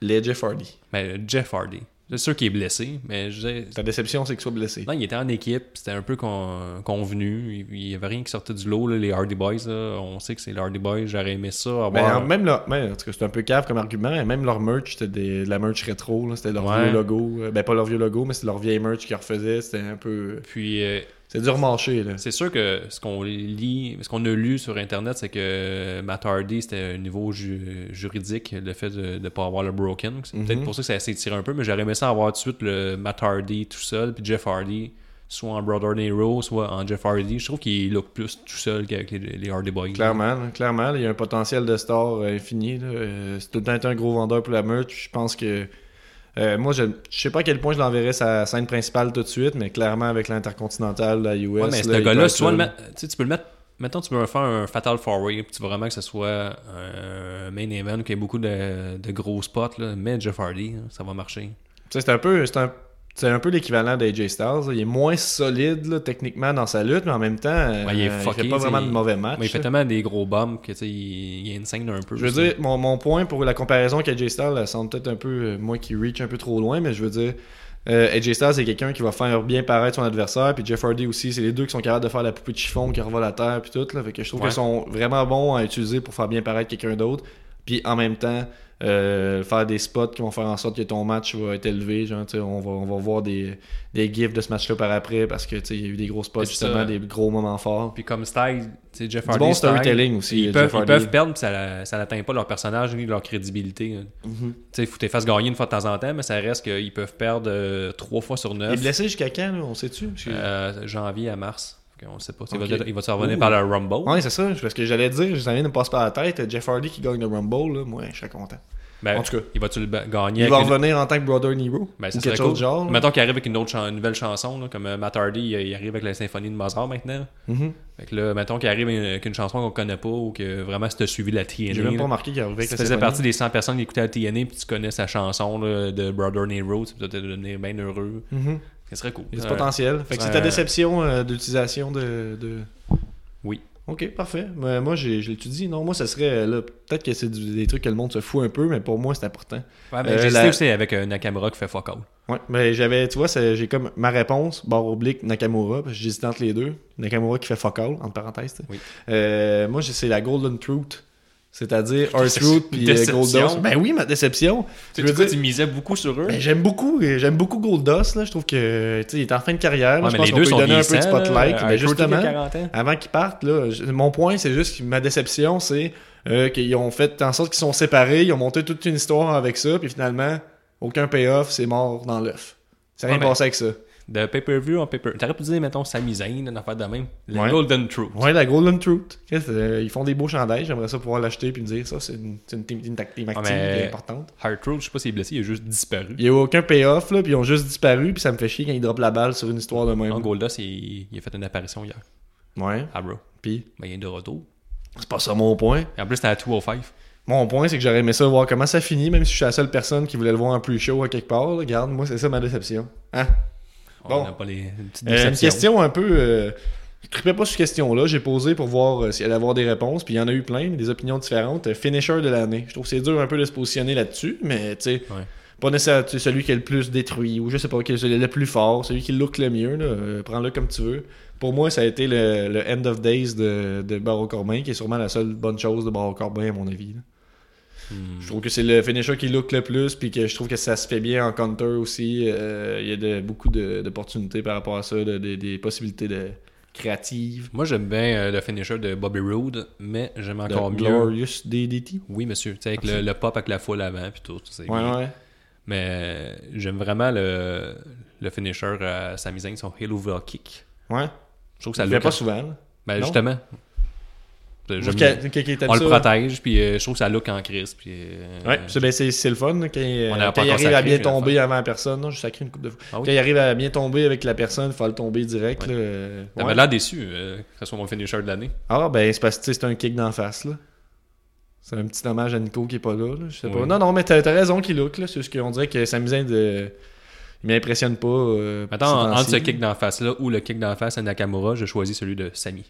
Speaker 3: Les Jeff Hardy.
Speaker 4: Mais Jeff Hardy. C'est sûr qu'il est blessé, mais je disais-
Speaker 3: Ta déception c'est qu'il soit blessé.
Speaker 4: Non, il était en équipe, c'était un peu con- convenu. Il n'y avait rien qui sortait du lot, là, les Hardy Boys. là. On sait que c'est les Hardy Boys. J'aurais aimé ça. Avoir...
Speaker 3: Mais Ben, en- même là, mais en tout cas, c'est un peu cave comme argument, mais même leur merch, c'était des- de la merch rétro, là, c'était leur
Speaker 4: Ouais.
Speaker 3: vieux logo. euh, Ben, pas leur vieux logo, mais c'est leur vieille merch qu'ils refaisaient, c'était un peu...
Speaker 4: Puis, euh,
Speaker 3: C'est dur marché, là.
Speaker 4: C'est sûr que ce qu'on lit, ce qu'on a lu sur Internet, c'est que Matt Hardy, c'était au niveau ju- juridique, le fait de ne pas avoir le broken. C'est peut-être
Speaker 3: Mhm.
Speaker 4: pour ça que ça s'est tiré un peu, mais j'aurais aimé ça avoir tout de suite le Matt Hardy tout seul, puis Jeff Hardy, soit en Brother Nero, soit en Jeff Hardy. Je trouve qu'il look plus tout seul qu'avec les, les Hardy Boys.
Speaker 3: Clairement, là, clairement, là, il y a un potentiel de star euh, infini. là. Euh, c'est tout le temps été un gros vendeur pour la merch. puis Je pense que... euh, moi, je, je sais pas à quel point je l'enverrais sa scène principale tout de suite, mais clairement avec l'intercontinental, la US...
Speaker 4: Ouais, mais
Speaker 3: là,
Speaker 4: ce
Speaker 3: il peut
Speaker 4: gars-là,
Speaker 3: être
Speaker 4: soit
Speaker 3: là.
Speaker 4: le mettre- tu sais, tu peux le mettre. Mettons, tu veux faire un Fatal Four Way, puis tu veux vraiment que ce soit un main event, qu'il y ait beaucoup de, de gros spots, là. mais Jeff Hardy, hein, ça va marcher.
Speaker 3: Tu sais, C'est un peu, c'est un, c'est un peu l'équivalent d'AJ Styles. là. Il est moins solide là, techniquement dans sa lutte, mais en même temps, euh,
Speaker 4: Ouais, il est fucké,
Speaker 3: fait pas
Speaker 4: tu sais,
Speaker 3: vraiment de
Speaker 4: il-
Speaker 3: mauvais match.
Speaker 4: Mais il fait
Speaker 3: là.
Speaker 4: tellement des gros bombes que tu sais, il, il y a une scène un
Speaker 3: Ah,
Speaker 4: peu.
Speaker 3: je veux
Speaker 4: aussi.
Speaker 3: dire, mon, mon point pour la comparaison avec AJ Styles, elle semble peut-être un peu, euh, moi qui reach un peu trop loin, mais je veux dire, euh, AJ Styles, c'est quelqu'un qui va faire bien paraître son adversaire, puis Jeff Hardy aussi, c'est les deux qui sont capables de faire la poupée de chiffon qui revole la terre, puis tout. Là, fait que je trouve
Speaker 4: Ouais.
Speaker 3: qu'ils sont vraiment bons à utiliser pour faire bien paraître quelqu'un d'autre, puis en même temps, euh, faire des spots qui vont faire en sorte que ton match va être élevé. Genre, tu sais, on, va, on va voir des, des gifs de ce match-là par après parce que tu sais, il y a eu des gros spots,
Speaker 4: C'est
Speaker 3: justement,
Speaker 4: ça.
Speaker 3: des gros moments forts.
Speaker 4: Puis comme Style, tu sais, Jeff
Speaker 3: Du
Speaker 4: Hardy.
Speaker 3: bon
Speaker 4: style,
Speaker 3: storytelling aussi, euh,
Speaker 4: Ils
Speaker 3: Jeff
Speaker 4: peuvent, ils
Speaker 3: Hardy.
Speaker 4: peuvent perdre, puis ça la- ça n'atteint pas leur personnage ni leur crédibilité. hein.
Speaker 3: Mhm.
Speaker 4: Tu sais, faut que tu les fasses gagner une fois de temps en temps, mais ça reste qu'ils peuvent perdre euh, trois fois sur
Speaker 3: Il est
Speaker 4: neuf.
Speaker 3: blessé jusqu'à quand, là, on sait-tu? Parce que-
Speaker 4: euh, janvier à mars. Fait qu'on sait pas. Il
Speaker 3: Ok.
Speaker 4: va- Il va se revenir
Speaker 3: Ouh.
Speaker 4: par le Rumble.
Speaker 3: Ouais, c'est ça, parce que j'allais dire, ça vient de me passer par la tête, Jeff Hardy qui gagne le Rumble, là, moi, je serais content.
Speaker 4: Ben,
Speaker 3: En tout cas.
Speaker 4: il va-tu le ba-
Speaker 3: Il
Speaker 4: gagner
Speaker 3: va
Speaker 4: avec une-
Speaker 3: revenir en tant que Brother Nero
Speaker 4: Ben, ça
Speaker 3: ou
Speaker 4: serait
Speaker 3: quelque chose
Speaker 4: cool.
Speaker 3: de genre.
Speaker 4: Mettons qu'il arrive avec une, autre chan- une nouvelle chanson, là, comme euh, Matt Hardy, il, il arrive avec la symphonie de Mozart maintenant.
Speaker 3: Mhm.
Speaker 4: Fait que là, mettons qu'il arrive avec une- avec une chanson qu'on connaît pas ou que vraiment si t'as suivi la TNA.
Speaker 3: J'ai même pas
Speaker 4: là,
Speaker 3: remarqué qu'il arrivait avec
Speaker 4: si tu
Speaker 3: la
Speaker 4: faisais
Speaker 3: symphonie.
Speaker 4: partie des 100 personnes qui écoutaient la TNA puis tu connais sa chanson là, de Brother Nero, tu peux peut-être devenir bien heureux.
Speaker 3: Mhm.
Speaker 4: Ce serait cool.
Speaker 3: Il y a du
Speaker 4: Ouais.
Speaker 3: potentiel. Fait que c'est
Speaker 4: Ouais.
Speaker 3: ta déception euh, d'utilisation de, de-
Speaker 4: Oui.
Speaker 3: Ok, parfait. Mais moi, j'ai- je l'étudie. Non, moi, ça serait euh, là. Peut-être que c'est du- des trucs que le monde se fout un peu, mais pour moi, c'est important.
Speaker 4: Ouais, ben,
Speaker 3: Euh,
Speaker 4: J'ai
Speaker 3: la-
Speaker 4: hésité aussi avec euh, Nakamura qui fait fuck all.
Speaker 3: Ouais, mais j'avais, tu vois, c'est- j'ai comme ma réponse, barre oblique, Nakamura, parce que j'hésitais entre les deux. Nakamura qui fait fuck all, entre parenthèses. tu sais.
Speaker 4: Oui.
Speaker 3: Euh, moi, j'ai- c'est la Golden Truth, c'est-à-dire Earth
Speaker 4: Déception.
Speaker 3: Truth puis euh, Gold
Speaker 4: Déception.
Speaker 3: Dust. Ben oui, ma déception.
Speaker 4: Tu,
Speaker 3: Je veux
Speaker 4: tu-
Speaker 3: dire-
Speaker 4: tu misais beaucoup sur eux.
Speaker 3: Ben, j'aime beaucoup, euh, j'aime beaucoup Gold Dust, là. Je trouve que, tu sais, il est en fin de carrière. là.
Speaker 4: Ouais,
Speaker 3: je
Speaker 4: mais
Speaker 3: pense
Speaker 4: les
Speaker 3: qu'on
Speaker 4: deux
Speaker 3: peut lui
Speaker 4: sont
Speaker 3: donner un peu de
Speaker 4: vieillissants, là.
Speaker 3: spotlight,
Speaker 4: Hardy
Speaker 3: mais
Speaker 4: qui a
Speaker 3: justement.
Speaker 4: 40 ans.
Speaker 3: Avant qu'ils partent, là, je- mon point, c'est juste que ma déception, c'est euh, qu'ils ont fait en sorte qu'ils sont séparés, ils ont monté toute une histoire avec ça, puis finalement, aucun payoff, c'est mort dans l'œuf. C'est rien
Speaker 4: Ouais, mais-
Speaker 3: passé avec ça.
Speaker 4: De pay-per-view en pay-per-view. T'aurais pu dire, mettons, Sami Zayn, une affaire de même. Le
Speaker 3: Ouais.
Speaker 4: Golden Truth.
Speaker 3: Ouais, la Golden Truth. Qu'est-ce que, euh, ils font des beaux chandails, j'aimerais ça pouvoir l'acheter puis me dire ça, c'est une, c'est une team, une tag team active
Speaker 4: mais-
Speaker 3: et importante.
Speaker 4: Hard Truth, je sais pas s'il est blessé, il a juste disparu.
Speaker 3: Il n'y a eu aucun payoff, là, puis ils ont juste disparu, puis ça me fait chier quand ils droppent la balle sur une histoire de même.
Speaker 4: Non, Goldas, il, il a fait une apparition hier.
Speaker 3: Ouais,
Speaker 4: Ah, bro.
Speaker 3: puis
Speaker 4: Ben, il est de retour.
Speaker 3: c'est pas ça mon point.
Speaker 4: Et en plus, c'était à 205.
Speaker 3: Mon point, c'est que j'aurais aimé ça voir comment ça finit, même si je suis la seule personne qui voulait le voir en pre-show à quelque part. là. Regarde, moi, c'est ça ma déception. Hein? Bon.
Speaker 4: On n'a pas les les petites
Speaker 3: Euh, une
Speaker 4: déceptions.
Speaker 3: question un peu. euh, je tripais pas sur cette question-là. J'ai posé pour voir euh, s'il allait avoir des réponses. Puis il y en a eu plein, des opinions différentes. Euh, finisher de l'année. Je trouve que c'est dur un peu de se positionner là-dessus, mais tu sais.
Speaker 4: Ouais.
Speaker 3: Pas nécessairement tu sais, celui qui est le plus détruit ou je sais pas, qui est le le plus fort, celui qui look le mieux. là, euh, Prends-le comme tu veux. Pour moi, ça a été le, le End of Days de, de Barreau Corbin, qui est sûrement la seule bonne chose de Barreau Corbin, à mon avis. là.
Speaker 4: Hmm.
Speaker 3: Je trouve que c'est le finisher qui look le plus, puis que je trouve que ça se fait bien en counter aussi. Euh, il y a de, beaucoup de- d'opportunités par rapport à ça, de- de- des possibilités de créatives.
Speaker 4: Moi, j'aime bien euh, le finisher de Bobby Roode, mais j'aime
Speaker 3: de
Speaker 4: encore mieux.
Speaker 3: Glorious DDT.
Speaker 4: Oui, monsieur. Tu sais, avec le, le pop avec la foule avant, puis tout. c'est
Speaker 3: Ouais,
Speaker 4: bien.
Speaker 3: ouais.
Speaker 4: Mais euh, j'aime vraiment le, le finisher euh, à Sami Zayn, son heel over kick.
Speaker 3: Ouais.
Speaker 4: Je trouve que
Speaker 3: Ça
Speaker 4: ça
Speaker 3: le fait
Speaker 4: look.
Speaker 3: pas souvent. là.
Speaker 4: Ben,
Speaker 3: non?
Speaker 4: justement. J'aime-
Speaker 3: Moi, quand- quand il était
Speaker 4: on le
Speaker 3: ça-
Speaker 4: protège, puis euh, je trouve que ça look en crise. Puis, euh,
Speaker 3: Ouais, c'est ben, c'est- c'est le fun là, quand, euh,
Speaker 4: On a
Speaker 3: quand
Speaker 4: pas
Speaker 3: il arrive à
Speaker 4: consacré,
Speaker 3: bien
Speaker 4: puis
Speaker 3: tomber avant la personne. Non, je sacré une coupe de fois.
Speaker 4: Ah oui?
Speaker 3: Quand il arrive à bien tomber avec la personne, il faut le tomber direct.
Speaker 4: Ouais.
Speaker 3: là, euh,
Speaker 4: T'avais
Speaker 3: ouais.
Speaker 4: l'air déçu euh, que ce soit mon finisher de l'année.
Speaker 3: Ah, ben, c'est parce que tu sais, c'est un kick d'en face, là. C'est un petit hommage à Nico qui est pas là, là, je sais pas.
Speaker 4: Oui.
Speaker 3: Non, non, mais t'as t'as raison qu'il look, là. C'est juste qu'on dirait que Sami Zayn, de... il m'impressionne pas. euh,
Speaker 4: Maintenant,
Speaker 3: ces
Speaker 4: entre ce
Speaker 3: temps-ci.
Speaker 4: kick d'en face-là ou le kick d'en face à Nakamura, je choisis celui de Sami.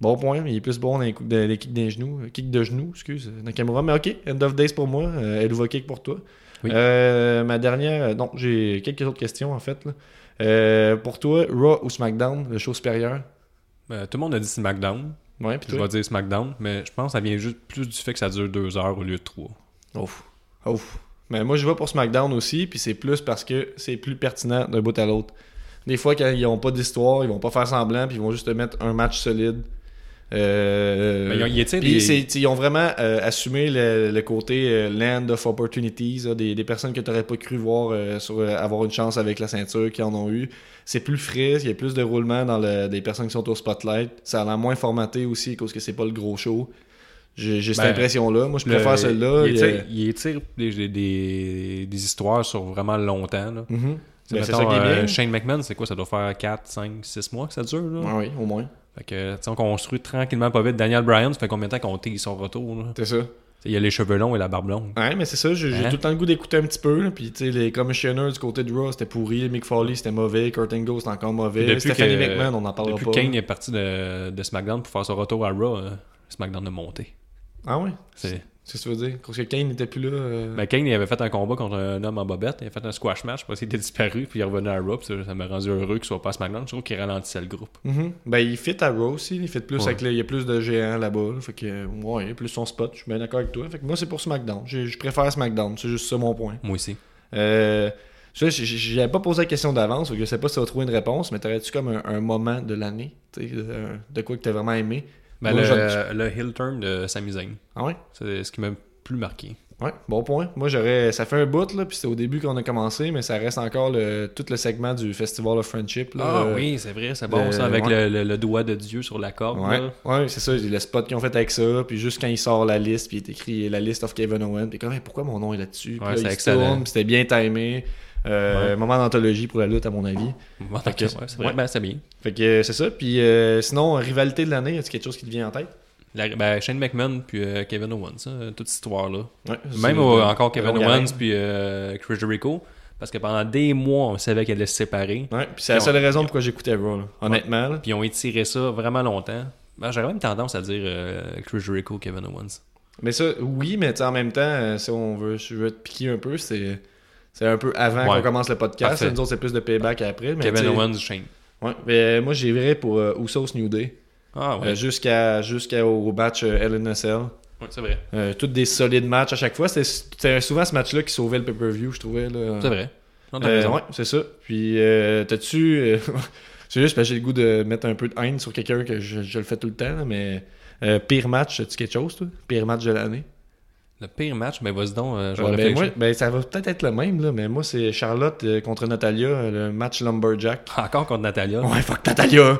Speaker 3: Bon point, mais il est plus bon dans les, coups de- les kicks des genoux. euh, Kick de genoux, excuse, euh, Nakamura. Mais ok, End of Days pour moi, euh, Eluva Kick pour toi.
Speaker 4: Oui.
Speaker 3: Euh, ma dernière, euh, non, j'ai quelques autres questions en fait. là. Euh, pour toi, Raw ou SmackDown, le show supérieur
Speaker 4: Euh, tout le monde a dit SmackDown.
Speaker 3: Ouais, puis
Speaker 4: Je
Speaker 3: toi
Speaker 4: vais dire SmackDown, mais je pense que ça vient juste plus du fait que ça dure deux heures au lieu de trois.
Speaker 3: Ouf. Ouf. Mais moi, je vais pour SmackDown aussi, puis c'est plus parce que c'est plus pertinent d'un bout à l'autre. Des fois, quand ils n'ont pas d'histoire, ils vont pas faire semblant, puis ils vont juste te mettre un match solide. Euh,
Speaker 4: Mais ils ont- ils étaient
Speaker 3: puis
Speaker 4: des-
Speaker 3: c'est- ils ont vraiment euh, assumé le, le côté euh, land of opportunities, là, des, des personnes que tu n'aurais pas cru voir euh, sur, euh, avoir une chance avec la ceinture qui en ont eu. C'est plus frais, il y a plus de roulement dans le- des personnes qui sont au spotlight. Ça a l'air moins formaté aussi, parce que c'est pas le gros show. J'ai j'ai cette
Speaker 4: Ben,
Speaker 3: impression-là. Moi, je préfère celle-là.
Speaker 4: Il
Speaker 3: Il y a-
Speaker 4: étire, il étire des, des- des- des histoires sur vraiment longtemps. Là.
Speaker 3: Mhm.
Speaker 4: Tu sais,
Speaker 3: Ben, c'est ça
Speaker 4: mettons,
Speaker 3: qui est
Speaker 4: euh,
Speaker 3: bien.
Speaker 4: Shane McMahon, c'est quoi Ça doit faire 4, 5, 6 mois que ça dure. Là.
Speaker 3: Ouais, oui, au moins.
Speaker 4: Fait que, tu sais, on construit tranquillement pas vite. Daniel Bryan, ça fait combien de temps qu'on tease son retour là? Tu
Speaker 3: C'est ça.
Speaker 4: sais, Il a les cheveux longs et la barbe longue.
Speaker 3: Ouais, mais c'est ça, j'ai j'ai
Speaker 4: Hein?
Speaker 3: tout le temps le goût d'écouter un petit peu. là, Puis, tu sais, les commissioners du côté de Raw, c'était pourri. Mick Foley, c'était mauvais. Kurt Angle, c'était encore mauvais.
Speaker 4: Puis depuis
Speaker 3: Stephanie
Speaker 4: que-
Speaker 3: McMahon, on n'en parlera
Speaker 4: Depuis
Speaker 3: pas.
Speaker 4: que Kane est parti de, de SmackDown pour faire son retour à Raw, euh, SmackDown a monté.
Speaker 3: Ah ouais?
Speaker 4: C'est
Speaker 3: C'est ce que tu veux dire? Parce que Kane n'était plus là. euh,
Speaker 4: Mais Ben, Kane, il avait fait un combat contre un homme en bobette. Il a fait un squash match parce qu'il était disparu. Puis il revenait à Raw. puis Ça ça m'a rendu heureux qu'il soit pas à SmackDown. Je trouve qu'il ralentissait le groupe.
Speaker 3: Mhm. Ben, il fit à Raw aussi. Il fit plus
Speaker 4: Ouais.
Speaker 3: avec le- Il y a plus de géants là-bas. là. Fait que, ouais, il y a plus son spot. Je suis bien d'accord avec toi. Fait que moi, c'est pour SmackDown. Je, je préfère SmackDown. C'est juste ça mon point.
Speaker 4: Moi aussi.
Speaker 3: Euh. ça, j- j- J'avais pas posé la question d'avance, fait que je sais pas si tu vas trouver une réponse, mais t'aurais-tu comme un, un moment de l'année, tu sais, de, de quoi que t'as vraiment aimé?
Speaker 4: Ben,
Speaker 3: Moi,
Speaker 4: le,
Speaker 3: j'en-
Speaker 4: le heel turn de Sami Zayn.
Speaker 3: Ah ouais?
Speaker 4: C'est ce qui m'a le plus marqué.
Speaker 3: Ouais, bon point. Moi, j'aurais. Ça fait un bout, là, puis c'était au début qu'on a commencé, mais ça reste encore le... tout le segment du Festival of Friendship. Là,
Speaker 4: Ah
Speaker 3: Euh,
Speaker 4: oui, c'est vrai, c'est bon
Speaker 3: le-
Speaker 4: ça, avec
Speaker 3: ouais.
Speaker 4: le, le- le doigt de Dieu sur la corde.
Speaker 3: Ouais,
Speaker 4: là.
Speaker 3: ouais c'est ça, le spot qu'ils ont fait avec ça, puis juste quand il sort la liste, puis il est écrit la liste of Kevin Owen, puis comme Hey, pourquoi mon nom est là-dessus, Puis
Speaker 4: Ouais,
Speaker 3: là,
Speaker 4: c'est
Speaker 3: il se
Speaker 4: excellent.
Speaker 3: tourne, puis c'était bien timé, Euh, moment d'anthologie pour la lutte à mon avis.
Speaker 4: Bon, ok, ouais, c'est vrai,
Speaker 3: Ouais.
Speaker 4: ben, c'est bien.
Speaker 3: Fait que euh, c'est ça, puis euh, sinon rivalité de l'année, y a quelque chose qui te vient en tête
Speaker 4: La- ben, Shane McMahon puis euh, Kevin Owens, hein, toute cette histoire-là.
Speaker 3: Ouais, c'est-
Speaker 4: Même au- encore Kevin
Speaker 3: Longue
Speaker 4: Owens
Speaker 3: haleine.
Speaker 4: puis euh, Chris Jericho, parce que pendant des mois, on savait qu'elle allait se séparer.
Speaker 3: Ouais, puis c'est la seule raison pourquoi j'écoutais Raw, là. honnêtement. là.
Speaker 4: Puis ils ont étiré ça vraiment longtemps. Ben, J'aurais même tendance à dire euh, Chris Jericho, Kevin Owens.
Speaker 3: Mais ça, oui, mais tu sais, en même temps, euh, si on veut, je veux te piquer un peu, c'est c'est un peu avant
Speaker 4: Ouais.
Speaker 3: qu'on commence le podcast.
Speaker 4: Parfait.
Speaker 3: Nous autres, c'est plus de payback après. Mais
Speaker 4: Kevin
Speaker 3: tu sais,
Speaker 4: Owens, Shane.
Speaker 3: Ouais, mais moi, j'ai vrai pour euh, Usos New Day.
Speaker 4: Ah ouais,
Speaker 3: Euh, jusqu'à jusqu'au match euh, LNSL.
Speaker 4: ouais, c'est vrai.
Speaker 3: Euh, toutes des solides matchs à chaque fois. C'était- C'était souvent ce match-là qui sauvait le pay-per-view, je trouvais. là.
Speaker 4: C'est vrai. Non, t'as
Speaker 3: Euh,
Speaker 4: raison.
Speaker 3: ouais, c'est ça. Puis, euh, t'as-tu. euh, (laughs) c'est juste parce que j'ai le goût de mettre un peu de haine sur quelqu'un que je, je le fais tout le temps, là, mais euh, pire match, tu quelque chose, toi Pire match de l'année
Speaker 4: Le pire match, ben vas-y donc, euh, je vais
Speaker 3: Ouais, ben,
Speaker 4: réfléchir.
Speaker 3: moi, ben, Ça va peut-être être le même, là, mais moi, c'est Charlotte euh, contre Natalia, euh, le match Lumberjack.
Speaker 4: (laughs) Encore contre Natalia.
Speaker 3: Ouais, fuck Natalia Euh,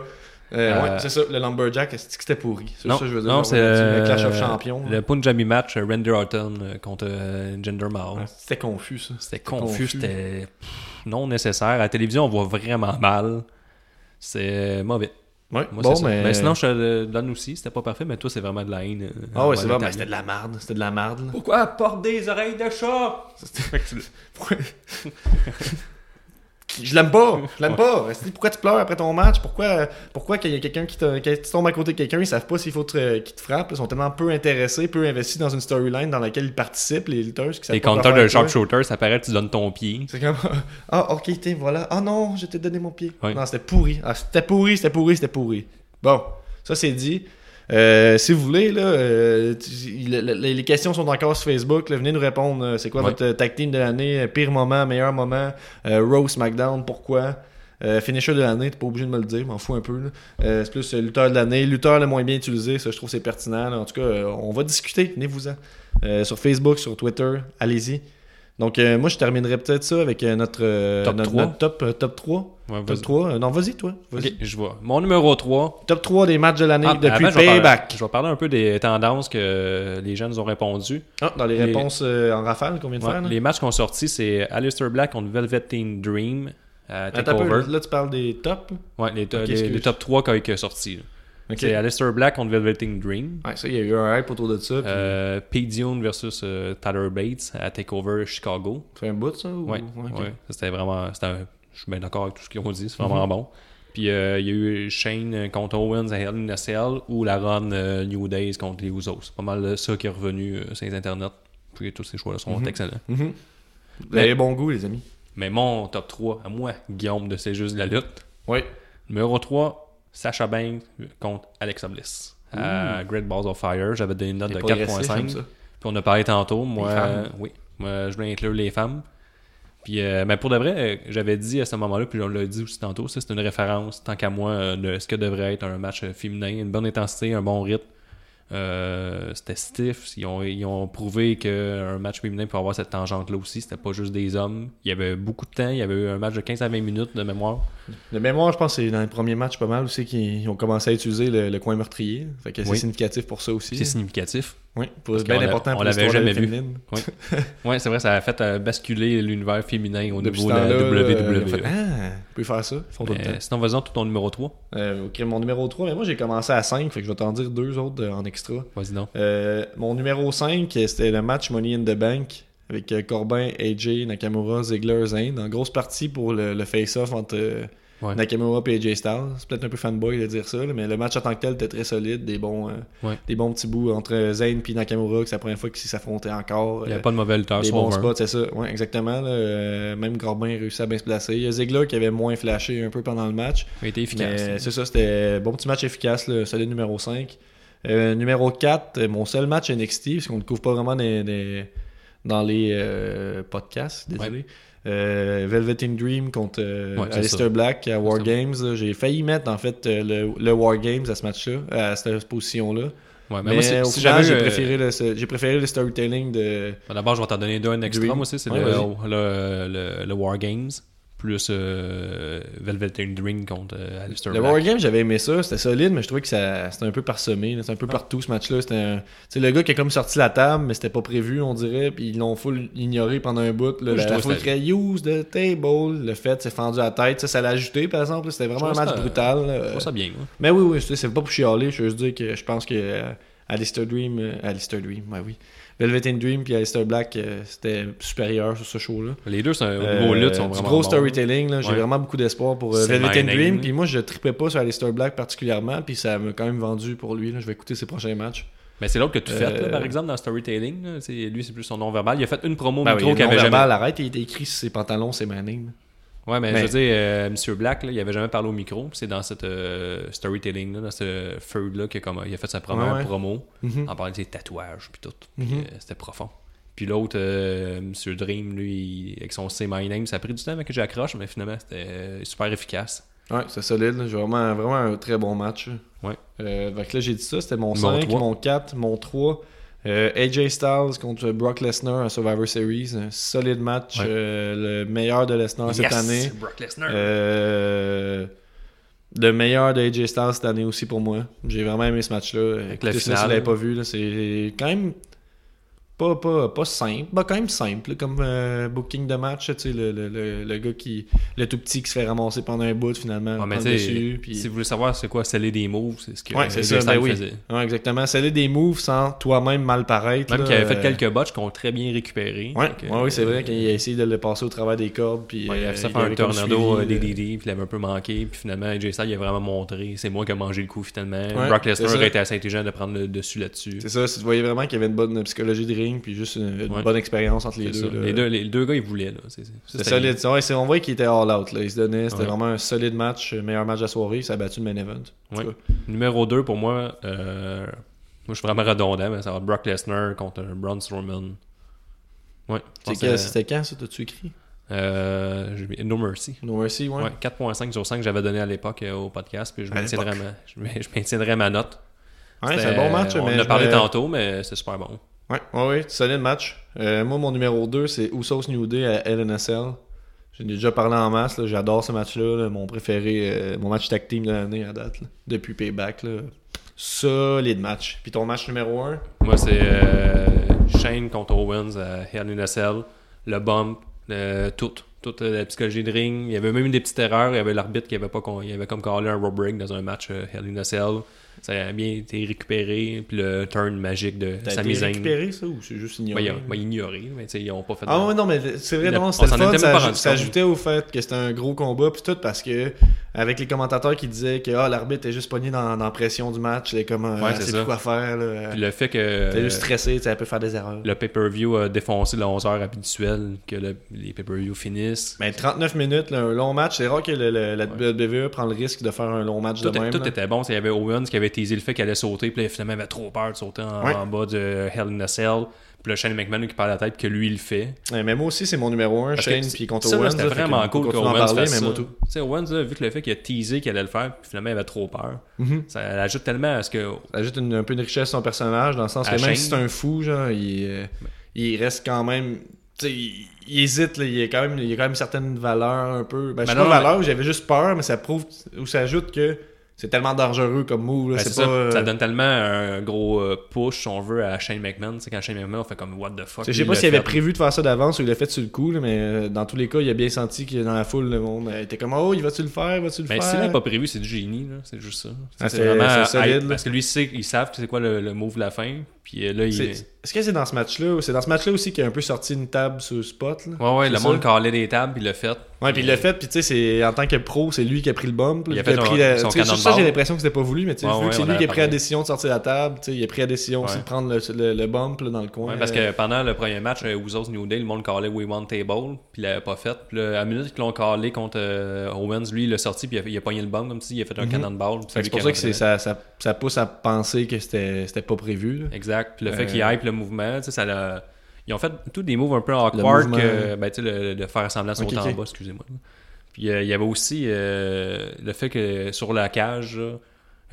Speaker 4: Euh,
Speaker 3: Ouais, c'est ça, le Lumberjack, c'est que c'était pourri. C'est
Speaker 4: Non,
Speaker 3: ça, que je veux dire.
Speaker 4: non
Speaker 3: On
Speaker 4: c'est
Speaker 3: a dit,
Speaker 4: euh,
Speaker 3: le Clash of Champions. là.
Speaker 4: Le Punjabi match, euh, Randy Orton euh, contre euh, Jinder Mahal.
Speaker 3: Ah, C'était confus, ça.
Speaker 4: C'était confus,
Speaker 3: confus.
Speaker 4: c'était pff, non nécessaire. À la télévision, on voit vraiment mal. C'est euh, mauvais.
Speaker 3: Ouais,
Speaker 4: Moi,
Speaker 3: bon,
Speaker 4: c'est ça.
Speaker 3: mais.
Speaker 4: Mais sinon, je te le donne aussi. C'était pas parfait, mais toi, c'est vraiment de la haine. euh,
Speaker 3: Ah ouais,
Speaker 4: envers
Speaker 3: c'est vrai,
Speaker 4: l'Italie.
Speaker 3: mais c'était de la merde. C'était de la merde, (laughs) là.
Speaker 4: Pourquoi porte des oreilles de chat?
Speaker 3: Je l'aime pas, je l'aime pas. Esti, Pourquoi tu pleures après ton match? Pourquoi, pourquoi qu'il y a quelqu'un qui te, que tu tombes à côté de quelqu'un, ils savent pas s'il faut te- qu'ils te frappent. Ils sont tellement peu intéressés, peu investis dans une storyline dans laquelle ils participent, les lutteurs. qui savent
Speaker 4: Les
Speaker 3: pas quoi
Speaker 4: compteurs
Speaker 3: faire
Speaker 4: de
Speaker 3: avec toi.
Speaker 4: sharpshooter, ça paraît que tu donnes ton pied.
Speaker 3: C'est comme, ah, ok, t'es, voilà. Ah non, je t'ai donné mon pied.
Speaker 4: Ouais.
Speaker 3: Non, c'était pourri. Ah, c'était pourri, c'était pourri, c'était pourri. Bon, ça c'est dit. Euh, si vous voulez, là, euh, tu- le- le- les questions sont encore sur Facebook. là. venez nous répondre. euh, C'est quoi
Speaker 4: Ouais.
Speaker 3: votre tag team de l'année? euh, Pire moment, meilleur moment? Euh, Rose SmackDown, pourquoi? Euh, finisher de l'année, t'es pas obligé de me le dire, m'en fous un peu. là. Euh, c'est plus euh, lutteur de l'année, lutteur le moins bien utilisé, ça je trouve c'est pertinent. là. En tout cas, euh, on va discuter, venez-vous-en. Euh, sur Facebook, sur Twitter, allez-y. Donc, euh, moi, je terminerai peut-être ça avec euh, notre, euh,
Speaker 4: Top
Speaker 3: notre,
Speaker 4: 3.
Speaker 3: notre top, euh, top 3.
Speaker 4: Ouais,
Speaker 3: Top
Speaker 4: vas-y.
Speaker 3: 3. euh, non, vas-y, toi. Vas-y.
Speaker 4: Ok, je vois. Mon numéro 3.
Speaker 3: Top 3 des matchs de l'année
Speaker 4: Ah,
Speaker 3: depuis
Speaker 4: avant, je vais parler-
Speaker 3: Payback.
Speaker 4: Je vais parler un peu des tendances que euh, les gens nous ont répondu.
Speaker 3: Ah, dans les,
Speaker 4: Les-
Speaker 3: réponses euh, en rafale qu'on vient de
Speaker 4: Ouais,
Speaker 3: faire. là.
Speaker 4: les matchs qu'on sorti, c'est Alistair Black contre Velvet Teen Dream. à
Speaker 3: Attends un peu,
Speaker 4: Takeover.
Speaker 3: là, tu parles des tops.
Speaker 4: Ouais, les, to-
Speaker 3: Ok,
Speaker 4: les-
Speaker 3: excuse.
Speaker 4: les top 3 qui ont été sortis. là.
Speaker 3: Ok. Ah,
Speaker 4: C'est Alistair Black contre Velvet Teen Dream.
Speaker 3: Ouais, ça, il y a eu un hype autour de ça. puis
Speaker 4: Euh, Pete Dune versus euh, Tyler Bates à Takeover Chicago.
Speaker 3: ça fait un bout, ça. Ou...
Speaker 4: Ouais,
Speaker 3: ok.
Speaker 4: ouais. Ça, C'était vraiment. c'était un- je suis bien d'accord avec tout ce qu'ils ont dit. C'est vraiment
Speaker 3: Mhm.
Speaker 4: bon. Puis euh, il y a eu Shane contre Owens à Hell in a Cell ou la run euh, New Days contre les Usos. C'est pas mal euh, ça qui est revenu euh, sur les internets. Puis tous ces choix-là sont excellents.
Speaker 3: Mhm. Vous
Speaker 4: Mais-
Speaker 3: avez bon goût, les amis.
Speaker 4: Mais mon top 3 à moi, Guillaume de C'est juste de la lutte.
Speaker 3: Ouais.
Speaker 4: Numéro 3, Sacha Banks contre Alexa Bliss. À Great Balls of Fire, j'avais donné une note de
Speaker 3: C'est progressif, j'aime
Speaker 4: 4.5.
Speaker 3: ça.
Speaker 4: Puis on a parlé tantôt, moi,
Speaker 3: femmes.
Speaker 4: oui, moi, je voulais inclure les femmes. Puis, euh, mais pour de vrai, euh, j'avais dit à ce moment-là, puis on l'a dit aussi tantôt, ça c'est une référence, tant qu'à moi, euh, de ce que devrait être un match euh, féminin, une bonne intensité, un bon rythme. Euh, c'était stiff, ils ont, ils ont prouvé qu'un match féminin peut avoir cette tangente-là aussi, c'était pas juste des hommes. Il y avait beaucoup de temps, il y avait eu un match de 15 à 20 minutes de mémoire.
Speaker 3: De mémoire, je pense que c'est dans les premiers matchs pas mal aussi qu'ils ont commencé à utiliser le, le coin meurtrier. Fait que c'est
Speaker 4: Oui.
Speaker 3: significatif pour ça aussi.
Speaker 4: C'est significatif.
Speaker 3: Oui, pour-
Speaker 4: Parce
Speaker 3: bien
Speaker 4: qu'on l'a-
Speaker 3: important
Speaker 4: on
Speaker 3: pour
Speaker 4: l'avait
Speaker 3: l'histoire de la
Speaker 4: jamais vu.
Speaker 3: féminine.
Speaker 4: Oui, ouais, c'est vrai, ça a fait euh, basculer l'univers féminin au
Speaker 3: Depuis ce
Speaker 4: niveau de la
Speaker 3: temps-là, euh,
Speaker 4: WWE.
Speaker 3: ils ont fait, ah, on peut faire ça. Ils font tout le
Speaker 4: Mais
Speaker 3: temps.
Speaker 4: sinon, vas-y, tout ton numéro 3.
Speaker 3: Euh, ok, mon numéro 3, mais moi j'ai commencé à 5, fait que je vais t'en dire deux autres euh, en extra.
Speaker 4: Vas-y donc.
Speaker 3: Euh, mon numéro 5, c'était le match Money in the Bank avec euh, Corbin, AJ, Nakamura, Ziggler, Zayn. En grosse partie pour le, le face-off entre euh,
Speaker 4: Ouais.
Speaker 3: Nakamura et AJ Styles. C'est peut-être un peu fanboy de dire ça, là, mais le match en tant que tel était très solide, des bons, euh,
Speaker 4: Ouais.
Speaker 3: des bons petits bouts entre Zayn et Nakamura, que c'est la première fois qu'ils s'affrontaient encore.
Speaker 4: Il n'y
Speaker 3: euh,
Speaker 4: a pas de mauvais lutteur,
Speaker 3: des
Speaker 4: sur
Speaker 3: bons spots, c'est ça. Ouais, exactement. là, euh, même Corbin réussit à bien se placer. Il y a Ziggler qui avait moins flashé un peu pendant le match.
Speaker 4: Il a été efficace. hein.
Speaker 3: Mais c'est ça, c'était bon petit match efficace, le solide numéro 5. Euh, numéro 4, mon seul match NXT, parce qu'on ne couvre pas vraiment des- des- dans les euh, podcasts, désolé. Euh, Velveteen Dream contre euh,
Speaker 4: Ouais, c'est
Speaker 3: Aleister
Speaker 4: ça.
Speaker 3: Black à War
Speaker 4: C'est ça.
Speaker 3: Games. là. J'ai failli mettre en fait euh, le, le War Games à ce match-là, à cette position-là.
Speaker 4: Ouais, mais
Speaker 3: Mais,
Speaker 4: moi, si,
Speaker 3: au
Speaker 4: si
Speaker 3: final,
Speaker 4: j'avais
Speaker 3: j'ai
Speaker 4: euh,
Speaker 3: préféré, le- ce- j'ai préféré le storytelling de,
Speaker 4: ben, D'abord, je vais t'en donner deux un extra.
Speaker 3: Dream.
Speaker 4: Moi aussi, c'est
Speaker 3: Ouais,
Speaker 4: le,
Speaker 3: vas-y.
Speaker 4: le, le, le War Games plus euh, Velvet and Dream contre euh, Alistair
Speaker 3: Le
Speaker 4: Black.
Speaker 3: Wargame, j'avais aimé ça, c'était solide, mais je trouvais que ça- c'était un peu parsemé. là. C'était un
Speaker 4: Ah.
Speaker 3: peu partout ce match-là. C'était un- C'est le gars qui a comme sorti la table, mais c'était pas prévu, on dirait, puis ils l'ont full ignoré pendant un bout. Là,
Speaker 4: Moi, je
Speaker 3: la la
Speaker 4: trouve
Speaker 3: foule
Speaker 4: que
Speaker 3: criait, Use the table, le fait, c'est fendu à la tête. Ça, ça l'a ajouté, par exemple. là. C'était vraiment un
Speaker 4: trouve
Speaker 3: match
Speaker 4: ça-
Speaker 3: brutal. là.
Speaker 4: Je trouve ça bien, hein. moi.
Speaker 3: Mais oui, oui, c'est c'est pas pour chialer, je veux juste dire que je pense que euh, Alistair Dream, euh, Alistair Dream, ouais, oui. Velvet and Dream puis Alistair Black, euh, c'était supérieur sur ce show-là.
Speaker 4: Les deux, c'est un- au
Speaker 3: Euh,
Speaker 4: niveau lutte, sont
Speaker 3: du
Speaker 4: vraiment.
Speaker 3: gros
Speaker 4: bons.
Speaker 3: storytelling, là, j'ai
Speaker 4: Ouais.
Speaker 3: vraiment beaucoup d'espoir pour euh,
Speaker 4: C'est
Speaker 3: Velvet and
Speaker 4: mining,
Speaker 3: Dream.
Speaker 4: là.
Speaker 3: Puis moi, je tripais pas sur Alistair Black particulièrement, puis ça m'a quand même vendu pour lui. là. Je vais écouter ses prochains matchs.
Speaker 4: Mais c'est l'autre que tu fais, là,
Speaker 3: Euh,
Speaker 4: par exemple, dans le storytelling. là. C'est- Lui, c'est plus son non-verbal. Il a fait une promo
Speaker 3: Ben oui,
Speaker 4: micro
Speaker 3: le
Speaker 4: qu'il avait
Speaker 3: non-verbal,
Speaker 4: jamais.
Speaker 3: arrête, il était écrit sur ses pantalons, c'est Manning.
Speaker 4: Ouais, mais,
Speaker 3: Mais-
Speaker 4: je veux dire, euh, Monsieur Black, là, il avait jamais parlé au micro. C'est dans cette euh, storytelling, là, dans ce feud-là, qu'il a, comme- il a fait sa première
Speaker 3: Ouais, ouais.
Speaker 4: promo
Speaker 3: Mhm.
Speaker 4: en parlant de ses tatouages puis tout. Puis,
Speaker 3: Mhm.
Speaker 4: euh, C'était profond. Puis l'autre, euh, Monsieur Dream, lui, il- avec son Say My Name, ça a pris du temps avant que j'accroche, mais finalement, c'était euh, super efficace.
Speaker 3: Ouais, c'est solide. là. J'ai vraiment, vraiment un très bon match.
Speaker 4: Ouais.
Speaker 3: Euh, fait que là, j'ai dit ça, c'était mon
Speaker 4: Mon
Speaker 3: 5,
Speaker 4: trois.
Speaker 3: mon 4, mon 3. Euh, AJ Styles contre Brock Lesnar à Survivor Series. Un solide match.
Speaker 4: Ouais.
Speaker 3: euh, le meilleur de Lesnar cette
Speaker 4: Yes!
Speaker 3: année.
Speaker 4: Brock Lesnar!
Speaker 3: Euh, le meilleur de AJ Styles cette année aussi pour moi. J'ai vraiment aimé ce match-là.
Speaker 4: Avec
Speaker 3: Écoutez
Speaker 4: la
Speaker 3: ça, Si
Speaker 4: finale.
Speaker 3: vous l'avez pas vu, là, c'est quand même pas, pas, pas simple. Bah, quand même simple là, comme euh, booking de match. tu sais, Le, le, le, le gars qui. Le tout petit qui se fait ramasser pendant un bout finalement.
Speaker 4: Ouais, mais
Speaker 3: prend
Speaker 4: tu
Speaker 3: le
Speaker 4: sais,
Speaker 3: dessus, puis-
Speaker 4: Si vous voulez savoir c'est quoi sceller des moves, c'est ce que
Speaker 3: Ouais, c'est
Speaker 4: euh,
Speaker 3: ça,
Speaker 4: Styles
Speaker 3: ben oui.
Speaker 4: faisait.
Speaker 3: Ouais, exactement. Sceller des moves sans toi-même mal paraître.
Speaker 4: Même
Speaker 3: là,
Speaker 4: qu'il avait fait
Speaker 3: euh,
Speaker 4: quelques botches qu'on ont très bien récupérés.
Speaker 3: Ouais,
Speaker 4: Fait que,
Speaker 3: ouais, oui, c'est
Speaker 4: euh,
Speaker 3: vrai qu'il a essayé de le passer au travers des cordes. Puis,
Speaker 4: Ouais, il
Speaker 3: euh,
Speaker 4: a fait
Speaker 3: il
Speaker 4: un
Speaker 3: avait comme
Speaker 4: tornado euh,
Speaker 3: suivi,
Speaker 4: DDD,
Speaker 3: là.
Speaker 4: puis il avait un peu manqué. Puis finalement, AJ Styles, il a vraiment montré. C'est moi qui ai mangé le coup finalement.
Speaker 3: Ouais,
Speaker 4: Brock
Speaker 3: c'est
Speaker 4: Lesnar
Speaker 3: ça.
Speaker 4: aurait été assez intelligent de prendre le dessus là-dessus.
Speaker 3: C'est ça, si tu voyais vraiment qu'il y avait une bonne psychologie de ring, puis juste une, une
Speaker 4: Ouais.
Speaker 3: bonne expérience entre les
Speaker 4: C'est
Speaker 3: deux.
Speaker 4: ça.
Speaker 3: là.
Speaker 4: Les, deux, les deux gars, ils voulaient. là. C'est- c'est-
Speaker 3: C'était
Speaker 4: c'était-
Speaker 3: solide. Ouais, c'est- on voyait qu'il était all out. Là. Il se donnait. C'était
Speaker 4: Ouais.
Speaker 3: vraiment un solide match, euh, meilleur match de la soirée. Ça a battu le main event. En tout
Speaker 4: Ouais.
Speaker 3: cas.
Speaker 4: Numéro 2, pour moi, euh, moi je suis vraiment redondant, mais ça va être Brock Lesnar contre Braun Strowman. Ouais, je
Speaker 3: C'est
Speaker 4: pense
Speaker 3: quel-
Speaker 4: que-
Speaker 3: C'était quand ça T'as-tu écrit
Speaker 4: euh, j'ai mis- No Mercy.
Speaker 3: No Mercy, ouais.
Speaker 4: Ouais, 4.5 sur 5 que j'avais donné à l'époque euh, au podcast, puis je
Speaker 3: À
Speaker 4: maintiendrai, ma, je, ma- je maintiendrai ma note.
Speaker 3: Ouais, c'est
Speaker 4: C'était-
Speaker 3: un
Speaker 4: euh,
Speaker 3: bon match.
Speaker 4: On
Speaker 3: mais
Speaker 4: en a
Speaker 3: je
Speaker 4: parlé
Speaker 3: me-
Speaker 4: tantôt, mais c'est super bon.
Speaker 3: Ouais, ouais, ouais, solide match. Euh, moi, mon numéro 2, c'est Usos New Day à LNSL. J'ai déjà parlé en masse. là. J'adore ce match-là. là. Mon préféré, euh, mon match tag team de l'année à date. là. Depuis Payback. Là. Solide match. Puis ton match numéro 1
Speaker 4: Moi, c'est euh, Shane contre Owens à Hell in a Cell, le bump, le- tout. Toute euh, la psychologie de ring. Il y avait même eu des petites erreurs. Il y avait l'arbitre qui avait pas con- il avait comme callé un rope break dans un match euh, Hell in a Cell. Ça a bien été récupéré. Puis le turn magique de
Speaker 3: T'as
Speaker 4: Sami
Speaker 3: été
Speaker 4: Zayn.
Speaker 3: récupéré ça ou c'est juste
Speaker 4: Ben,
Speaker 3: ignoré
Speaker 4: il a- ben, ignoré, mais tu sais, ils ont pas fait
Speaker 3: Ah
Speaker 4: de-
Speaker 3: ouais, non, mais c'est vrai,
Speaker 4: Le-
Speaker 3: non,
Speaker 4: on
Speaker 3: c'était le
Speaker 4: s'en
Speaker 3: fun.
Speaker 4: était même
Speaker 3: Ça,
Speaker 4: pas
Speaker 3: aj-
Speaker 4: rendu
Speaker 3: ça
Speaker 4: compte.
Speaker 3: ajoutait au fait que c'était un gros combat, puis tout, parce que, avec les commentateurs qui disaient que ah, l'arbitre est juste pogné dans, dans la pression du match, c'est comme, euh,
Speaker 4: Ouais,
Speaker 3: c'est
Speaker 4: c'est
Speaker 3: plus
Speaker 4: ça.
Speaker 3: quoi faire, là.
Speaker 4: Puis le fait que. euh,
Speaker 3: T'es juste stressé, tu sais, elle peut faire des erreurs.
Speaker 4: le pay-per-view a défoncé le 11h habituel, que le- les pay-per-view finissent.
Speaker 3: Mais 39 minutes, là, un long match, c'est rare que le- le- la WWE prend le risque de faire un long match
Speaker 4: Tout,
Speaker 3: de même.
Speaker 4: tout
Speaker 3: là.
Speaker 4: était bon. Il y avait Owens qui avait teasé le fait qu'il allait sauter, puis là, finalement, il avait trop peur de sauter en,
Speaker 3: Ouais.
Speaker 4: en bas de Hell in a Cell. Puis le Shane McMahon qui parle la tête, que lui, il le fait.
Speaker 3: Ouais, mais moi aussi, c'est mon numéro 1,
Speaker 4: Parce que
Speaker 3: Shane,
Speaker 4: c-
Speaker 3: puis contre
Speaker 4: ça, là,
Speaker 3: Owens.
Speaker 4: C'était
Speaker 3: là, fait
Speaker 4: vraiment
Speaker 3: qu'on
Speaker 4: cool
Speaker 3: continue
Speaker 4: qu'Owens
Speaker 3: à en parler,
Speaker 4: fasse
Speaker 3: mais
Speaker 4: ça.
Speaker 3: moi, tout.
Speaker 4: Tu sais, Owens, là, vu que le fait qu'il a teasé qu'il allait le faire, puis finalement, il avait trop peur. Ça ajoute tellement à ce que.
Speaker 3: Ça ajoute une- un peu de richesse à son personnage, dans le sens
Speaker 4: À
Speaker 3: que même
Speaker 4: Shane.
Speaker 3: si c'est un fou, genre, il, euh, il reste quand même. tu sais, Il, il hésite, là, il, a quand même, il a quand même certaines valeurs un peu. Ben, je sais pas
Speaker 4: Ben non,
Speaker 3: valeur, j'avais juste peur, mais ça prouve ou ça ajoute que c'est tellement dangereux comme move. là,
Speaker 4: Ben,
Speaker 3: c'est
Speaker 4: c'est
Speaker 3: pas,
Speaker 4: ça,
Speaker 3: euh,
Speaker 4: ça donne tellement un gros euh, push, si on veut, à Shane McMahon. Tu sais, quand Shane McMahon, on fait comme What the fuck.
Speaker 3: Je sais
Speaker 4: il
Speaker 3: pas
Speaker 4: l'a
Speaker 3: s'il avait
Speaker 4: fait.
Speaker 3: prévu de faire ça d'avance ou il l'a fait sur le coup, là, mais euh, dans tous les cas, il a bien senti que dans la foule, le monde euh, était comme Oh, il va-tu le faire Va-tu le
Speaker 4: Ben,
Speaker 3: faire
Speaker 4: s'il l'avait pas prévu, c'est du génie, là. C'est juste ça.
Speaker 3: Ah,
Speaker 4: c'est
Speaker 3: c'est-
Speaker 4: vraiment.
Speaker 3: c'est solide,
Speaker 4: hype,
Speaker 3: là.
Speaker 4: parce que lui, sait, ils savent que c'est quoi le, le move de la fin. Puis euh, là, il.
Speaker 3: C'est- Est-ce que c'est dans ce match-là ou- C'est dans ce match-là aussi qu'il a un peu sorti une table sur le spot. Là.
Speaker 4: Ouais, ouais,
Speaker 3: C'est
Speaker 4: le
Speaker 3: ça?
Speaker 4: monde calait des tables, puis il l'a fait.
Speaker 3: Ouais, puis il l'a fait, puis tu sais, c'est- en tant que pro, c'est lui qui a pris le bump. là,
Speaker 4: Il a
Speaker 3: puis
Speaker 4: fait
Speaker 3: pris
Speaker 4: un-
Speaker 3: la-
Speaker 4: son
Speaker 3: tu sais, sur ça,
Speaker 4: cannonball.
Speaker 3: j'ai l'impression que c'était pas voulu, mais tu sais,
Speaker 4: Ouais,
Speaker 3: vu
Speaker 4: ouais,
Speaker 3: que c'est
Speaker 4: on
Speaker 3: lui
Speaker 4: en
Speaker 3: qui a
Speaker 4: a
Speaker 3: pris la
Speaker 4: parlé.
Speaker 3: décision de sortir la table, tu sais, il a pris la décision aussi
Speaker 4: Ouais.
Speaker 3: de prendre le, le- le bump là, dans le coin.
Speaker 4: Ouais, parce
Speaker 3: euh,
Speaker 4: que pendant le premier match, euh, Usos New Day, le monde callait We Want Table, puis il l'avait pas fait. Puis là, à la minute qu'ils l'ont callé contre euh, Owens, lui, il l'a sorti, puis il a, il a pogné le bomb, comme si il a fait un cannonball. puis
Speaker 3: Mhm. fait que
Speaker 4: lui
Speaker 3: c'est pour
Speaker 4: qui
Speaker 3: ça
Speaker 4: a
Speaker 3: que c'est-
Speaker 4: rentré.
Speaker 3: ça, ça, ça pousse à penser que c'était c'était pas prévu. là.
Speaker 4: Exact. Puis le fait
Speaker 3: Euh,
Speaker 4: qu'il hype le mouvement, tu sais, ça l'a. Ils ont fait tous des moves un peu
Speaker 3: Le
Speaker 4: awkward
Speaker 3: mouvement.
Speaker 4: que, ben, tu sais, le- de faire semblant de sauter
Speaker 3: Ok, ok.
Speaker 4: en bas, excusez-moi. Puis euh, il y avait aussi euh, le fait que sur la cage, là,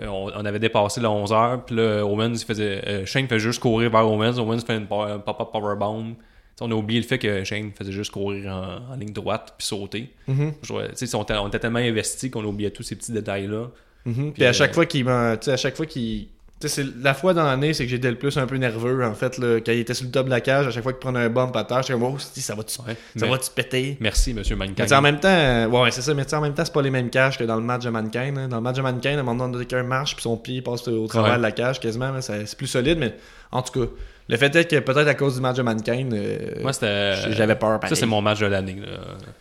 Speaker 4: euh, on, on avait dépassé la 11 heures, puis là, Owens, il faisait. euh, Shane fait juste courir vers Owens, Owens fait une pow- pop-up powerbomb. Tu sais, on a oublié le fait que Shane faisait juste courir en, en ligne droite puis sauter.
Speaker 3: Mm-hmm.
Speaker 4: Je trouvais- tu sais, on, était- on était tellement investis qu'on oubliait tous ces petits détails-là.
Speaker 3: Mhm. Puis,
Speaker 4: Puis,
Speaker 3: à
Speaker 4: euh,
Speaker 3: chaque fois qu'il m'en- tu sais, à chaque fois qu'il tu sais, c'est la fois dans l'année c'est que j'étais le plus un peu nerveux en fait là, quand il était sur le top de la cage à chaque fois qu'il prenait un bump à terre j'étais comme oh si, ça va tu
Speaker 4: Ouais.
Speaker 3: ça
Speaker 4: Mais-
Speaker 3: va tu péter
Speaker 4: Merci, monsieur
Speaker 3: mais
Speaker 4: Mankind.
Speaker 3: tu sais, en même temps euh, ouais c'est ça mais tu sais, en même temps c'est pas les mêmes cages que dans le match de mannequin hein. dans le match de mannequin à un moment donné quelqu'un marche puis son pied passe au travers
Speaker 4: Ouais.
Speaker 3: de la cage quasiment là, ça- c'est plus solide mais en tout cas le fait est que peut-être à cause du match de mannequin euh,
Speaker 4: Moi, c'était.
Speaker 3: j'avais peur
Speaker 4: Ça,
Speaker 3: pareil.
Speaker 4: c'est mon match de l'année. là.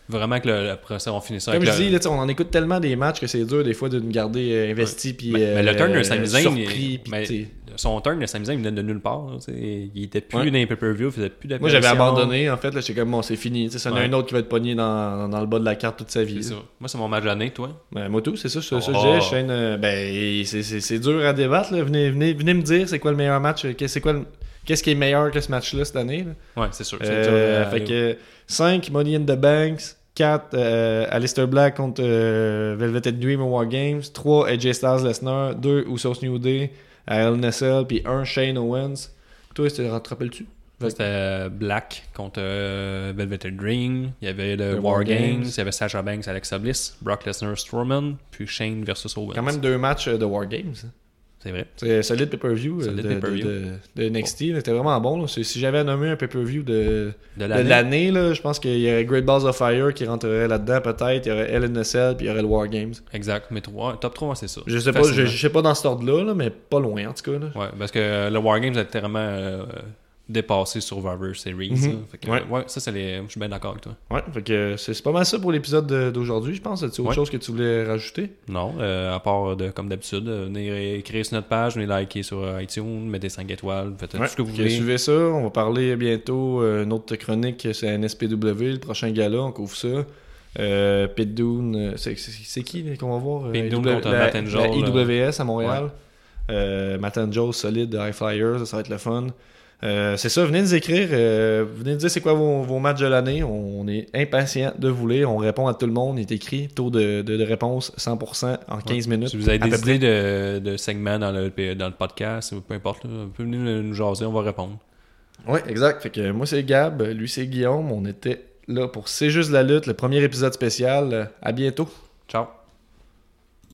Speaker 4: Vraiment que le, le procès, on finit ça
Speaker 3: Comme
Speaker 4: avec
Speaker 3: je
Speaker 4: le-
Speaker 3: dis, là, tu sais, on en écoute tellement des matchs que c'est dur des fois de nous garder euh, investis puis
Speaker 4: mais, mais
Speaker 3: euh,
Speaker 4: le turn de Sami Zayn,
Speaker 3: surpris.
Speaker 4: il-
Speaker 3: puis,
Speaker 4: mais
Speaker 3: tu sais.
Speaker 4: son turn de Sami Zayn, il venait de nulle part. là, tu sais. il était plus
Speaker 3: Ouais.
Speaker 4: dans les pay-per-view, il faisait plus
Speaker 3: Moi, j'avais
Speaker 4: d'apparitions.
Speaker 3: abandonné, en fait. là, J'étais comme, bon, c'est fini. Tu sais, Ça en a
Speaker 4: Ouais.
Speaker 3: un autre qui va être pogné dans, dans- dans le bas de la carte toute sa
Speaker 4: C'est
Speaker 3: vie.
Speaker 4: ça. Moi, c'est mon match de l'année, toi.
Speaker 3: Ben, moi, tout, c'est ça. C'est ça que
Speaker 4: Oh.
Speaker 3: je disais. Shane, euh, ben, c'est- c'est c'est dur à débattre. là. Venez, venez, venez me dire c'est quoi le meilleur match. euh, qu'est- c'est quoi le- Qu'est-ce qui est meilleur que ce match-là cette année? là.
Speaker 4: Ouais, c'est sûr. c'est
Speaker 3: Euh,
Speaker 4: dur, euh,
Speaker 3: fait
Speaker 4: aller-
Speaker 3: que 5, Money in the Banks. 4, Alistair Black contre euh, Velvet Dream au War Games. 3, AJ Styles Lesnar. 2, Usos New Day à El Nessel. Puis 1, Shane Owens. Toi, tu te rappelles-tu?
Speaker 4: C'était euh, Black contre euh, Velvet Dream. Il y avait le
Speaker 3: Le
Speaker 4: War
Speaker 3: War
Speaker 4: Games.
Speaker 3: Games.
Speaker 4: Il y avait Sasha Banks, Alexa Bliss, Brock Lesnar, Strowman, puis Shane versus Owens.
Speaker 3: Quand même deux matchs euh, de War Games.
Speaker 4: C'est vrai.
Speaker 3: C'est solide pay-per-view euh, de,
Speaker 4: Solide
Speaker 3: de,
Speaker 4: pay-per-view.
Speaker 3: de- de NXT. là, C'était vraiment bon. là. C'est- Si j'avais nommé un pay-per-view de,
Speaker 4: De
Speaker 3: de
Speaker 4: l'année.
Speaker 3: l'année, là, je pense qu'il y aurait Great Balls of Fire qui rentrerait là-dedans peut-être. Il y aurait LNSL puis il y aurait le War Games.
Speaker 4: Exact. Mais trois, top 3, c'est ça.
Speaker 3: Je sais pas,
Speaker 4: Facilement.
Speaker 3: je, je sais pas dans cet ordre-là, là, mais pas loin en tout cas. là.
Speaker 4: Ouais, parce que euh, le Wargames a été vraiment euh, dépassé Survivor Series.
Speaker 3: Mhm.
Speaker 4: là. Fait que,
Speaker 3: Ouais.
Speaker 4: ouais. ça, c'est les... je suis bien d'accord avec toi.
Speaker 3: Ouais, fait que c'est c'est pas mal ça pour l'épisode de- d'aujourd'hui, je pense. C'est autre
Speaker 4: Ouais.
Speaker 3: chose que tu voulais rajouter.
Speaker 4: Non, euh, à part, de, comme d'habitude, euh, venez écrire sur notre page, venez liker sur euh, iTunes, mettez 5 étoiles, faites
Speaker 3: Ouais, euh,
Speaker 4: tout ce que vous
Speaker 3: fait
Speaker 4: voulez.
Speaker 3: Suivez ça. On va parler bientôt euh, une autre chronique, c'est un SPW, le prochain gala, on couvre ça. Euh, Pete Dunne, euh, c'est- c'est c'est qui là, qu'on va voir euh,
Speaker 4: Pete Dunne
Speaker 3: IW-
Speaker 4: contre
Speaker 3: la,
Speaker 4: Matt Angel,
Speaker 3: la
Speaker 4: là.
Speaker 3: IWS à Montréal. Euh, Matt Angel, solide, de High Flyers, ça, ça va être le fun. Euh, c'est ça, venez nous écrire, euh, venez nous dire c'est quoi vos, vos matchs de l'année. On, on est impatient de vous lire, on répond à tout le monde, il est écrit, taux de, de- de réponse 100% en 15 minutes.
Speaker 4: Si vous avez
Speaker 3: à peu
Speaker 4: des idées de, de segments dans le, dans le podcast, ou peu importe, là, vous pouvez venir nous- nous jaser, on va répondre.
Speaker 3: Ouais, exact. Fait que moi c'est Gab, lui c'est Guillaume. On était là pour C'est juste la lutte, le premier épisode spécial. À bientôt.
Speaker 4: Ciao!